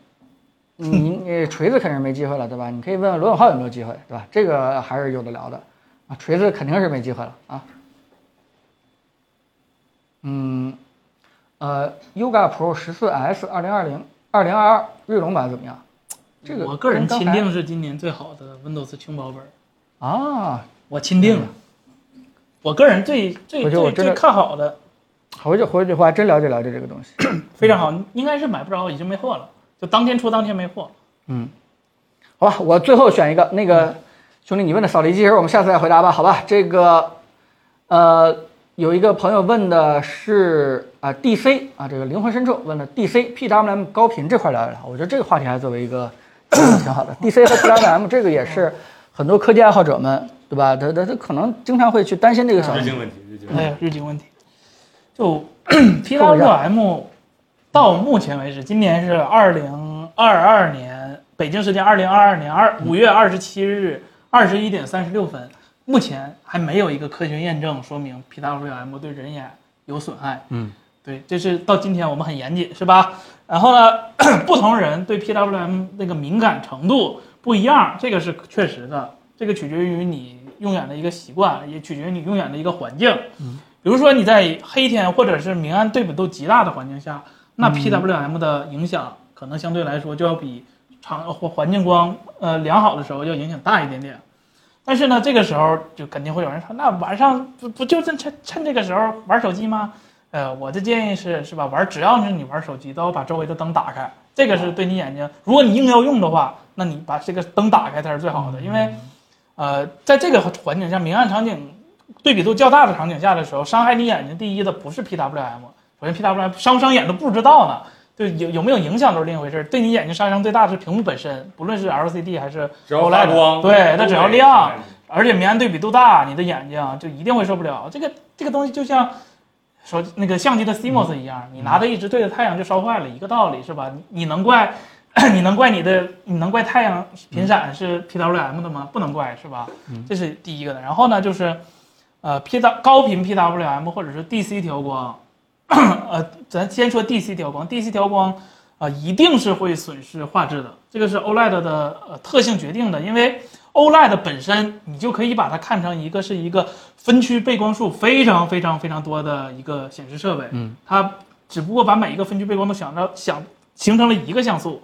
你 你锤子肯定是没机会了，对吧？你可以问问罗永浩有没有机会，对吧？这个还是有的聊的啊。锤子肯定是没机会了啊。嗯，呃，Yoga Pro 十四 S 二零二零二零二二锐龙版怎么样？这个
我个人
跟刚
钦
才
定是今年最好的 Windows 轻薄本儿，
啊，
我钦定了。我个人最最
我觉得我
最
真的
最看好的
回去回去的话，真了解了解这个东西。
非
嗯
常好，应该是买不着，已经没货了，就当天出当天没货。
嗯好吧，我最后选一个那个兄弟，你问的扫雷机器人，我们下次再回答吧，好吧？这个呃，有一个朋友问的是啊、DC 啊，这个灵魂深处问的 DC PWM 高频这块聊一聊，我觉得这个话题还作为一个挺好的。DC 和 PWM 这个也是很多科技爱好者们对吧？他他他可能经常会去担心这个小
日
问题
经问题，日经问
哎
题。
呀，日经问题。就 PWM 到目前为止，今年是二零二二年北京时间二零二二年二五月二十七日二十一点三十六分，目前还没有一个科学验证说明 PWM 对人眼有损害。
嗯，
对，这是到今天我们很严谨，是吧？然后呢， 不同人对 PWM 那个敏感程度不一样，这个是确实的，这个取决于你用眼的一个习惯，也取决于你用眼的一个环境。比如说你在黑天或者是明暗对比都极大的环境下，那 PWM 的影响可能相对来说就要比长环环境光呃良好的时候要影响大一点点。但是呢，这个时候就肯定会有人说，那晚上不不就趁趁趁这个时候玩手机吗？呃，我的建议是是吧，玩只要是你玩手机，都要把周围的灯打开，这个是对你眼睛。如果你硬要用的话，那你把这个灯打开才是最好的，因为，呃，在这个环境下，明暗场景对比度较大的场景下的时候，伤害你眼睛第一的不是 PWM，首先 PWM 伤不伤眼都不知道呢，对有有没有影响都是另一回事儿。对你眼睛杀伤最大的是屏幕本身，不论是 LCD 还是
只要发
OLED
光，
对，它只要
都会
亮，而且明暗对比度大，你的眼睛啊就一定会受不了。这个这个东西就像手那个相机的 CMOS 一样，你拿着一直对着太阳就烧坏了，一个道理是吧？你你能怪 你能怪你的你能怪太阳频闪是 PWM 的吗？不能怪是吧？这是第一个的。然后呢就是呃 P 到高频 PWM 或者是 DC 调光， 呃，咱先说 DC 调光，DC 调光。啊、一定是会损失画质的，这个是 OLED 的呃特性决定的，因为 OLED 本身，你就可以把它看成一个是一个分区背光数非常非常非常多的一个显示设备。
嗯，
它只不过把每一个分区背光都想到想形成了一个像素。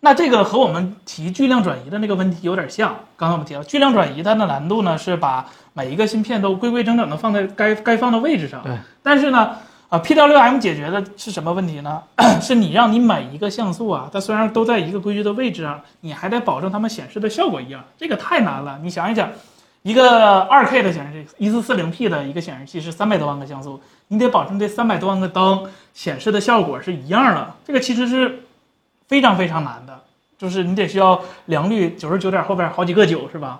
那这个和我们提巨量转移的那个问题有点像。刚才我们提到巨量转移，它的难度呢是把每一个芯片都规规整整的放在该该放的位置上。
对。
但是呢，啊，P6M 解决的是什么问题呢？ 是你让你每一个像素啊，它虽然都在一个规矩的位置上，你还得保证它们显示的效果一样，这个太难了。你想一想，一个二 K 的显示器，一四四零 P 的一个显示器是三百多万个像素，你得保证这三百多万个灯显示的效果是一样的，这个其实是非常非常难的，就是你得需要良率九十九点后边好几个九是吧？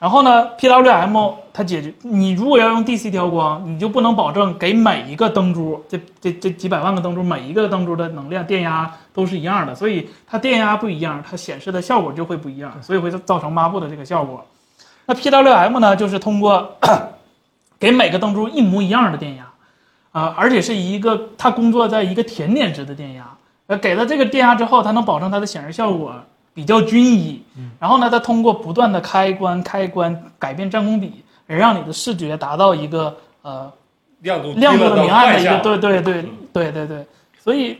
然后呢，PWM 它解决你如果要用 DC 调光，你就不能保证给每一个灯珠，这这这几百万个灯珠，每一个灯珠的能量电压都是一样的，所以它电压不一样，它显示的效果就会不一样，所以会造成抹布的这个效果。那 PWM 呢，就是通过 给每个灯珠一模一样的电压，啊、而且是一个它工作在一个甜点值的电压，呃，给了这个电压之后，它能保证它的显示效果比较均一。然后呢，它通过不断的开关、开关改变占空比，而让你的视觉达到一个呃
亮度低
亮度
了
的
到
明暗的
幻
一个
象，
对对对
嗯
对对对，所以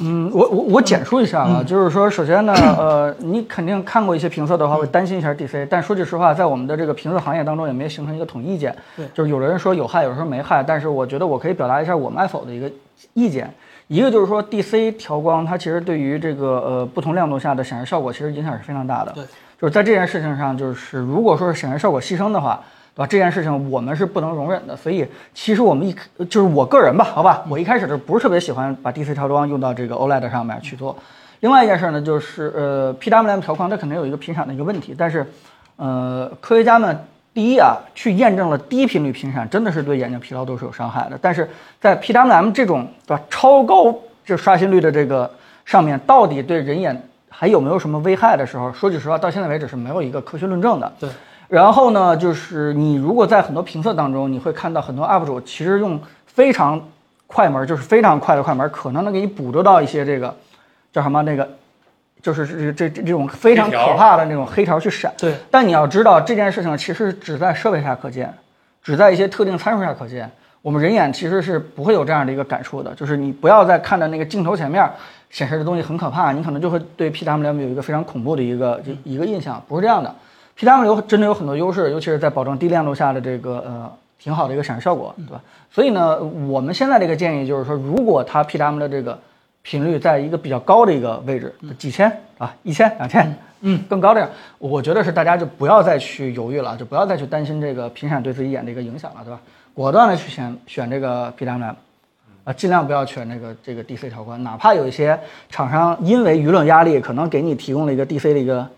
嗯，我我我简述一下
嗯
啊，就是说，首先 呢，呃，你肯定看过一些评测的话，会
嗯
担心一下 DC，但说句实话，在我们的这个评测行业当中，也没形成一个统一意见
对，
就是有的人说有害，有人说没害，但是我觉得我可以表达一下我们爱否的一个意见。一个就是说，DC 调光它其实对于这个呃不同亮度下的显示效果，其实影响是非常大的。
对，
就是在这件事情上，就是如果说是显示效果牺牲的话，对吧？这件事情我们是不能容忍的。所以其实我们一就是我个人吧，好吧，我一开始就不是特别喜欢把 DC 调光用到这个 OLED 上面去做。另外一件事呢，就是呃 PWM 调光它肯定有一个频闪的一个问题，但是呃科学家们。第一啊，去验证了低频率频闪真的是对眼睛疲劳都是有伤害的，但是在 PWM 这种对吧超高这刷新率的这个上面，到底对人眼还有没有什么危害的时候，说句实话，到现在为止是没有一个科学论证的。
对。
然后呢，就是你如果在很多评测当中，你会看到很多 UP 主其实用非常快门，就是非常快的快门，可能能给你捕捉到一些这个叫什么那个，就是这这这这种非常
黑
可
条
怕的那种黑条去闪。
对
但你要知道，这件事情其实只在设备下可见，只在一些特定参数下可见。我们人眼其实是不会有这样的一个感触的，就是你不要再看到那个镜头前面显示的东西很可怕，你可能就会对 PWM 有一个非常恐怖的一个就一个印象，不是这样的。PWM 有真的有很多优势，尤其是在保证低亮度下的这个呃挺好的一个闪示效果，对吧？所以呢，我们现在这个建议就是说，如果它 PWM 的这个频率在一个比较高的一个位置，
嗯
几千啊，一千、两千，嗯，更高点儿，我觉得是大家就不要再去犹豫了，就不要再去担心这个频闪对自己眼的一个影响了，对吧？果断的去选选这个 PWM，啊，尽量不要选这个这个 DC 条款，哪怕有一些厂商因为舆论压力，可能给你提供了一个 DC 的一个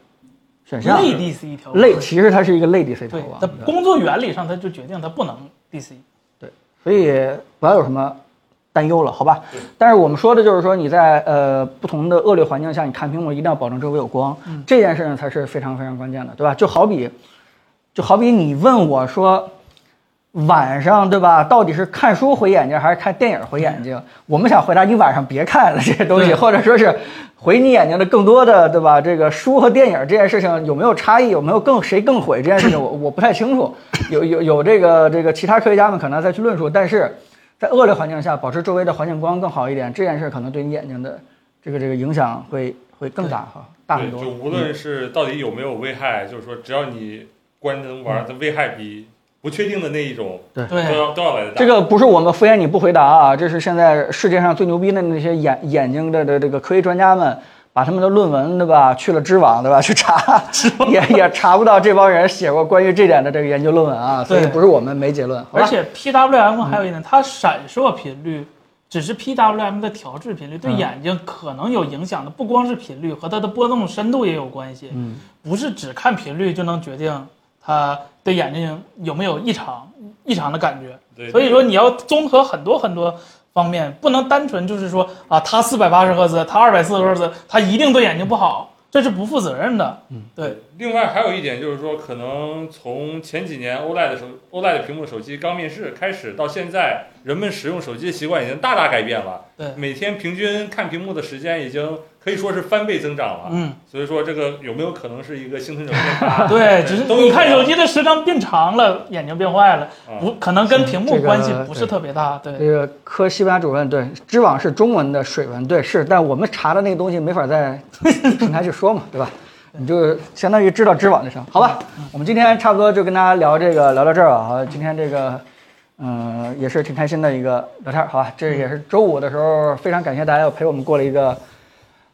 选项，
类 DC 调光
类其实它是一个类 DC 条
对
款
它，工作原理上它就决定它不能 DC。
对，所以不要有什么担忧了，好吧？但是我们说的就是说你在呃不同的恶劣环境下，你看屏幕一定要保证周围有光，这件事情才是非常非常关键的，对吧？就好比，就好比你问我说，晚上对吧？到底是看书毁眼睛还是看电影毁眼睛？我们想回答你晚上别看了这些东西，
对
或者说是毁你眼睛的更多的对吧？这个书和电影这件事情有没有差异？有没有更谁更毁这件事情？我我不太清楚。有有有这个这个其他科学家们可能再去论述，但是在恶劣环境下保持周围的环境光更好一点，这件事可能对你眼睛的这个这个影响会会更大哈，大很
对
多
就。无论是到底有没有危害，就是说只要你关灯玩，它危害比不确定的那一种
对
都要都要来的大。
这个不是我们敷衍你不回答啊，这是现在世界上最牛逼的那些眼眼睛的的这个科学专家们，把他们的论文对吧，去了知网对吧，去查，也也查不到这帮人写过关于这点的这个研究论文啊，所以
对
不是我们没结论，好
而
吧？
且 PWM 还有一点，它闪烁频率只是 PWM 的调制频率，对
嗯
眼睛可能有影响的，不光是频率，和它的波动深度也有关系。
嗯，
不是只看频率就能决定它对眼睛有没有异常异常的感觉。
对，
所以说你要综合很多很多方面，不能单纯就是说啊，它四百八十赫兹，它二百四十赫兹，它一定对眼睛不好，这是不负责任的。
嗯
对，
另外还有一点就是说，可能从前几年 OLED 的手 OLED 屏幕手机刚面世开始到现在，人们使用手机的习惯已经大大改变了。
对
每天平均看屏幕的时间已经可以说是翻倍增长了。
嗯，
所以说这个有没有可能是一个幸存者偏差？
对，只是
都有
你看手机的时长变长了，眼睛变坏了，
啊
不可能跟屏幕
这个
关系不是特别大。对，
这个科西班牙主任对知网是中文的水文对是，但我们查的那个东西没法在平台去说嘛，对吧？你就相当于知道知网就行，好吧？我们今天差不多就跟大家聊这个聊到这儿啊，好今天这个。嗯，也是挺开心的一个聊天儿，好吧？这也是周五的时候，非常感谢大家又陪我们过了一个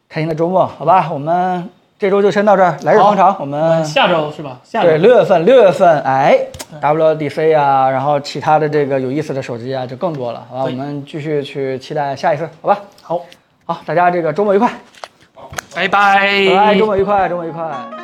开心的周末，好吧？我们这周就先到这儿，来日方长，我们
下周是吧？下周
对，六月份，六月份，哎，WDC 啊，然后其他的这个有意思的手机啊，就更多了，好吧？我
对
们继续去期待下一次，好吧？
好，
好，大家这个周末愉快，
拜拜，哎
拜拜，周末愉快，周末愉快。